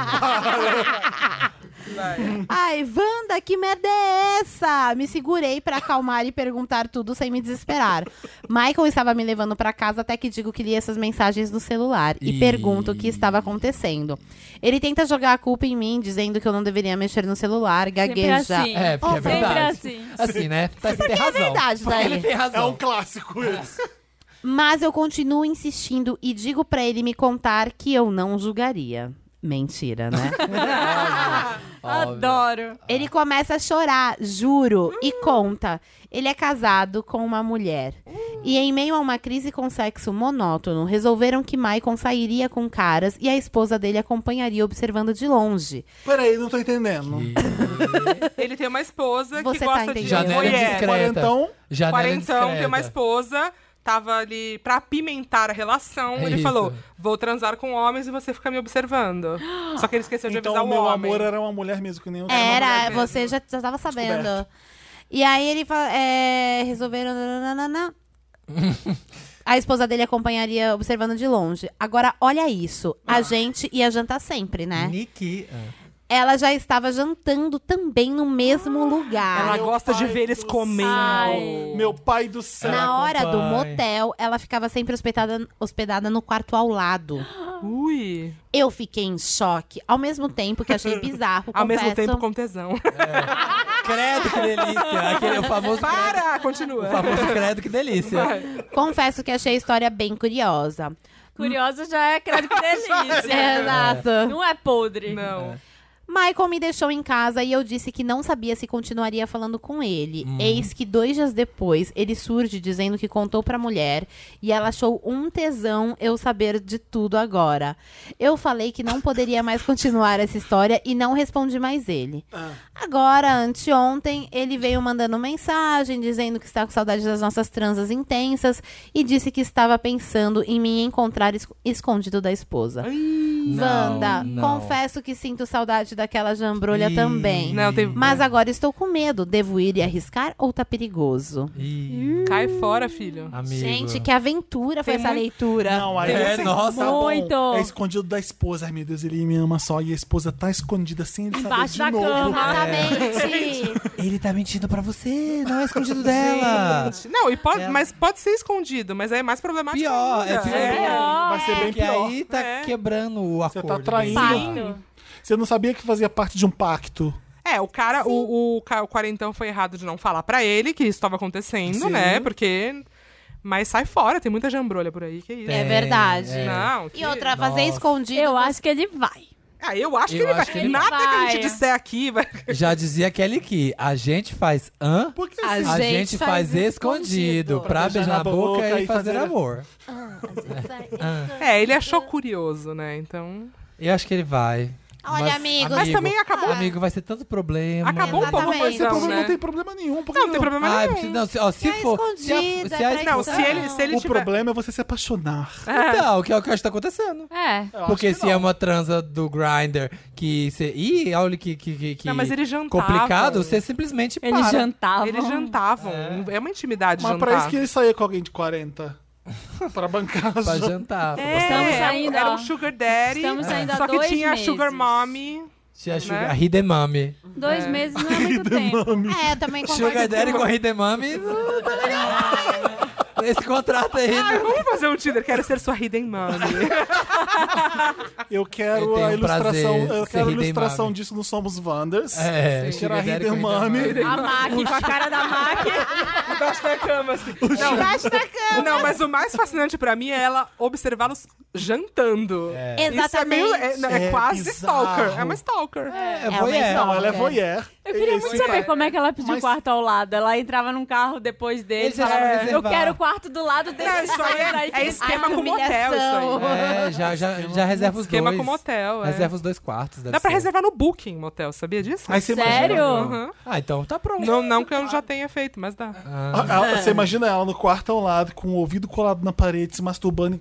E: ai, Wanda, que merda é essa? Me segurei pra acalmar e perguntar tudo sem me desesperar. Michael estava me levando pra casa até que digo que li essas mensagens no celular e
F: Ih.
E: pergunto o que estava acontecendo. Ele tenta jogar a culpa em mim, dizendo que eu não deveria mexer no celular,
B: Sempre
E: gagueja.
B: assim.
F: É, porque é
B: Sempre
F: verdade.
B: assim.
F: Assim, né? Tá, tem razão.
E: é verdade,
F: Porque
E: daí.
F: Ele tem
A: É um
F: razão.
A: clássico esse.
E: Mas eu continuo insistindo e digo pra ele me contar que eu não julgaria.
J: Mentira, né?
B: Adoro.
E: Ele começa a chorar, juro, e conta. Ele é casado com uma mulher. E em meio a uma crise com sexo monótono, resolveram que Maicon sairia com caras e a esposa dele acompanharia observando de longe.
A: Peraí, não tô entendendo.
D: Ele tem uma esposa
E: Você
D: que
E: tá
D: gosta de
E: entendendo?
F: Janela
D: voyeur.
F: discreta.
A: Quarentão.
F: Janela
D: Quarentão, tem
F: discreta.
D: uma esposa, tava ali pra apimentar a relação.
F: É
D: ele
F: isso.
D: falou: vou transar com homens e você fica me observando. Só que ele esqueceu de avisar
A: Então,
D: o
A: meu
D: homem.
A: amor era uma mulher mesmo, que nem eu.
E: Era, você já, já tava sabendo. E aí ele fala, é, resolveram. nananana. A esposa dele acompanharia observando de longe. Agora, olha isso. A gente ia jantar sempre, né?
F: Nick.
E: Ela já estava jantando também no mesmo lugar.
D: Ela
A: Meu
D: gosta de
A: pai
D: ver eles
A: do
D: comendo.
B: Ai.
A: Meu pai do céu.
E: Na hora do
F: acompanha.
E: motel, ela ficava sempre hospedada, hospedada no quarto ao lado.
D: Ui.
E: Eu fiquei em choque, ao mesmo tempo que achei bizarro.
D: Ao mesmo
E: confesso.
D: tempo com tesão.
F: Credo, que delícia. Aquele é o famoso credo.
D: Para!
F: O
D: Continua.
F: famoso credo, que delícia.
E: Confesso que achei a história bem curiosa.
B: Curiosa já é credo que
D: É.
B: delícia.
E: Exato.
B: Não é podre.
D: Não.
E: Michael me deixou em casa e eu disse que não sabia se continuaria falando com ele. Eis que dois dias depois, ele surge dizendo que contou pra mulher e ela achou um tesão eu saber de tudo agora. Eu falei que não poderia mais continuar essa história e não respondi mais ele. Agora, anteontem, ele veio mandando mensagem dizendo que está com saudade das nossas transas intensas e disse que estava pensando em me encontrar es- escondido da esposa. Wanda,
K: não.
E: confesso que sinto saudade daquela jambrolha
F: Ih,
E: também.
D: Não, tem...
E: Mas agora estou com medo. Devo ir e arriscar ou tá perigoso?
F: Ih,
D: Cai fora, filho.
F: amigo.
E: Gente, que aventura foi
D: Tem
E: essa
D: muito-
E: leitura.
A: Não, aí
F: É,
A: assim,
F: nossa.
A: tá bom.
B: Muito.
A: É escondido da esposa. Ai, meu Deus, ele me ama só. E a esposa tá escondida sem ele
B: Embaixo
A: saber de
B: da
A: novo. É.
B: cama. tá
E: Exatamente.
F: Ele tá mentindo pra você, não é escondido dela.
D: Não, e pode,
F: É.
D: mas pode ser escondido, mas aí é mais problemático.
F: Pior,
D: ainda.
F: é pior.
A: Vai ser bem
F: Porque
A: pior.
F: aí tá
D: É.
F: quebrando o
A: Você
F: acordo.
A: tá traindo.
B: Pacto.
A: Você não sabia que fazia parte de um pacto.
D: É, o cara, o, o, ca- o quarentão foi errado de não falar pra ele que isso tava acontecendo,
A: Sim.
D: né? Porque. Mas sai fora, tem muita jambrolha por aí. Que isso.
E: É verdade.
D: Não, que-
E: E outra, fazer
F: Nossa.
E: escondido.
B: Eu acho que ele vai.
D: Ah, eu acho que
F: Eu
D: ele
F: acho
D: vai.
F: que ele
D: Nada que a
B: vai.
D: gente disser aqui vai.
F: Já dizia Kelly que a gente faz hã?
A: Porque
E: A
A: assim,
F: A gente, faz escondido pra beijar na boca, e fazer, amor.
D: É, ele achou curioso, né? Então.
F: Eu acho que ele vai.
E: Olha,
F: Mas,
E: amigo,
D: Mas também acabou.
F: Amigo, vai ser tanto problema.
D: Acabou um pouco a
E: Exatamente.
A: esse
D: coisa,
E: Não,
A: problema não
D: né?
A: tem problema nenhum. Porque
D: Não, não tem problema
F: Ai,
D: nenhum.
F: se, não, se, ó, se
E: É
F: for. Se a,
E: escondido,
F: se a
E: é
D: Não, se ele, se ele
A: O
D: tiver.
A: problema é você se apaixonar.
F: Então, que é o que eu acho que tá acontecendo.
B: É.
A: Eu acho
F: Porque
A: que
F: se
A: não.
F: é uma transa do grinder que você. Ih, olha que. que, que- é que
D: Não, mas ele jantava.
F: Complicado, você simplesmente
B: Ele
F: para.
B: jantava.
D: Eles jantavam. É, uma intimidade
A: Mas
D: jantar.
A: pra isso que ele saía com alguém de 40. pra bancar as
F: Pra jantar.
D: É,
B: Estamos
D: era-
B: saindo,
D: era
B: ó.
D: um sugar daddy.
B: Estamos saindo há
D: só que
B: dois
D: tinha a sugar
B: meses.
D: mommy.
F: Tia Sugar-
D: né?
F: a Hidemami.
B: Dois meses não é muito tempo.
E: É, eu também concordo.
F: Sugar Daddy com a Hidemami. Esse contrato aí. né?
D: Ai,
F: não-
D: vamos fazer um Tinder. Quero ser sua hidden mommy.
A: Eu
F: Eu
A: quero
F: tenho
A: a ilustração,
F: um prazer
A: eu
F: ser
A: quero a
F: Hidden
A: ilustração
F: Mami.
A: disso no Somos Wanders.
F: É,
A: eu quero a
F: Sugar Daddy com
A: Hidden
F: Hidden
A: Mami.
F: Mami.
B: A Mac, com a cara da Mac.
D: Embaixo da cama, assim.
E: Embaixo da cama.
D: Não, mas o mais fascinante pra mim é ela observá-los jantando. Isso é meio. É, é
A: É
D: quase
A: bizarro.
D: stalker. É uma stalker.
F: É,
E: uma
F: voyeur.
A: Não, ela é
E: Stalker.
A: voyeur.
B: Eu queria
A: Esse
B: muito saber
A: cara-
B: como é que ela pediu
A: Mas-
B: quarto ao lado. Ela entrava num carro depois dele
F: Eles
B: e falava,
F: achavam
B: eu
F: reservar.
B: quero o quarto do lado dele.
D: Não, isso aí é-
B: tipo,
D: é esquema com motel, isso aí.
F: É, já, já, já reserva os
D: Esquema
F: dois.
D: com motel. é.
F: Reserva os dois quartos. deve
D: Dá pra
F: ser.
D: reservar no Booking motel, sabia disso?
A: Aí você
B: Sério?
A: Imagina,
D: Aham.
F: Ah, então tá pronto.
D: Não, não que eu já tenha feito, mas dá.
A: Ah, ah, Você imagina ela no quarto ao lado, com o ouvido colado na parede, se masturbando.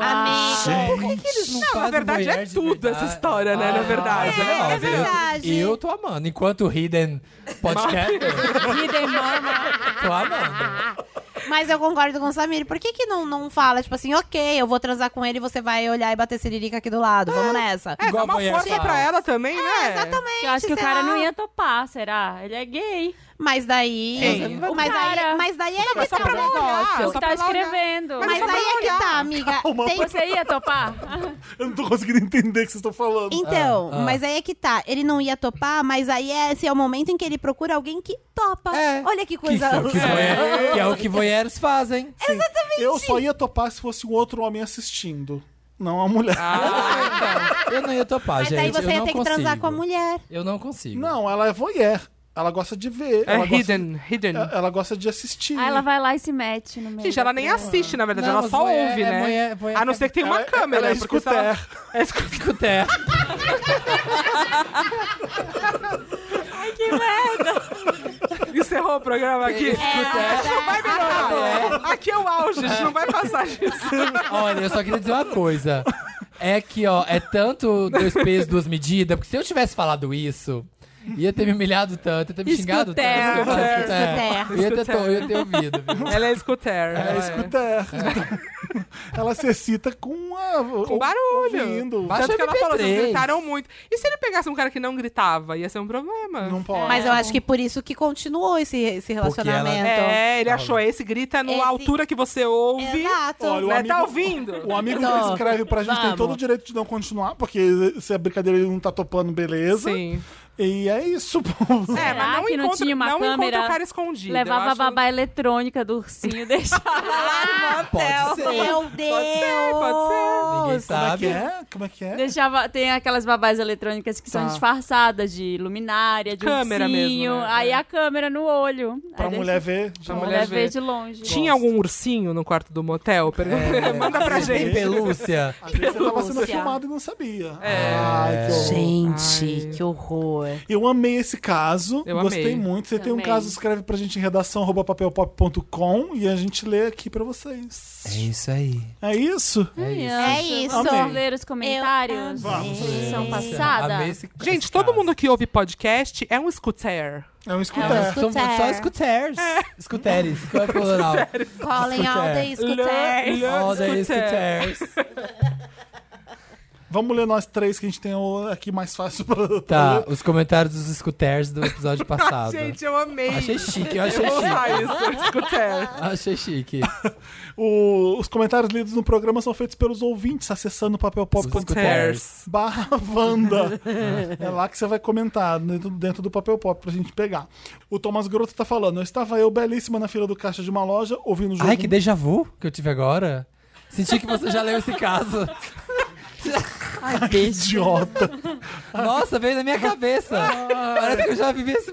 E: Amigo.
F: Por que, que eles não,
D: Não, na
F: fazem
D: verdade
F: voyeur
D: é
F: um de
D: tudo
F: verdade?
D: essa história, né?
F: Ah,
D: na verdade.
F: é
E: É
F: óbvio.
E: verdade.
F: Eu tô amando. Enquanto o Hidden Podcaster,
B: né?"
F: tô amando.
E: Mas eu concordo com o Samir. Por que, que não, não fala, tipo assim, ok, eu vou transar com ele, você vai olhar e bater siririca aqui do lado. Vamos nessa.
D: É, dá
F: Igual
D: uma
F: voyeur
D: força
F: faz.
D: pra ela também,
B: É,
D: né?
E: Exatamente.
B: Eu acho que o
E: sei
B: cara
E: lá.
B: não ia topar, será? Ele é gay.
E: Mas daí.
D: Quem?
E: Mas, aí,
B: cara.
E: mas daí é que
D: É, Mas só
E: tá
D: pra
E: o
D: ela olhar.
E: negócio.
D: Ah, só pra
B: tá
D: ela olhar.
B: escrevendo.
E: Mas
D: só pra
E: aí é que
D: olhar.
E: tá, amiga.
A: Calma,
E: Tem-
B: Você ia topar?
A: Eu não tô conseguindo entender o que vocês estão falando.
E: Então,
F: Ah, ah.
E: mas aí é que tá. Ele não ia topar, mas aí é, esse é o momento em que ele procura alguém que topa.
F: É.
E: Olha que
F: Que, né,
E: coisa.
F: foi o que, voyeur, que é o que voyeurs fazem.
A: Eu só ia topar se fosse um outro homem assistindo. Não a mulher.
D: Ah, então.
F: Eu não ia topar,
E: Mas
F: gente.
E: aí você
F: eu
E: ia
F: não
E: ter que
F: consigo.
E: transar com a mulher.
F: Eu não consigo.
A: Não, ela é voyeur. Ela gosta de ver.
D: É
A: ela, gosta,
D: hidden, hidden.
A: é- ela gosta de assistir.
B: Aí Ah, ela vai lá e se mete no meio.
D: Ah, Gente,
B: da
D: ela nem
B: tela.
D: assiste, na verdade,
F: Não,
D: ela
F: mas
D: só
F: voyeur
D: ouve,
F: é
D: né?
F: voyeur- voyeur
D: a não ser que tenha uma
A: Ela-
D: câmera.
A: ela é
D: porque se ela-
A: scooter.
D: É scooter.
F: Escuté.
B: Que merda!
D: Encerrou o programa aqui. Não vai melhorar. Aqui é o auge, a gente não vai passar disso.
F: Olha, eu só queria dizer uma coisa. É que, ó, é tanto dois pesos, duas medidas, porque se eu tivesse falado isso, ia ter me humilhado tanto, ia ter me xingado tanto.
B: Escuté.
F: Eu falei, escuté.
E: Escuté.
F: Eu ia ter, to- eu ia ter ouvido. viu?
D: Ela é scooter.
A: Ela é scooter. ela se excita com a.
D: Com barulho.
A: Ouvindo.
F: Baixa
D: Tanto que ela
F: MP3.
D: falou, vocês gritaram muito. E se ele pegasse um cara que não gritava? Ia ser um problema.
A: Não pode.
E: Mas eu acho que por isso que continuou esse, esse relacionamento.
B: Então.
D: É, ele achou esse grita na
E: Esse-
D: altura que você ouve.
E: Exato.
A: Olha, o
D: Né?
A: amigo-
D: Tá ouvindo?
A: O amigo que
I: Não.
A: escreve pra gente tem
I: Vamos.
A: todo o direito de não continuar, porque se a brincadeira ele não tá topando, beleza.
D: Sim.
A: E é isso, povo.
D: É,
B: Será
D: mas não
B: que não
D: encontra,
B: tinha uma
D: não encontra
B: câmera?
D: o cara escondido. eu
B: Levava a
D: acho-
B: babá eletrônica do ursinho, deixava lá no hotel.
F: Pode ser.
E: Meu Ah, Deus!
F: Ninguém
A: Como é que
F: sabe.
A: é? Como é que é?
B: Deixava, tem aquelas babás eletrônicas que
A: Tá.
B: são disfarçadas de luminária, de
D: Câmera mesmo,
B: ursinho.
D: né?
B: Aí a câmera no olho.
A: Pra
B: Aí deixa-
A: mulher ver.
D: Pra
B: pra
D: mulher
B: mulher
D: ver.
B: ver de longe.
D: Tinha algum ursinho no quarto do motel? Pergunta- Manda pra
F: Tem
D: gente.
F: pelúcia.
A: Às vezes você tava sendo
E: Pelúcia.
A: filmado e não sabia. Ai, que horror.
E: Gente, que horror.
A: Eu amei esse caso.
D: Eu
A: gostei
D: amei.
A: muito. Você tem um
B: Também.
A: caso, escreve pra gente em redação arroba papelpop.com e a gente lê aqui pra vocês.
F: É isso aí.
A: É isso?
E: É isso.
B: Vamos ler os comentários.
E: Eu amei.
B: São
F: Amei
B: passada.
F: esse-
D: Gente,
F: esse
D: todo
F: caso.
D: mundo que ouve podcast é um scooter.
A: É um escutar.
E: É um
F: São
E: escutar.
F: só scooters. Scooters. Qual é o plural?
E: Calling all
D: é.
E: the scooters.
F: All the
D: scooter.
F: scooters.
A: Vamos ler nós três que a gente tem o- aqui mais fácil pra.
F: Tá, os comentários dos scooters do episódio passado.
D: Gente, eu amei.
F: Achei chique, eu achei
D: Eu vou usar
F: chique.
D: isso, scooter.
F: Achei chique.
A: O- os comentários lidos no programa são feitos pelos ouvintes acessando papelpop.com.
D: Scooters.
A: barra Wanda. é lá que você vai comentar dentro, dentro do papel pop pra gente pegar. O Thomas Groto tá falando: eu estava eu belíssima na fila do caixa de uma loja, ouvindo o jogo.
F: Ai, que déjà vu que eu tive agora. Senti que você já leu esse caso.
A: idiota.
F: Nossa, veio na minha cabeça. Parece que eu já vivi esse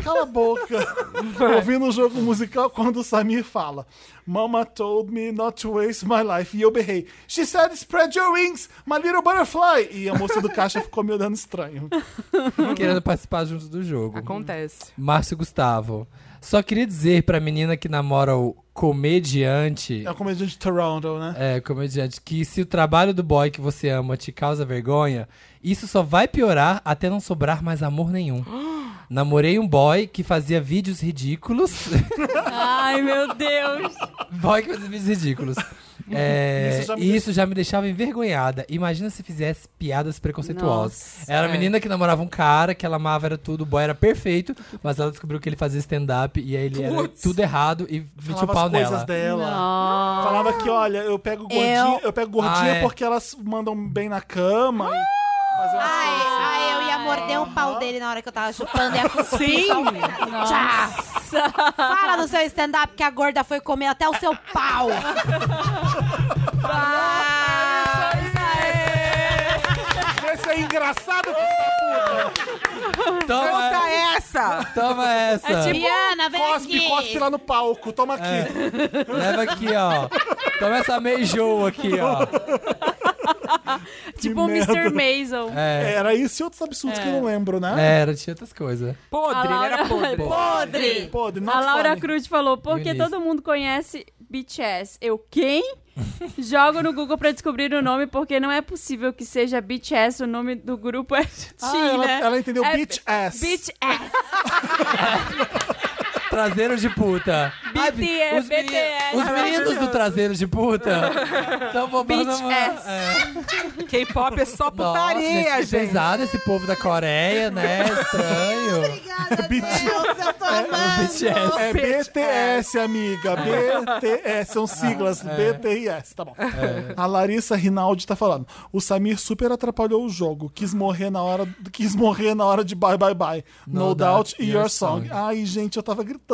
A: Cala a boca. ouvindo o jogo musical quando o Samir fala: Mama told me not to waste my life. E eu berrei: She said spread your wings, my little butterfly. E a moça do caixa ficou me olhando estranho.
F: Querendo participar junto do
D: Ah,
F: jogo.
D: Acontece.
F: Márcio Gustavo. Só queria dizer pra menina que namora o comediante.
A: É o comediante de Toronto, né?
F: É, comediante, que se o trabalho do boy que você ama te causa vergonha, isso só vai piorar até não sobrar mais amor nenhum. Namorei um boy que fazia vídeos ridículos.
B: Ai, meu Deus.
F: boy que fazia vídeos ridículos. É,
A: Isso já me
F: e isso já me deixava envergonhada. Imagina se fizesse piadas
A: Tipo
F: preconceituosas.
D: Nossa,
F: era
D: é.
F: uma menina que namorava um cara que ela amava, era tudo, o boy era perfeito, mas ela descobriu que ele fazia stand-up e aí ele era
D: Putz.
F: tudo errado e metia o
A: Falava
F: pau
A: as coisas
F: nela.
A: dela.
B: Nossa.
A: Falava que, olha, eu pego gordinha, eu, pego gordinha
F: Ah, é.
A: porque elas mandam bem na cama. e- Mas eu-
B: Ah,
E: Ai,
B: é.
E: ai, eu ia morder o pau dele na hora que eu tava chupando. E a
D: Sim.
E: um Tchá! Fala no seu stand-up que a gorda foi comer até o seu pau.
B: Ah,
A: Esse é engraçado.
F: Toma,
D: Conta essa!
F: toma essa!
A: É
E: Diana, vem
A: Cospe,
E: aqui.
A: cospe lá no palco. Toma aqui. tipo-
F: Leva aqui, ó. Toma essa meijoa aqui, ó.
B: Tipo o Mr.
A: merda.
B: Maisel.
F: É.
A: Era isso e outros absurdos que eu não
B: É.
A: lembro, né?
F: Era, tinha outras coisas.
D: Podre, ele era podre.
B: Podre.
A: Podre, not
B: A Laura
A: funny.
B: Cruz falou, porque
F: Eunice.
B: todo mundo conhece BTS. Eu quem? Jogo no Google pra descobrir o nome, porque não é possível que seja BTS, o nome do grupo é Teen,
A: Ah, ela,
B: né?
A: ela entendeu
B: É
A: bitch ass.
B: BTS.
F: Traseiro de puta. Ai,
B: BTS,
F: os, meni-
B: BTS.
F: os meninos do traseiro de puta estão bombando a mão.
B: BTS.
F: É.
D: K-pop é só
F: Nossa,
D: putaria,
F: gente, que
D: gente.
F: pesado esse povo da Coreia, né? Estranho. BTS.
A: É BTS, amiga. É. BTS. São siglas. BTS. Tá bom. A Larissa Rinaldi tá falando. O Samir super atrapalhou o jogo. Quis morrer na hora, quis morrer na hora de Bye Bye Bye. No,
F: No
A: Doubt
F: Doubt
A: e Your Song. Ai, gente, eu tava gritando.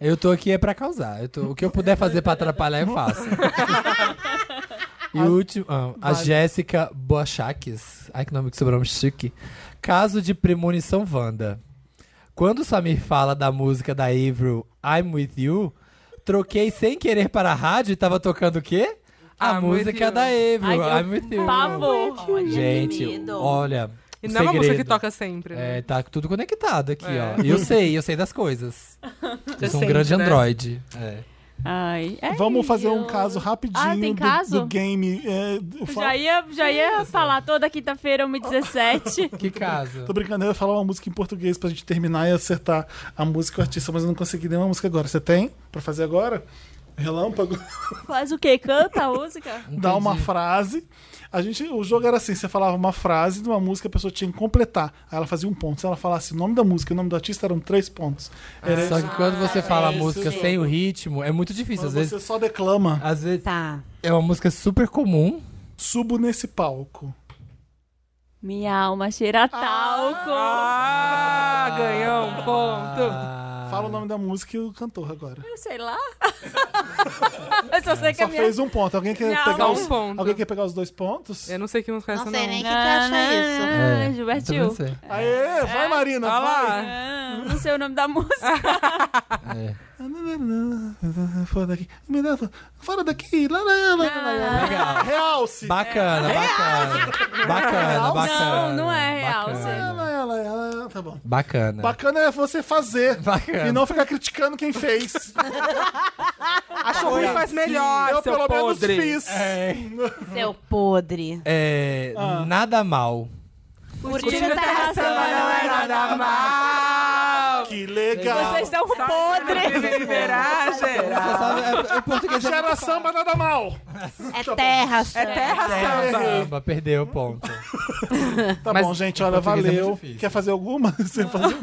F: Eu tô aqui é pra causar. Eu tô- o que eu puder fazer pra atrapalhar, eu faço. é E o último, ah, a
A: Vai.
F: Jéssica Boachaques. Ai, que nome que sobrenome chique. Caso de premonição Wanda. Quando o Samir fala da música da Avril, I'm With You, troquei sem querer para a rádio e tava tocando o quê? A
D: I'm with
F: música
D: you. um
F: da Avril,
B: Ai,
F: I'm With You.
B: Pavor.
F: Gente, olha...
D: E
F: o
D: não é uma música que
F: segredo.
D: toca sempre. né?
F: É, tá tudo conectado aqui,
D: É.
F: ó. E Eu sei, eu sei das coisas. Eu sou um
D: sente,
F: grande
D: né?
F: android. É.
B: Ai, é
A: Vamos fazer um
B: isso.
A: caso rapidinho
B: Ah, tem
A: do-
B: caso?
A: Do, game. é, do- fa-
B: Já ia, já ia falar toda quinta-feira, 1h17.
F: Que caso?
A: Tô brincando, eu ia falar uma música em português pra gente terminar e acertar a música e o artista, mas eu não consegui nenhuma música agora. Você tem pra fazer agora? Relâmpago?
B: Faz o quê? Canta a música?
A: Dá uma frase. A gente, o jogo era assim: você falava uma frase de uma música, a pessoa tinha que completar. Aí ela fazia um ponto. Se ela falasse o nome da música e o nome do artista, eram três pontos. Era
F: É. Só
A: isso.
F: que quando você fala a
E: é
F: música
E: isso,
F: sem o ritmo, é muito difícil. Às
A: Mas você
F: vezes,
A: só declama.
F: às vezes
E: Tá.
F: é uma música super comum.
A: Subo nesse palco.
B: Minha alma cheira a talco.
D: Ah, ganhou um ponto.
A: Fala o nome da música e o cantor agora.
B: Eu sei lá. Eu só sei que
A: Só
B: a minha...
A: fez um ponto. Alguém quer,
B: Não.
A: pegar
D: Só
A: os,
D: um ponto.
A: alguém quer pegar os dois pontos?
D: Eu não sei que música é essa,
E: Não
D: não.
E: sei nem o que, que
B: Ah,
E: acha isso.
B: ah,
F: Eu
B: Gilberto
F: também
B: Gil.
F: não sei.
A: Aê,
B: É,
A: vai, Marina,
D: Olha
A: vai.
D: lá.
B: Ah, não sei o nome da música.
A: Fora daqui. Me dá- Fora daqui. Lá, lá, lá, lá, lá.
B: Ah.
F: Legal.
A: Realce.
F: Bacana, bacana. Bacana,
A: Não,
F: bacana.
B: não é real,
F: Bacana.
A: Ela, ela, ela. Tá bom.
F: Bacana.
A: Bacana é você fazer.
F: Bacana.
A: E não ficar criticando quem fez.
D: Acho ruim, faz melhor,
A: Eu
D: seu
A: pelo
D: podre.
A: menos fiz.
F: É,
E: Seu podre.
F: é,
D: Ah.
F: Nada mal.
E: Curtindo terração,
D: Mas não é nada mal.
A: Que legal.
B: Vocês estão podres.
D: Viverá,
F: Você
D: geral.
F: sabe, é, é português é
A: Gera samba, nada mal.
E: É terra,
D: É terra samba.
F: samba, perdeu o ponto.
A: Tá
F: Mas
A: bom, gente,
F: em
A: olha,
F: português é muito
A: valeu.
F: difícil.
A: Quer fazer alguma? Você fazer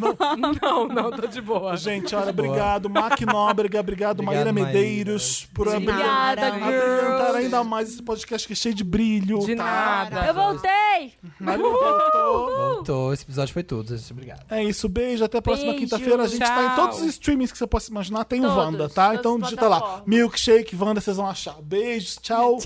D: Não, não, tô de boa.
A: Gente, olha, obrigado, Mac Nóbrega, obrigado,
F: Obrigado,
A: Maíra
F: Maíra.
A: Medeiros, por abrilhantar
B: Obrigada,
E: Nada.
B: girl.
A: ainda mais esse podcast que é cheio de brilho.
D: De
A: tá?
D: nada.
B: Eu voltei.
A: Marina voltou.
F: Voltou, esse episódio foi tudo. gente, Obrigado.
A: É isso, beijo, até a próxima
B: Beijo,
A: quinta-feira. A gente tá em
D: tchau.
A: todos os streamings que você possa imaginar, tem o
B: Todos,
A: Wanda, tá?
B: todas
A: Então
B: as
A: digita lá,
B: plataformas.
A: milkshake, Wanda, vocês vão achar. Beijos, tchau.